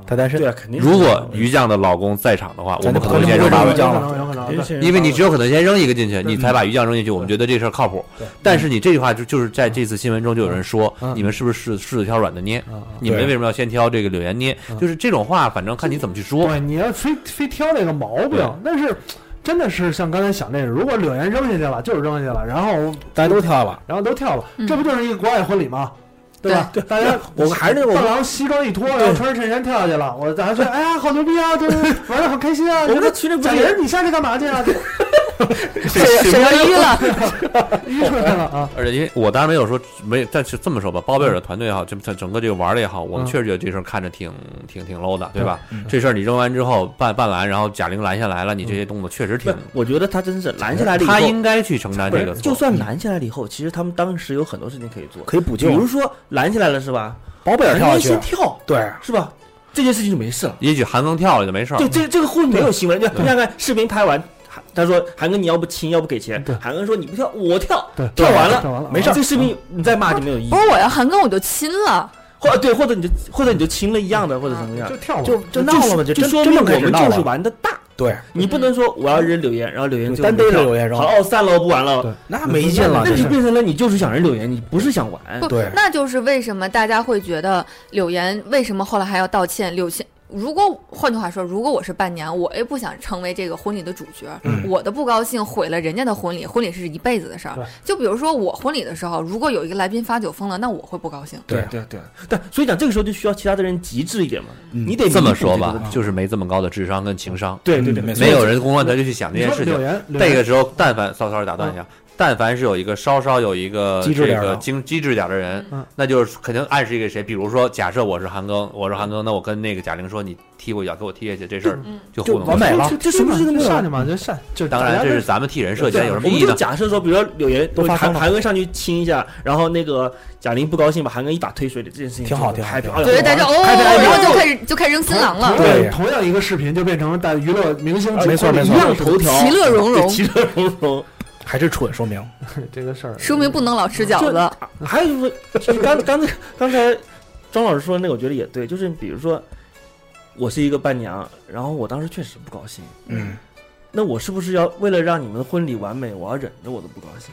B: 他单身
D: 对，啊，肯定是
E: 如果于酱的老公在场的话，我
B: 咱
E: 们
B: 就
E: 可
B: 不
E: 能会
B: 能
E: 先
B: 不
E: 扔八
B: 扔
E: 位
B: 鱼。酱了
A: 扔扔扔
D: 肯定
A: 扔
D: 是先
E: 因为你只
D: 有
E: 有可能先扔一个进去，你才把鱼酱扔进去，我们觉得这事儿靠谱
A: 对。
E: 但是你这句话就就是在这次新闻中就有人说
A: 嗯，
E: 你们是不是柿柿子挑软的捏？
A: 啊啊！
E: 你们
B: 对
E: 为什么要先挑这个柳岩捏？
A: 嗯
E: 就是这种话，反正看你怎么去说。
A: 对，你要非非挑那个毛病
E: 对，
A: 但是真的是像刚才想那个，如果柳岩扔下去了，就是扔下去了，然后
B: 大家都跳下了，
A: 然后都跳了，
C: 嗯
A: 这不就是一个国外婚礼吗？对吧？大家
B: 我还是那个
A: 伴郎西装一脱，然后穿着衬衫跳下去了，我咱说，哎呀，好牛逼啊，这玩的好开心啊！
D: 我们
A: 这
D: 在群里不
A: 贾
D: 是
A: 玲，你下去干嘛去啊？
C: 沈沈阳一了，
A: 晕出来了啊！
E: 而且因为我当然没有说没，但是这么说吧，包贝
D: 嗯
E: 尔的团队也好，这整整个这个玩儿的也好，我们
A: 嗯
E: 确实觉得这事儿看着挺挺挺 low 的，对吧？
B: 嗯
E: 这事儿你扔完之后半半拦，然后贾玲拦下来了，你这些动作确实挺，
D: 我觉得他嗯真是拦下来了以后，
E: 他应该嗯去承担
D: 不
E: 这
D: 是
E: 个错。
D: 就算拦下来了以后，其实他们当时有很多事情可以做，
B: 可以补
D: 比
B: 救。
D: 如说拦下来了是吧？
B: 包贝尔跳下去
D: 先，跳
B: 对，
D: 是吧？这件事情就没事了。
E: 也许韩庚跳了就没事儿
D: 对，，这这个后面没有新闻，就你看看视频拍完，韩他说韩哥你要不亲，要不给钱
A: 对，
D: 韩哥说你不跳我跳，
A: 对，
D: 跳完了
A: 跳完了，
D: 没事，这视频你再骂就没有意义
C: 不。是我要韩庚我就亲了，
D: 或对，或者你就或者你就亲了一样的，或者怎么样
A: 啊就，跳了，
B: 就就闹了嘛，
D: 就
B: 真
D: 说
B: 真
D: 明
B: 正开
D: 我
B: 始
D: 们
B: 闹
D: 就是
B: 了。
D: 玩的大。
B: 对，
D: 你不能说我要扔柳岩，然后柳岩
B: 就
D: 就
B: 单逮着
D: 跳
B: 柳岩扔
D: 好了，哦，散了，我不玩了
A: 对。
B: 那没劲了，
D: 那
B: 这
D: 就是变成了你就是想扔柳岩，你不是想玩。
C: 不
B: 对，
C: 那就是为什么大家会觉得柳岩为什么后来还要道歉？柳岩，如果换句话说，如果我是伴娘，我也不想成为这个婚礼的主角，
B: 嗯
C: 我的不高兴毁了人家的婚礼，婚礼是一辈子的事儿
A: 对。
C: 就比如说我婚礼的时候，如果有一个来宾发酒疯了，那我会不高兴。
B: 对
D: 对对，但所以讲这个时候就需要其他的人极致一点嘛，
B: 嗯
D: 你得
E: 这么
D: 弥补
E: 说
D: 个
E: 吧
D: 问，题
E: 就是没这么高的智商跟情商，
D: 对对对，
B: 没错
E: 嗯没有人公关团队去想这
A: 你
E: 件
A: 说
E: 事情
A: 柳。岩，柳
E: 这
A: 岩
E: 个时候，但凡稍稍地打断一下，但凡是有一个稍稍有一个
B: 机智点
E: 这
B: 儿
E: 个
B: 的
E: 精机智点儿的人
A: 嗯，
E: 那就是肯定暗示一个谁，比如说，假设我是韩庚，我是韩庚，那我跟那个贾玲说你踢我一脚，给我踢下去，这事儿就糊弄
B: 完
E: 了。
B: 美了
A: 就就
D: 这什么事情都有
A: 下去嘛，就下，就
E: 当然，
A: 大家
E: 这
A: 都
E: 是咱们替人设计，
D: 对
E: 有什么
D: 我
E: 意
D: 们
E: 义
D: 就
E: 呢？
D: 假设说，比如说柳岩
B: 都发
D: 韩
B: 生了
D: 韩庚上去亲一下，然后那个贾玲不高兴，把韩庚一打推水里，这件事情
B: 挺好
D: 就
B: 挺好
D: 还
B: 挺好
D: 漂
C: 所以
D: 亮。
C: 大家哦，
D: 开开
C: 然后就开始就开始扔新郎了，
A: 同样
B: 对啊
A: 同样一个视频就变成了大娱乐明星
B: 没错
A: 结
B: 没
A: 婚
B: 错
A: 一
D: 上
A: 样
D: 头条，
C: 其乐融融
D: 对其乐融融。
B: 还是蠢，说明
A: 这个事儿，
C: 说明不能老吃饺子。
D: 还有就是说，就是刚刚才刚才张老师说的那个，我觉得也对，就是比如说我是一个伴娘，然后我当时确实不高兴，
B: 嗯，
D: 那我是不是要为了让你们的婚礼完美，我要忍着我的不高兴？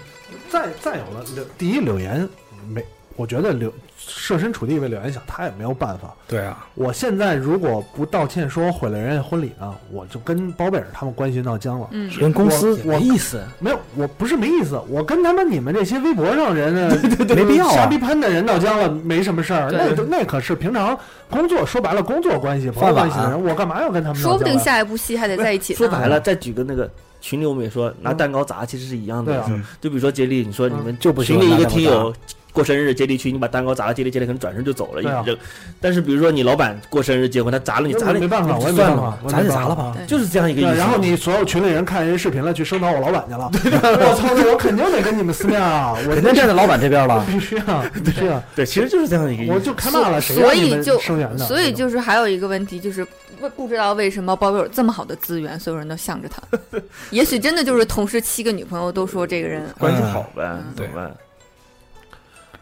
A: 再再有了，柳第一柳岩没，我觉得柳设身处地为柳岩想，他也没有办法。
B: 对啊，
A: 我现在如果不道歉，说我毁了人家婚礼呢，我就跟包贝尔他们关系闹僵了。
C: 嗯，
B: 跟公司
A: 我
D: 没意思，
A: 没有，我不是没意思，我跟他们你们这些微博上 人呢，
B: 没必要啊
A: 瞎逼喷的人闹僵了，没什么事儿。
C: 对
A: 那那可是平常工作，说白了工作关系、朋
B: 饭
A: 友
B: 碗啊
A: 关系的人，我干嘛要跟他们闹
C: 说不定
A: 僵啊？
C: 下一部戏还得在一起
D: 说白
C: 呢。
D: 了，再举个那个群里我们也说拿蛋糕砸，其实是一样
A: 嗯对
D: 的
A: 啊。嗯
D: 就比如说杰力，你说你们
B: 嗯就不喜
D: 群
B: 欢
D: 里一
B: 拿
D: 个
B: 蛋糕
D: 听友过生日接力去，你把蛋糕砸了接力，接力可能转身就走了，一
A: 对啊
D: 扔。但是比如说你老板过生日结婚，他砸了你，砸了
A: 没
D: 你
A: 办法，
D: 就
A: 我也没
D: 算
A: 办
D: 了，
A: 法，
B: 咱就砸了
A: 吧。
D: 就是这样一个意思。
A: 然后你所有群里人看人视频了，去声讨我老板去了。我操，那我肯定得跟你们撕面啊！我
B: 肯定站在老板这边了。
A: 必 须啊，必须啊！
D: 对，其实就是这样一个意思。
A: 我就开骂了，谁
C: 所
A: 让你
C: 以
A: 们
C: 就
A: 声援的？
C: 所以就是还有一个问题，就是不不知道为什么包贝尔有这么好的资源，所有人都向着他。 也许真的就是同事七个女朋友都说这个人，
D: 关系好呗，
C: 嗯
D: 怎么办？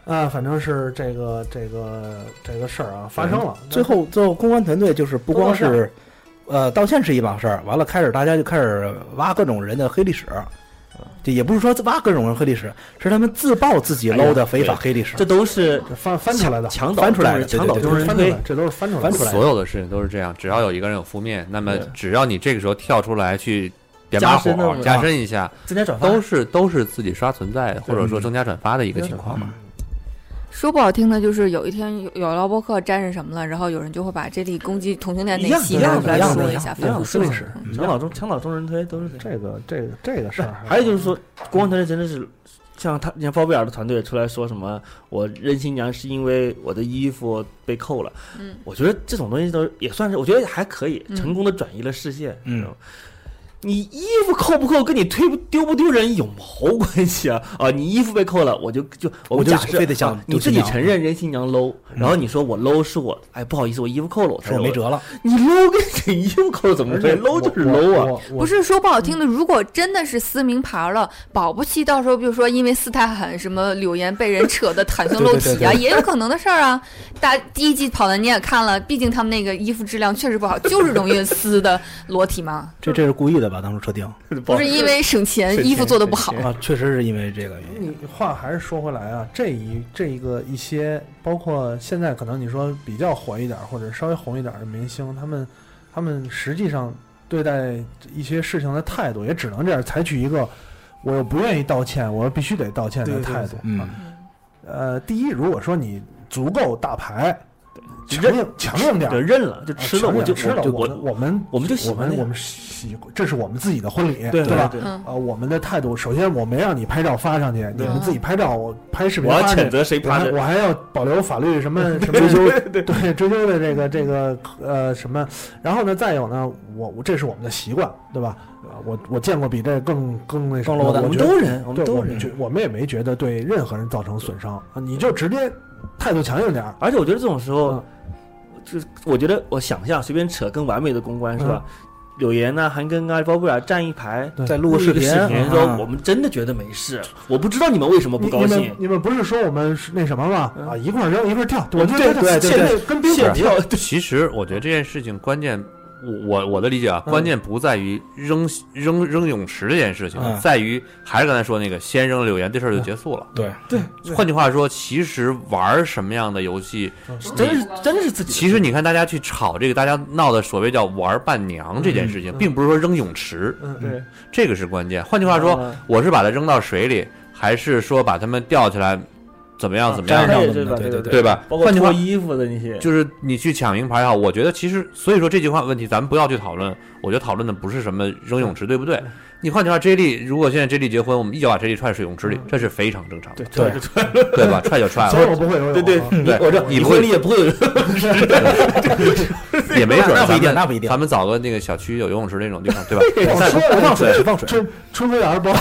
A: 啊，反正是这个这个这个事儿啊发生了。
B: 最后，最后公关团队就是不光是，呃，道歉是一档事儿，完了开始大家就开始挖各种人的黑历史，这也不是说挖各种人黑历史，是他们自曝自己搂的非法黑历史
D: 这。都是
A: 这翻翻出来的，
D: 墙倒
B: 翻出来的
D: 众人墙倒
B: 对对对
A: 都
D: 众人
A: 是翻出
D: 推
A: 来，。这都是翻出来的，
B: 翻出来
E: 所有的事情都是这样，只要有一个人有负面，那么
D: 对
E: 只要你这个时候跳出来去点把
D: 加深那
E: 火
D: 种，
E: 加深一下，
D: 增加转发
E: 都是都是自己刷存在或者说增加转发的一个情况嘛。
C: 说不好听的，就是有一天有有劳勃克沾上什么了，然后有人就会把这里攻击同性恋那期
B: 一
C: 拿
B: 样
C: 出
B: 的
C: 来
B: 一样的
C: 说
B: 一
C: 一
B: 样
C: 下，
B: 的
C: 反正
A: 是不是？
B: 嗯
D: 墙倒众墙倒众人推都是这样。
A: 这个这个这个事儿，
D: 哎还有就是说，公关团队真的是像他，你看包贝尔的团队也出来说什么，我认新娘是因为我的衣服被扣了。
C: 嗯，
D: 我觉得这种东西都也算是，我觉得还可以，
C: 嗯
D: 成功的转移了视线。
B: 嗯
D: 知道吗，你衣服扣不扣跟你推不丢不丢人有毛关系啊？啊，你衣服被扣了，我就就我
B: 我
D: 们
B: 就
D: 假设
B: 非得想
D: 啊
B: 丢
D: 你自己
B: 新娘
D: 承认人新娘 low，然后你说我 low 是我，哎，不好意思，我衣服扣了，我才
B: 说
D: low
B: 没
D: 的。
B: 辙了，
D: 你 low 跟你衣服扣了怎么
A: 而
D: 对
A: 且
D: ？low 就是
A: 我
D: low 啊。！
A: 我
C: 不是说不好听的，如果真的是撕名牌了，保不齐到时候比如说因为斯泰罕什么柳岩被人扯的袒胸露体啊，也有可能的事儿啊。大第一季跑男你也看了，毕竟他们那个衣服质量确实不好，就是容易撕的裸体嘛，
B: 这这是故意的吧？当初设定
C: 不是因为省钱，衣服做的不好。
B: 啊，确实是因为这个原因。
A: 你话还是说回来啊，这一这一个一些，包括现在可能你说比较火一点儿或者稍微红一点儿的明星，他们他们实际上对待一些事情的态度，也只能这样，采取一个我又不愿意道歉，我又必须得道歉的
D: 对对
A: 态度。
B: 嗯，
A: 呃，第一，如果说你足够大牌，强
D: 认
A: 硬强硬点
D: 对，
A: 儿，
D: 认了就吃了，
A: 啊强硬
D: 我就
A: 吃了，
D: 我就
A: 我们我们
D: 我们就喜
A: 我
D: 欢那
A: 们我
D: 样
A: 们喜，这是我们自己的婚礼，
D: 对
A: 吧？
D: 对，
C: 嗯，
A: 啊，我们的态度，首先我没让你拍照发上去，你们自己拍照，嗯我拍视频
D: 我要
A: 发上
D: 谴
A: 去，
D: 责谁
A: 我
D: 趴
A: 还
D: 着，
A: 我还要保留法 律什么什么追究，对追究的这个这个呃什么，然后呢，再有呢，我我这是我们的习惯，对吧？啊，我我见过比这更更那什么的，
D: 我
A: 我
D: 们
A: 觉得
D: 都忍，我们
A: 对，
D: 都
A: 我
D: 忍
A: 们。觉我们也没觉得对任何人造成损伤，啊你就直接态度强硬点儿，
D: 而且我觉得这种时候
A: 嗯，
D: 就是我觉得我想象随便扯更完美的公关是吧？柳岩呐、韩庚啊、包贝尔站一排，
A: 对
B: 再录个
D: 一
B: 视
D: 个
B: 频，
D: 视频
B: 啊
D: 说我们真的觉得没事，我不知道你们为什么不
A: 你
D: 高
A: 你们
D: 兴。
A: 你们不是说我们是那什么吗？啊，一块儿扔一块儿跳，我觉
D: 嗯对
A: 得
D: 对对
A: 现在
D: 对
A: 跟冰
D: 现
A: 火一样
D: 跳，
E: 其实我觉得这件事情关键，我我我的理解啊，
A: 嗯
E: 关键不在于扔扔扔泳池这件事情
B: 嗯，
E: 在于还是刚才说那个先扔柳岩这事儿就结束了。
B: 对，嗯
E: 换句话说，其实玩什么样的游戏，
D: 真是
C: 嗯
D: 真是自己的。
E: 其实你看大家去吵这个，大家闹的所谓叫玩伴娘这件
B: 嗯
E: 事情，并不是说扔泳池，
A: 嗯
D: 对，嗯
E: 这个是关键。换句嗯话
B: 嗯
E: 说，我是把它扔到水里，还是说把它们吊起来，怎么样怎么样
B: 嗯粘，
D: 对
B: 上的
D: 对吧
B: 对
D: 对
B: 对
E: 对吧？
D: 包括
E: 换句话
D: 脱衣服的那些，
E: 就是你去抢名牌也好，我觉得其实，所以说这句话问题，咱们不要去讨论。我觉得讨论的不是什么扔泳池对不对？
B: 嗯
E: 你换句话，J 莉如果现在 J 莉结婚，我们一脚把 J 莉踹水泳池
B: 嗯
E: 里，这是非常正常的，
B: 对
E: 对 吧？踹就踹
A: 虽然
E: 了，
A: 我不会游泳啊，
D: 对对，
E: 对
D: 我这
E: 你
D: 你
E: 不
D: 婚
E: 会
D: 礼也不会有人
E: 也没准
B: 那
E: 儿
B: 不一
E: 咱
B: 定，
E: 们
B: 那不一定
E: 咱。们找个那个小区有游泳池那种地方，对吧？
A: 我说我
B: 放
A: 放
B: 水
A: 水，
B: 放水，
A: 春春飞儿包，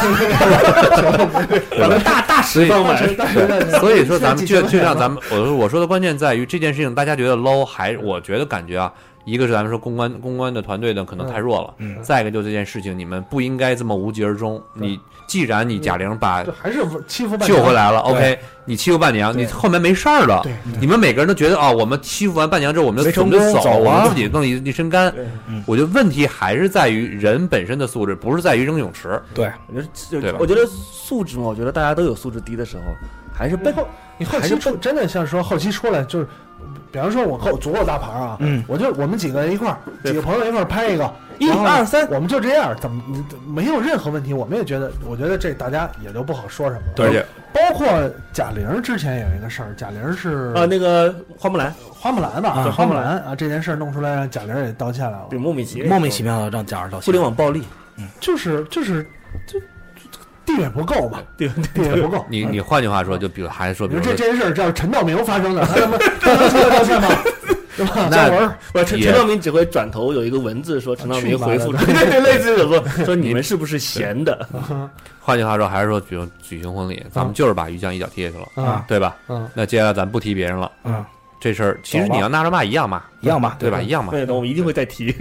E: 对吧？
D: 大大
E: 所
D: 石
E: 以
D: 放满，
E: 对，所以说咱们就就像咱
A: 们
E: 们我说我说的关键在于这件事情，大家觉得 low 还我觉得感觉啊，一个是咱们说公关公关的团队呢可能太弱了，
B: 嗯
E: 再一个就这件事情你们不应该这么无疾而终。
A: 对
E: 你既然你贾玲把
A: 还是欺负
E: 救回来
A: 来，
E: 了
B: 对
E: ，OK，你欺负伴娘，
A: 对
E: 你后面没事儿了
A: 对，
E: 你们每个人都觉得啊，我们欺负完伴娘之后，我们
B: 没
E: 就
B: 成
E: 我们就
B: 功
E: 走，
B: 走
E: 我
B: 啊
E: 们自己弄一一身干
D: 对
B: 嗯。
E: 我觉得问题还是在于人本身的素质，不是在于扔泳池。
B: 对，
D: 我觉得这
E: 对吧
D: 我觉得素质嘛，我觉得大家都有素质低的时候，还是
A: 背
D: 笨。
A: 后你后期出真的像说后期出来就是，比方说我够足够大牌啊，
B: 嗯
A: 我就我们几个人一块儿，
D: 对
A: 几个朋友一块儿拍一个，
D: 一
A: 然后
D: 二三
A: 我们就这样，怎么你没有任何问题？我们也觉得，我觉得这大家也都不好说什么了。
E: 而且，
A: 包括贾玲之前有一个事儿，贾玲是
D: 啊，那个花木兰
A: 花木兰吧，
B: 啊
A: 花木兰啊，这件事儿弄出来，让贾玲也道歉来了
D: 对。莫名其妙，
B: 莫名其妙的让家人道歉，
D: 互联网暴力，
A: 就是就是，就地位不够嘛，地地位不够。
E: 你你换句话说，就比如还是说，比
A: 你
E: 如
A: 说这
E: 说
A: 这件事儿，这要是陈道明发生的，他他 妈他能出来道歉吗？对吧？姜文儿，
D: 不，陈
E: 也
D: 陈道明只会转头有一个文字说陈道明回复，
A: 去
D: 对 对，类似于说说你们是不是闲的？
E: 换句话说，还是说，比如举行婚礼，咱们就是把鱼酱一脚踢下去了，
A: 啊
E: 对吧？
A: 嗯，
E: 那接下来咱不提别人了，
A: 嗯，
E: 这事儿其实
B: 走吧
E: 你要纳着骂一样骂，
B: 一样吧？
E: 对吧？一样骂。
D: 对，那我们一定会再提。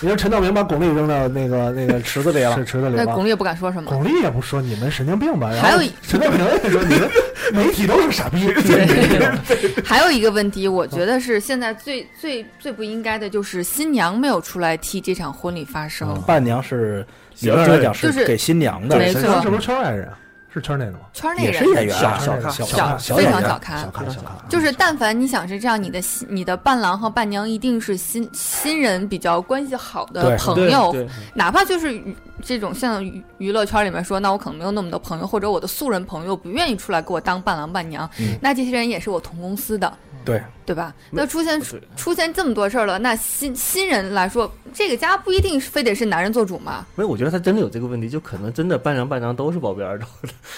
A: 你说陈道明把巩俐扔到那个那个池子里了，是池子里
C: 那
A: 了。
C: 巩俐也不敢说什么。
A: 巩俐也不说你们神经病吧，然
C: 还
A: 后
C: 有一
A: 陈道明也说你 们媒体都是傻逼，
C: 还有一个问题，我觉得是现在最最最不应该的就是新娘没有出来替这场婚礼发声。
B: 伴娘是理论上来讲
C: 就是是
B: 给新娘的，
C: 没
A: 沈
C: 错
A: 腾是不是圈外人啊？是圈内的吗？
C: 圈内
B: 也是
C: 人
B: 演员啊，
A: 小
B: 小
A: 小
C: 小
A: 小
C: 非
A: 演
C: 常
A: 员
C: 小看
A: 小看小看，
C: 就是，但凡你想是这样，你的新你的伴郎和伴娘一定是新新人比较关系好的
B: 对
C: 朋
D: 对
C: 友，
D: 对，
C: 哪怕就是娱这种像娱娱乐圈里面说，那我可能没有那么多朋友，或者我的素人朋友不愿意出来给我当伴郎伴娘，
B: 嗯
C: 那这些人也是我同公司的，
B: 对
C: 对吧？那出现
D: 对
C: 出现这么多事儿了，那新新人来说，这个家不一定是非得是男人做主嘛，
D: 没有，我觉得他真的有这个问题，就可能真的伴娘伴娘都是保镖儿童，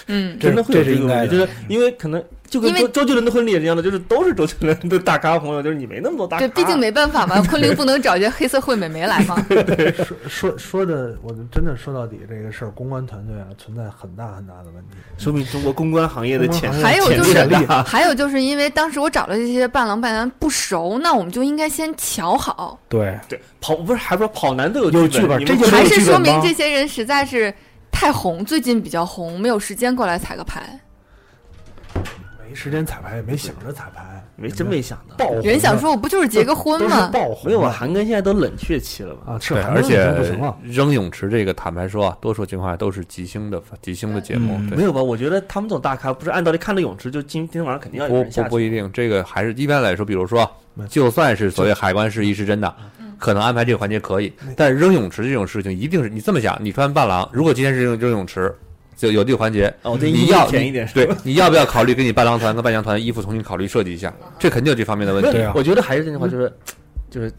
C: 嗯，
B: 这
D: 真的会有
B: 这是
D: 个
B: 应该
D: 问
B: 的
D: 题，就是因为可能就跟
C: 因为
D: 周周杰伦的婚礼也一样的，就是都是周杰伦的大咖朋友，就是你没那么多大咖，
C: 对，毕竟没办法 嘛，昆凌不能找一些黑社会美眉来嘛，
A: 说说说的，我真的说到底这个事儿，公关团队啊存在很大很大的问题。
D: 说明中国公关行业的嗯潜
C: 还有就是
D: 潜力很大。
C: 还有就是因为当时我找的这些伴郎伴娘不熟，那我们就应该先瞧好，
B: 对，
D: 对，跑不是还不是跑男都有
B: 有
D: 剧
B: 剧本
D: 你
B: 这
D: 们
B: 就
C: 还
B: 没有
C: 是
B: 剧
C: 说
B: 本
C: 明
B: 吗
C: 这些人实在是太红，最近比较红，没有时间过来彩个排。
A: 没时间彩排，也没想着彩排，
D: 没真没想到。
A: 爆
B: 啊
A: 红的。
C: 人想说我不就是结个婚
A: 都是
C: 吗？
A: 爆红的，
D: 没有啊，韩庚现在都冷却期了嘛？
A: 啊，是
E: 对，
A: 韩庚
E: 而且
A: 已经不行了。
E: 扔泳池这个，坦白说啊，多数情况下都是即兴的即兴的节目，
B: 嗯
E: 对
D: 没有吧？我觉得他们这种大咖，不是按道理看着泳池就今天晚上肯定要有
E: 不
D: 人
E: 不
D: 下
E: 不
D: 去。
E: 一定，这个还是一般来说，比如说
A: 没，嗯
E: 就算是所谓海关试衣是真的，
D: 嗯
E: 可能安排这个环节可以，但扔泳池这种事情一定是你这么想，你穿伴郎，如果今天是扔扔泳池，就有这个环节，
D: 哦，我这衣
E: 你
D: 服
E: 要
D: 便宜
E: 你
D: 点是吧
E: 对，你要不要考虑给你伴郎团跟伴娘团衣服重新考虑设计一下？这肯定有这方面的问
B: 对
E: 题。
B: 啊
D: 我觉得还是这句话，就是就是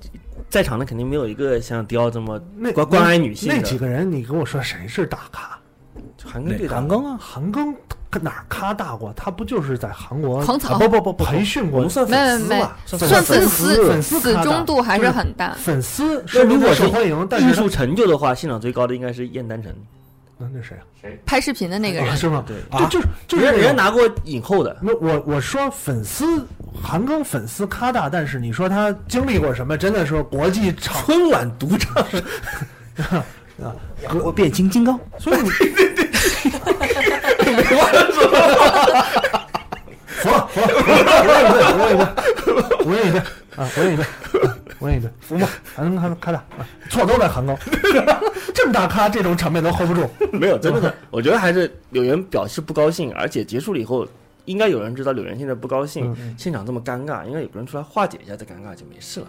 D: 在场的肯定没有一个像迪奥这么
A: 那
D: 关关爱女性
A: 那
D: 的
A: 几个人，你跟我说谁是大咖？
D: 韩庚
B: 哪
D: 对
B: 韩庚啊，
A: 韩庚哪儿咖大过？他不就是在韩国
C: 狂草
A: 啊不不不不培训
D: 我
A: 过
D: 们？算
C: 没有
D: 粉丝
C: 没有
D: 吧，算
C: 算
A: 粉
C: 粉
A: 丝粉丝
C: 死
A: 看的
C: 忠度还是很大。
A: 粉丝
D: 那
A: 说
D: 如
A: 明
D: 果
A: 他
D: 是
A: 受欢迎，但
D: 艺
A: 是
D: 术
A: 他
D: 成就的话，现场最高的应该是燕丹臣，
A: 嗯那谁啊？
C: 拍视频的那个
A: 啊
C: 人，
A: 是吗？
D: 对啊
A: 就就是就是
D: 人
A: 那
D: 人家
A: 种
D: 拿过影后的，
A: 那我我说粉丝韩庚粉丝咖大，但是你说他经历过什么？真的说国际场，
D: 春晚独唱，
B: 我变形金刚，
A: 所以你服了服了，我认你我认你对，我认你对啊，我认你对，我认你对，服吗？韩庚咖咖大，啊错都在韩庚，这么大咖这种场面都 hold 不住，
D: 没有真的，我觉得还是柳岩表示不高兴，而且结束了以后。应该有人知道柳岩现在不高兴，现场这么尴尬，应该有个人出来化解一下这尴尬就没事了。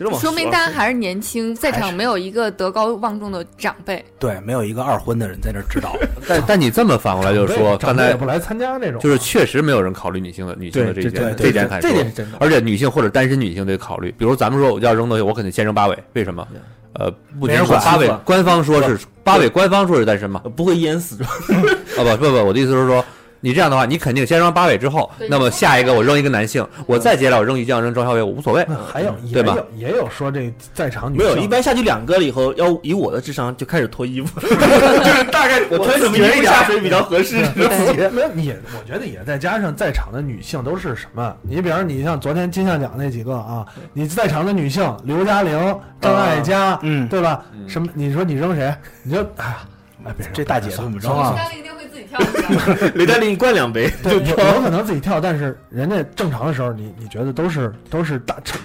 D: 就是往
C: 说明大家还是年轻，在场没有一个德高望重的长辈。
B: 对，没有一个二婚的人在那儿 指导，
E: 但但你这么反过来就是说，
A: 长
E: 刚
A: 辈也
E: 才
A: 不来参加那种啊，
E: 就是确实没有人考虑女性的女性的这一
D: 对
E: 点，
B: 对对
E: 一点
D: 对
E: 看
D: 这
E: 说
D: 点是真的
E: 而且女性或者单身女性得考虑，比如咱们说我要扔东西，我肯定先扔八尾，为什么？呃，不
D: 没
E: 仅
D: 人
E: 是
D: 管
E: 八尾
D: 是吧，
E: 官方说是八尾，官方说是单身嘛？
D: 呃不会淹死，
E: 啊不不不，我的意思是说，你这样的话，你肯定先扔八尾之后，那么下一个我扔一个男性，我再接下来我扔鱼酱扔张小伟，我无所谓。
A: 那还有也
E: 对吧
A: 有也有说这在场女
D: 没有，
A: 性
D: 一般下去两个了以后，要以我的智商就开始脱衣服，就是大概我穿什么衣服下水比较合适。
A: 也没有你，我觉得也再加上在场的女性都是什么？你比方说你像昨天金像奖那几个啊，你在场的女性刘嘉玲、张艾嘉，
B: 嗯
A: 对吧？什么？你说你扔谁？你就哎呀，哎，别扔
B: 这大姐怎么着
A: 啊
B: 啊？
C: 一定会自己跳起来。
D: 雷丹林灌两杯，
A: 对，有有可能自己跳，但是人家正常的时候，你你觉得都是都是大超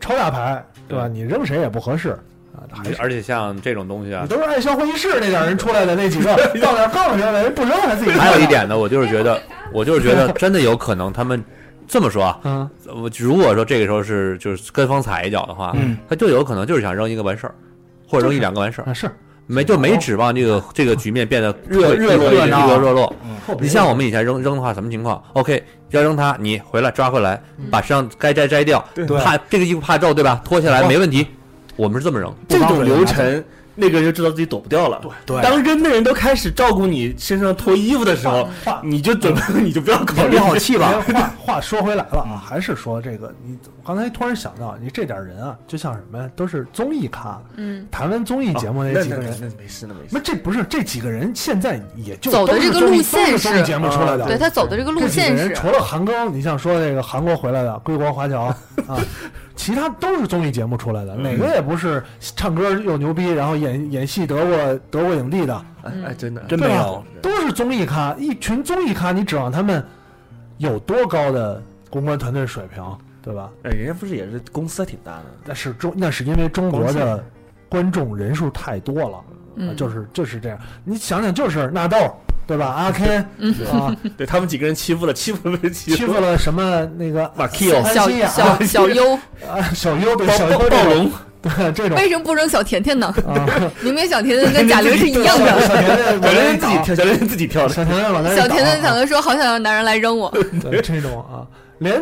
A: 超大牌，对吧？你扔谁也不合适啊，还是。
E: 而且像这种东西啊
A: 你，都是爱笑会议室那点人出来的那几个，到点杠上的人不扔还自己
E: 还有一
A: 跳
E: 点呢，我 就是觉得，我就是觉得真的有可能他们这么说啊，
A: 嗯，
E: 我如果说这个时候是就是跟风踩一脚的话，
B: 嗯，
E: 他就有可能就是想扔一个完事儿，或者扔一两个完事儿，
A: 啊是
E: 没就没指望这个这个局面变得
D: 热热
E: 热
D: 络
E: 热
D: 一点
E: 热热络。
A: 后边
E: 你像我们以前扔扔的话，什么情况？OK，要扔它，你回来抓回来，把身上该摘摘掉，怕这个衣服怕皱，对吧？脱下来没问题。我们是这么扔，
D: 这种流程那个人就知道自己躲不掉了。
B: 对
D: 当扔的人都开始照顾你身上脱衣服的时候，
A: 话
D: 你就准备，你就不要考虑
B: 憋好气吧。
A: 话话说回来了啊，还是说这个，你我刚才突然想到，你这点人啊，就像什么呀，都是综艺咖，
C: 嗯，
A: 台湾综艺节目哦那几个人。
D: 那没事，那没事
A: 那。这不是这几个人现在也就
C: 走的
A: 都是
C: 这个
A: 综艺
C: 路线
A: 都是综艺
C: 是
A: 节目出来的，
C: 对他走的这个路
A: 这几
C: 线
A: 个人
C: 是，
A: 除了韩庚，你像说这个韩国回来的归国华侨啊， 其他都是综艺节目出来的，哪
D: 嗯
A: 个也不是唱歌又牛逼，然后演演戏得过得过影帝的，
D: 哎，真的，
B: 真没有
A: 都是综艺咖，一群综艺咖，你指望他们有多高的公关团队水平，对吧？
D: 哎，人家不是也是公司还挺大的，
A: 那是中，那是因为中国
D: 光
A: 的观众人数太多了，啊
C: 嗯，
A: 就是是就是这样。你想想，就是纳豆。对吧？ 阿 K 啊，
D: 对他们几个人欺负了，欺负了，欺
A: 欺负了什么那个
D: 马 Q
A: 安
C: 小
A: 心啊
C: 小小优，
A: 啊，小优对
D: 暴
A: 小优
D: 暴
A: 这
D: 暴
A: 种
D: 龙，
A: 对 这 种
C: 为什么不扔小甜甜呢？
A: 啊，
C: 明明小甜甜跟贾玲是一样的。
A: 小甜甜
D: 小
A: 往那
D: 人
A: 一
D: 自己
A: 倒，
D: 跳，小人自己跳的。
A: 小甜甜往那一
C: 小
A: 倒
C: 甜甜想
A: 啊
C: 着说：“好想要男人来扔我。
A: 对这种啊，连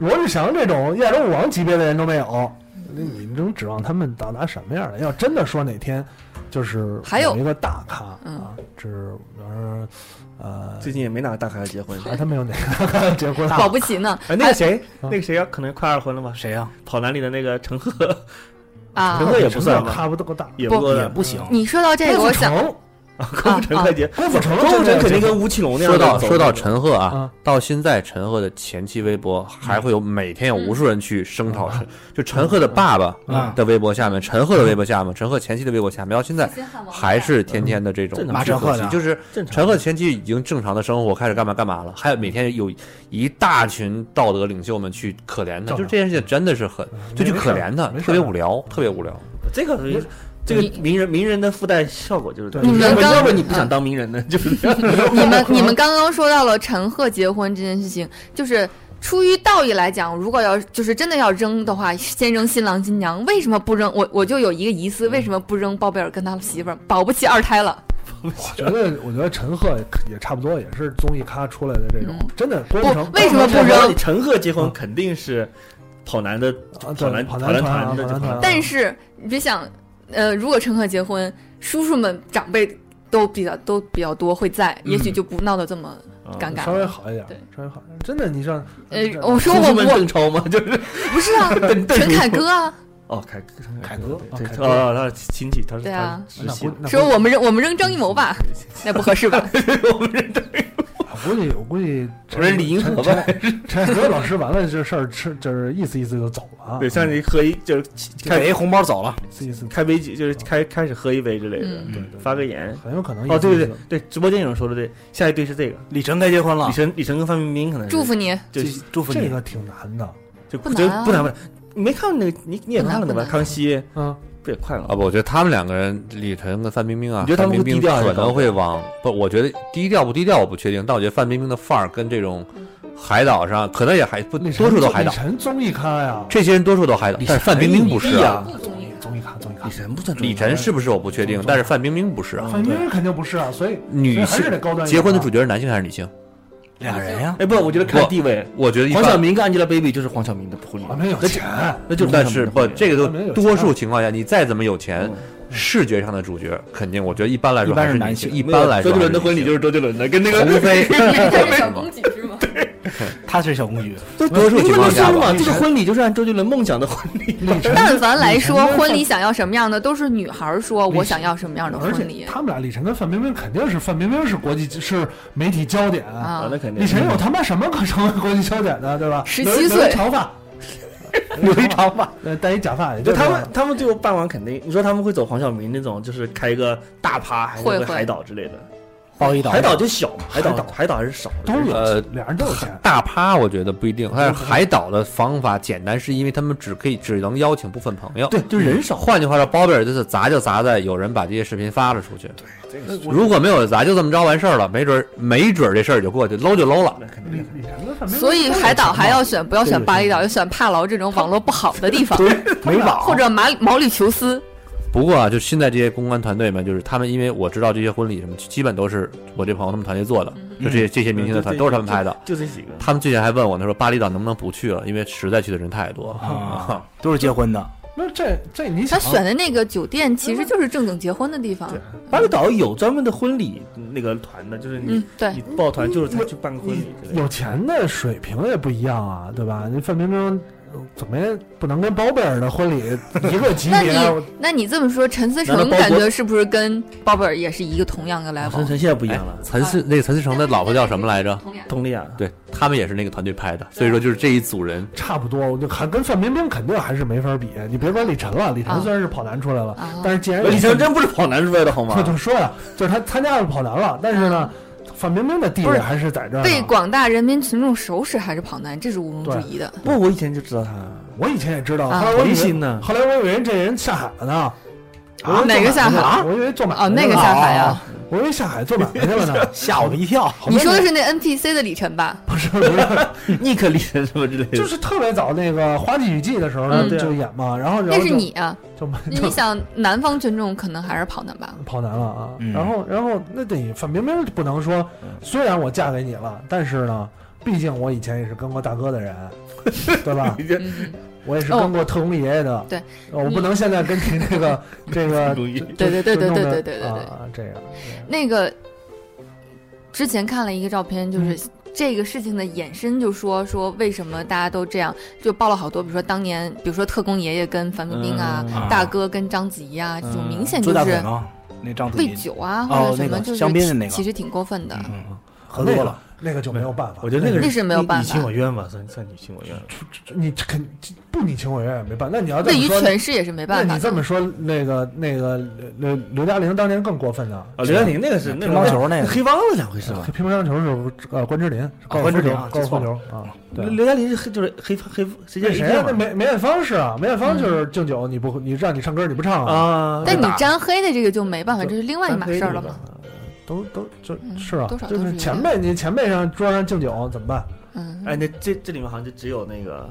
A: 罗志祥这种亚洲舞王级别的人都没有，那你能指望他们到达什么样的？要真的说哪天就是
C: 还有
A: 一个大咖
C: 嗯
A: 啊，这呃呃，
D: 最近也没哪个大咖结婚，
A: 还他们有哪个大咖结婚”啊
C: 保不齐呢
D: 哎，那个谁，那个谁要可能快二婚了吧？
B: 谁呀？
D: 跑男里的那个陈赫，
C: 啊
D: 陈！赫也不算吧，
A: 咖不够大，
D: 也
C: 不
D: 过
B: 也
D: 了。
B: 不行。
C: 你说到这个，
A: 郭
C: 我
A: 富
C: 想
A: 城，
D: 郭富城快结，
A: 郭富城，
D: 郭富城肯定跟吴奇隆那样
E: 说
D: 的
E: 到
D: 走
E: 说到陈赫啊
A: 啊，
E: 到现在陈赫的前期微博还会有每天有无数人去声讨陈，就陈赫的爸爸
B: 嗯
E: 的微博下面，陈赫的微博下面，陈赫前期的微博下面，到
C: 嗯
E: 现在还是天天的这种
D: 嗯
E: 不
B: 正常
E: 可惜就是
D: 正常
E: 陈赫前期已经正常的生活，开始干嘛干嘛了，还有每天有一大群道德领袖们去可怜他，
A: 正常
E: 就是这件事情真的是很
A: 嗯
E: 就去可怜他
A: 没事儿没，事儿
E: 特别无聊，特别无聊。
D: 这个这个名人名人的附带效果就是这样，
A: 对你
C: 们刚
D: 要不然你不想当名人呢， 就是这样
C: 你们你们刚刚说到了陈赫结婚这件事情，就是出于道义来讲，如果要就是真的要扔的话，先扔新郎新娘，为什么不扔？我我就有一个疑思，为什么不扔包贝尔跟他媳妇儿？保不齐二胎了。
A: 我觉得，我觉得陈赫也差不多，也是综艺咖出来的这种
C: 嗯，
A: 真的。郭富城
C: 为什么 不
D: 然后
C: 扔
D: 你陈赫结婚肯定是跑男的
A: 啊对
D: 跑男
A: 跑
D: 跑
A: 男
D: 男
A: 团啊
D: 的
A: 跑男团啊
C: 但是你别想，呃，如果陈赫结婚，叔叔们长辈都比较都比较多会在，也许就不闹得这么尴尬
A: 稍。微好一点，
C: 对
A: 稍微好一点。真的，你像
C: 呃
A: 这，
C: 我说
D: 叔
C: 我
D: 叔们
C: 我
D: 邓超吗？就是
C: 不是啊，陈凯歌啊，
D: 哦，凯凯
A: 哥啊
D: 对
A: 凯哥
D: 哦，他是亲戚，他是
C: 对
D: 他
C: 啊
D: 是直
A: 那
D: 系
A: 估
D: 的，
A: 那
C: 说
A: 估
C: 我们扔我们扔张艺谋
D: 嗯
C: 吧，那不合适吧？
A: 我估计我估计
D: 我说李银河吧
A: 陈陈陈凯歌老师完了这事儿吃就是意思意思就走了啊，
D: 对，像你喝一就是 开
B: 给一红包走了，
A: 意思意思，
D: 开杯几就是开开始喝一杯之类的，
C: 嗯
A: 对对，
D: 发个言。
A: 很有可能
D: 哦，对对
A: 意思
D: 对
A: 意思
D: 对，直播间有人说的对，下一对是这个
B: 李晨该结婚了
D: 李，晨，李晨跟范冰冰可能是
C: 祝福您。
D: 就
B: 啊祝祝福
A: 这
B: 你。
A: 个挺难的，
D: 就
C: 不
D: 就
C: 难啊
D: 不难不难，你没看那个你你也
C: 不难
D: 看了的
C: 不
D: 吧？
C: 难
D: 康熙
A: 嗯，
D: 不也快了
E: 啊，
D: 吗？
E: 不，我觉得他们两个人，李晨跟范冰冰啊，
D: 你觉得他们
E: 范冰
D: 会低
E: 冰
D: 调还是高
E: 可
D: 调
E: 能会往不？我觉得低调不低调我不确定，但我觉得范冰冰的范儿跟这种海岛上可能也还不
A: 李晨
E: 多数都海
A: 李
E: 岛，
A: 晨综艺咖呀，
E: 这些人多数都海岛，但是范冰冰不是啊。
A: 综 艺综艺咖综艺咖
D: 李，啊嗯晨不算
E: 李晨是不是我不确定，但是范冰冰不是啊。
A: 范冰冰肯定不是啊，所以
D: 嗯
A: 所
E: 女
A: 以还是得
E: 性
A: 高端一点啊。
E: 结婚的主角是男性还是女性？
B: 俩人呀，
D: 哎，不，我觉得看
E: 不
D: 地位，
E: 我觉得一
D: 黄晓
E: 般，
D: 明跟 Angelababy 就是黄晓明的婚礼，
A: 啊没有
D: 那就
A: 钱，
D: 那就是
E: 但是不，这个
A: 范冰冰
E: 都多
A: 有钱啊
E: 数情况下，你再怎么有钱
D: 嗯，
E: 视觉上的主角肯定，我觉得一般来说
B: 一般
E: 还
B: 是
E: 是
B: 男
E: 女性。
B: 性
E: 一般来说，
D: 周杰伦的婚礼就是周杰伦的，跟那个
E: 鸿飞
C: 小公举是吗？
B: 他是小公举，
D: 都
E: 多数情况下吧
D: 嘛，这个婚礼就是按周杰伦梦想的婚礼。
A: 李晨
C: 但凡来 说
A: 李晨跟
C: 婚礼想要什么样的，都是女孩儿说
A: 晨
C: 我想要什么样的
A: 而
C: 婚
A: 且
C: 礼
A: 他们俩李晨跟范冰冰肯定是范冰冰是国际是媒体焦点
C: 啊。
D: 那肯定
A: 李。晨有他妈什么可成为国际焦点的，对吧？
C: 17
A: 留一留一
C: 岁
A: 长 发，
D: 留一长发，
A: 呃，戴一假发，也
D: 就
A: 就
D: 他
A: 这
D: 们
A: 样，
D: 他们最后办完肯定，你说他们会走黄晓明那种，就是开一个大趴，还是
C: 会
D: 会
C: 会
D: 海岛之类的。
B: 包一岛
D: 海岛就小嘛，海岛
A: 海岛
D: 海岛还是少的，
A: 都有
E: 呃
A: 钱，俩人都有 钱。
E: 大趴我觉得不一定，但是海岛的方法简单，是因为他们只可以只能邀请部分朋友。
D: 对，就人少。
E: 换句话说，包贝尔这次砸就砸在有人把这些视频发了出去。
D: 这个
E: 如果没有砸，就这么着完事儿了，没准儿没准儿这事儿就过去，搂就搂了。
D: 那肯
A: 李
D: 定
A: 李晨跟范冰冰
C: 所以
A: 都有
C: 海岛
A: 钱嘛
C: 还要选，不要选巴厘岛，要选帕劳这种网络不好的地方，
A: 没网
C: 或者马里毛里求斯。
E: 不过啊，就现在这些公关团队们，就是他们，因为我知道这些婚礼什么，基本都是我这朋友他们团队做的，就这些这些明星的团
D: 嗯
E: 都是他们拍的。
D: 就这几个。啊哦
E: 他们之前还问我，他说巴厘岛能不能不去了，因为实在去的人太多。
B: 啊，都是结婚的，
A: 那这这你
C: 他
A: 想
C: 选的那个酒店其实就是正经结婚的地方。
D: 巴厘岛有专门的婚礼那个团的，就是你、
C: 嗯，对
D: 你，报团就是他去办个婚礼之类的。
A: 有钱的水平也不一样啊，对吧？那范冰冰呃怎么也不能跟包贝尔的婚礼 一个级
C: 那
A: 别
C: 你
A: 啊。我
C: 那你这么说，陈思
D: 难
C: 诚
D: 道包
C: 感
D: 国
C: 觉是不是跟包贝尔也是一个同样的
I: 陈
C: level？
I: 晨现在不一样了，
E: 啊陈思那个陈思诚的老婆叫什么来着？
C: 同样
D: 佟丽娅，
E: 对他们也是那个团队拍的，所以说就是这一组人，
A: 差不多，我就还跟范冰冰肯定还是没法比。你别管李晨了，李晨
C: 啊
A: 虽然是跑男出来了，
C: 啊
A: 但是既然
D: 李晨真不是跑男出来的好吗
A: 我？就说呀，就是他参加了跑男了，但是呢，范冰冰的地
C: 嗯不
A: 位
C: 是
A: 还是在这儿呢。
C: 被广大人民群众熟识还是跑男，这是毋庸置疑的。
D: 不，我以前就知道他。
A: 我以前也知道，
C: 啊
A: 后来我以
D: 回
A: 为
D: 心呢
A: 后来我以为这人下海了呢。我以
D: 啊
A: 为
C: 哪个下海
A: 做买卖呢我以为做买卖
C: 哦，那个下海
A: 啊，
C: 啊，
A: 我以为下海做买卖 去了呢。
B: 吓我一跳。
C: 你说的是那 NPC 的李晨吧？
A: 不是不 是，
D: 尼克李晨什么之类的，
A: 就是特别早那个《花季雨季》的时候
C: 嗯
A: 就就演嘛，然后然
C: 那
A: 后
C: 是
A: 就
C: 你啊，
A: 就
C: 你
A: 就
C: 想南方群众可能还是跑男吧？
A: 跑男了啊。
B: 嗯
A: 然后然后那得范冰冰不能说，虽然我嫁给你了，但是呢，毕竟我以前也是跟过大哥的人，对吧？
C: 嗯，
A: 我也是跟过特工爷爷的，
C: 哦对
A: 呃，我不能现在跟你那个这
D: 啊
A: 个，
C: 对对对对对对对对对
A: 啊，这样
C: 那个之前看了一个照片，就是这个事情的延伸，就说说为什么大家都这样，就爆了好多，比如说当年，比如说特工爷爷跟范冰冰啊，
B: 嗯
C: 大哥跟章子怡啊，这种明显就
B: 朱大嘴
C: 是
B: 吗？那张嘴
C: 喂酒啊，
B: 哦
C: 或者什
B: 那
C: 么，
B: 个
C: 就是
B: 香槟的那个
C: 其实挺过分的。
B: 嗯，喝多了。
A: 那个就没有办法。
D: 我觉得那个
C: 那是没有办
D: 你情
C: 法
D: 我，愿吧，算算你情我愿。
A: 你肯不你情我愿也没办法。那你要这
C: 对
A: 么
C: 于
A: 说，
C: 权势也是没
A: 那
C: 办法
A: 你这么
C: 的。
A: 说，那个那个刘刘嘉玲当年更过分呢。
D: 啊，刘嘉玲那个是那
B: 乒乓球那
D: 那
B: 个
D: 黑帮是两回事吧？
A: 乒乓球是呃关之琳，高尔
B: 关
A: 夫
B: 之
A: 球
B: 琳啊
A: 高尔
B: 记错
A: 夫
B: 了
A: 球啊，对
D: 刘。刘嘉玲是黑就是黑黑谁
A: 那
D: 叫
A: 谁啊？那
D: 嘛？
A: 梅梅艳芳是啊，梅艳芳
C: 嗯
A: 就是敬酒你不你让你唱歌你不唱啊，
D: 啊，
C: 但你沾黑的这个就没办法，
A: 对
C: 这是另外一码事儿了嘛。
A: 都都就
C: 嗯
A: 是啊
C: 多，少
A: 就
C: 都
A: 是
C: 是有
A: 前辈你前辈上桌上敬酒怎么办？
C: 嗯，
D: 哎，那这这里面好像就只有那个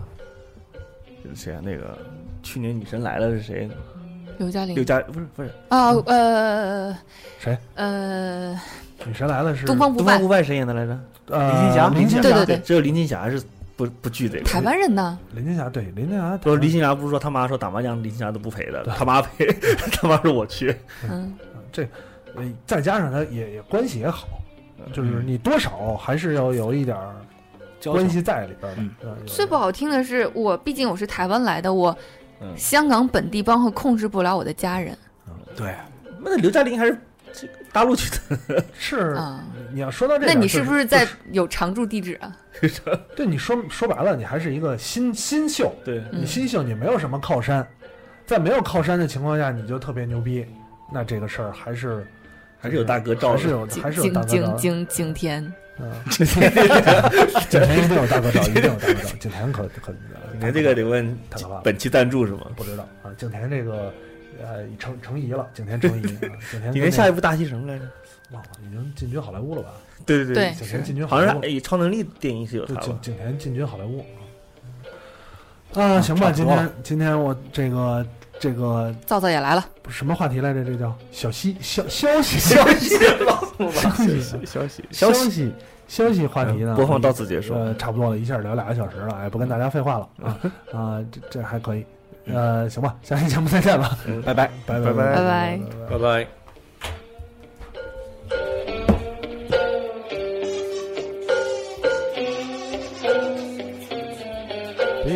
D: 谁啊？那个去年女神来了是谁？
C: 嗯刘嘉
D: 刘
C: 玲
D: 嘉不是不是
C: 啊，呃，
A: 谁？
C: 呃，
A: 女神来了是
C: 东方不
D: 东方
C: 败，
D: 不败谁演的来着？
A: 呃
B: 林青霞
A: 林青
C: 对
A: 霞
C: 对对，
D: 只有林青霞是不不惧这个。
C: 台湾人呢？
A: 林青霞对林青霞，
D: 不，林青霞不是说他妈说打麻将，林青霞都不陪的，他妈陪， 他妈说我去。
C: 嗯，
A: 呃再加上她也也关系也好，就是
D: 嗯
A: 你多少还是要有一点儿关系在里边儿的
B: 嗯。
A: 呃有
C: 最不好听的是，我毕竟我是台湾来的，我
D: 嗯
C: 香港本地帮会控制不了我的家人
B: 对，
D: 那刘嘉玲还是这个大陆去的，
A: 是
C: 啊。
A: 你要说到这
C: 那
A: 点儿，
C: 你
A: 就是
C: 不是在有常住地址啊？
A: 对你说说白了，你还是一个新新秀，
D: 对，
C: 嗯
A: 你新秀你没有什么靠山，在没有靠山的情况下，你就特别牛逼，那这个事儿还是
D: 还是有大哥罩
A: 还是
D: 着。
A: 有
C: 惊
A: 还是有大
C: 惊
A: 哥
C: 惊
A: 罩。
C: 惊惊天！
A: 嗯， 景甜一定有大哥罩，一定有大哥罩。景甜可可，
D: 你看这个得问
A: 太可怕了，
D: 本期赞助是吗？
A: 不知道啊。景甜这个呃成成疑了，景甜成 疑。啊景甜
D: 你看下一
A: 步
D: 部大戏什么来着？
A: 忘了，已经进军好莱坞了吧？
D: 对对
C: 对，
A: 景甜
C: 是
A: 进军好
D: 好
A: 莱
D: 像
A: 坞
D: 哎是，以超能力电影是有他
A: 对景
D: 吧？
A: 景甜进军好莱坞啊。啊，行吧，
B: 差
A: 今
B: 不多了
A: 天今天我这个这个
C: 皂皂也来了，
A: 不是什么话题来着？这叫小息消 消 息消息消息
D: 消息嗯
A: 消息消息话题呢？
D: 播放到此结束。
A: 呃，差不多了，一下聊俩个小时了，哎，不跟大家废话了啊啊，这这还可以，呃，行吧，下期节目再见吧，
D: 嗯
A: 拜拜拜
D: 拜
C: 拜
A: 拜拜
C: 拜。
E: 拜拜。
A: 别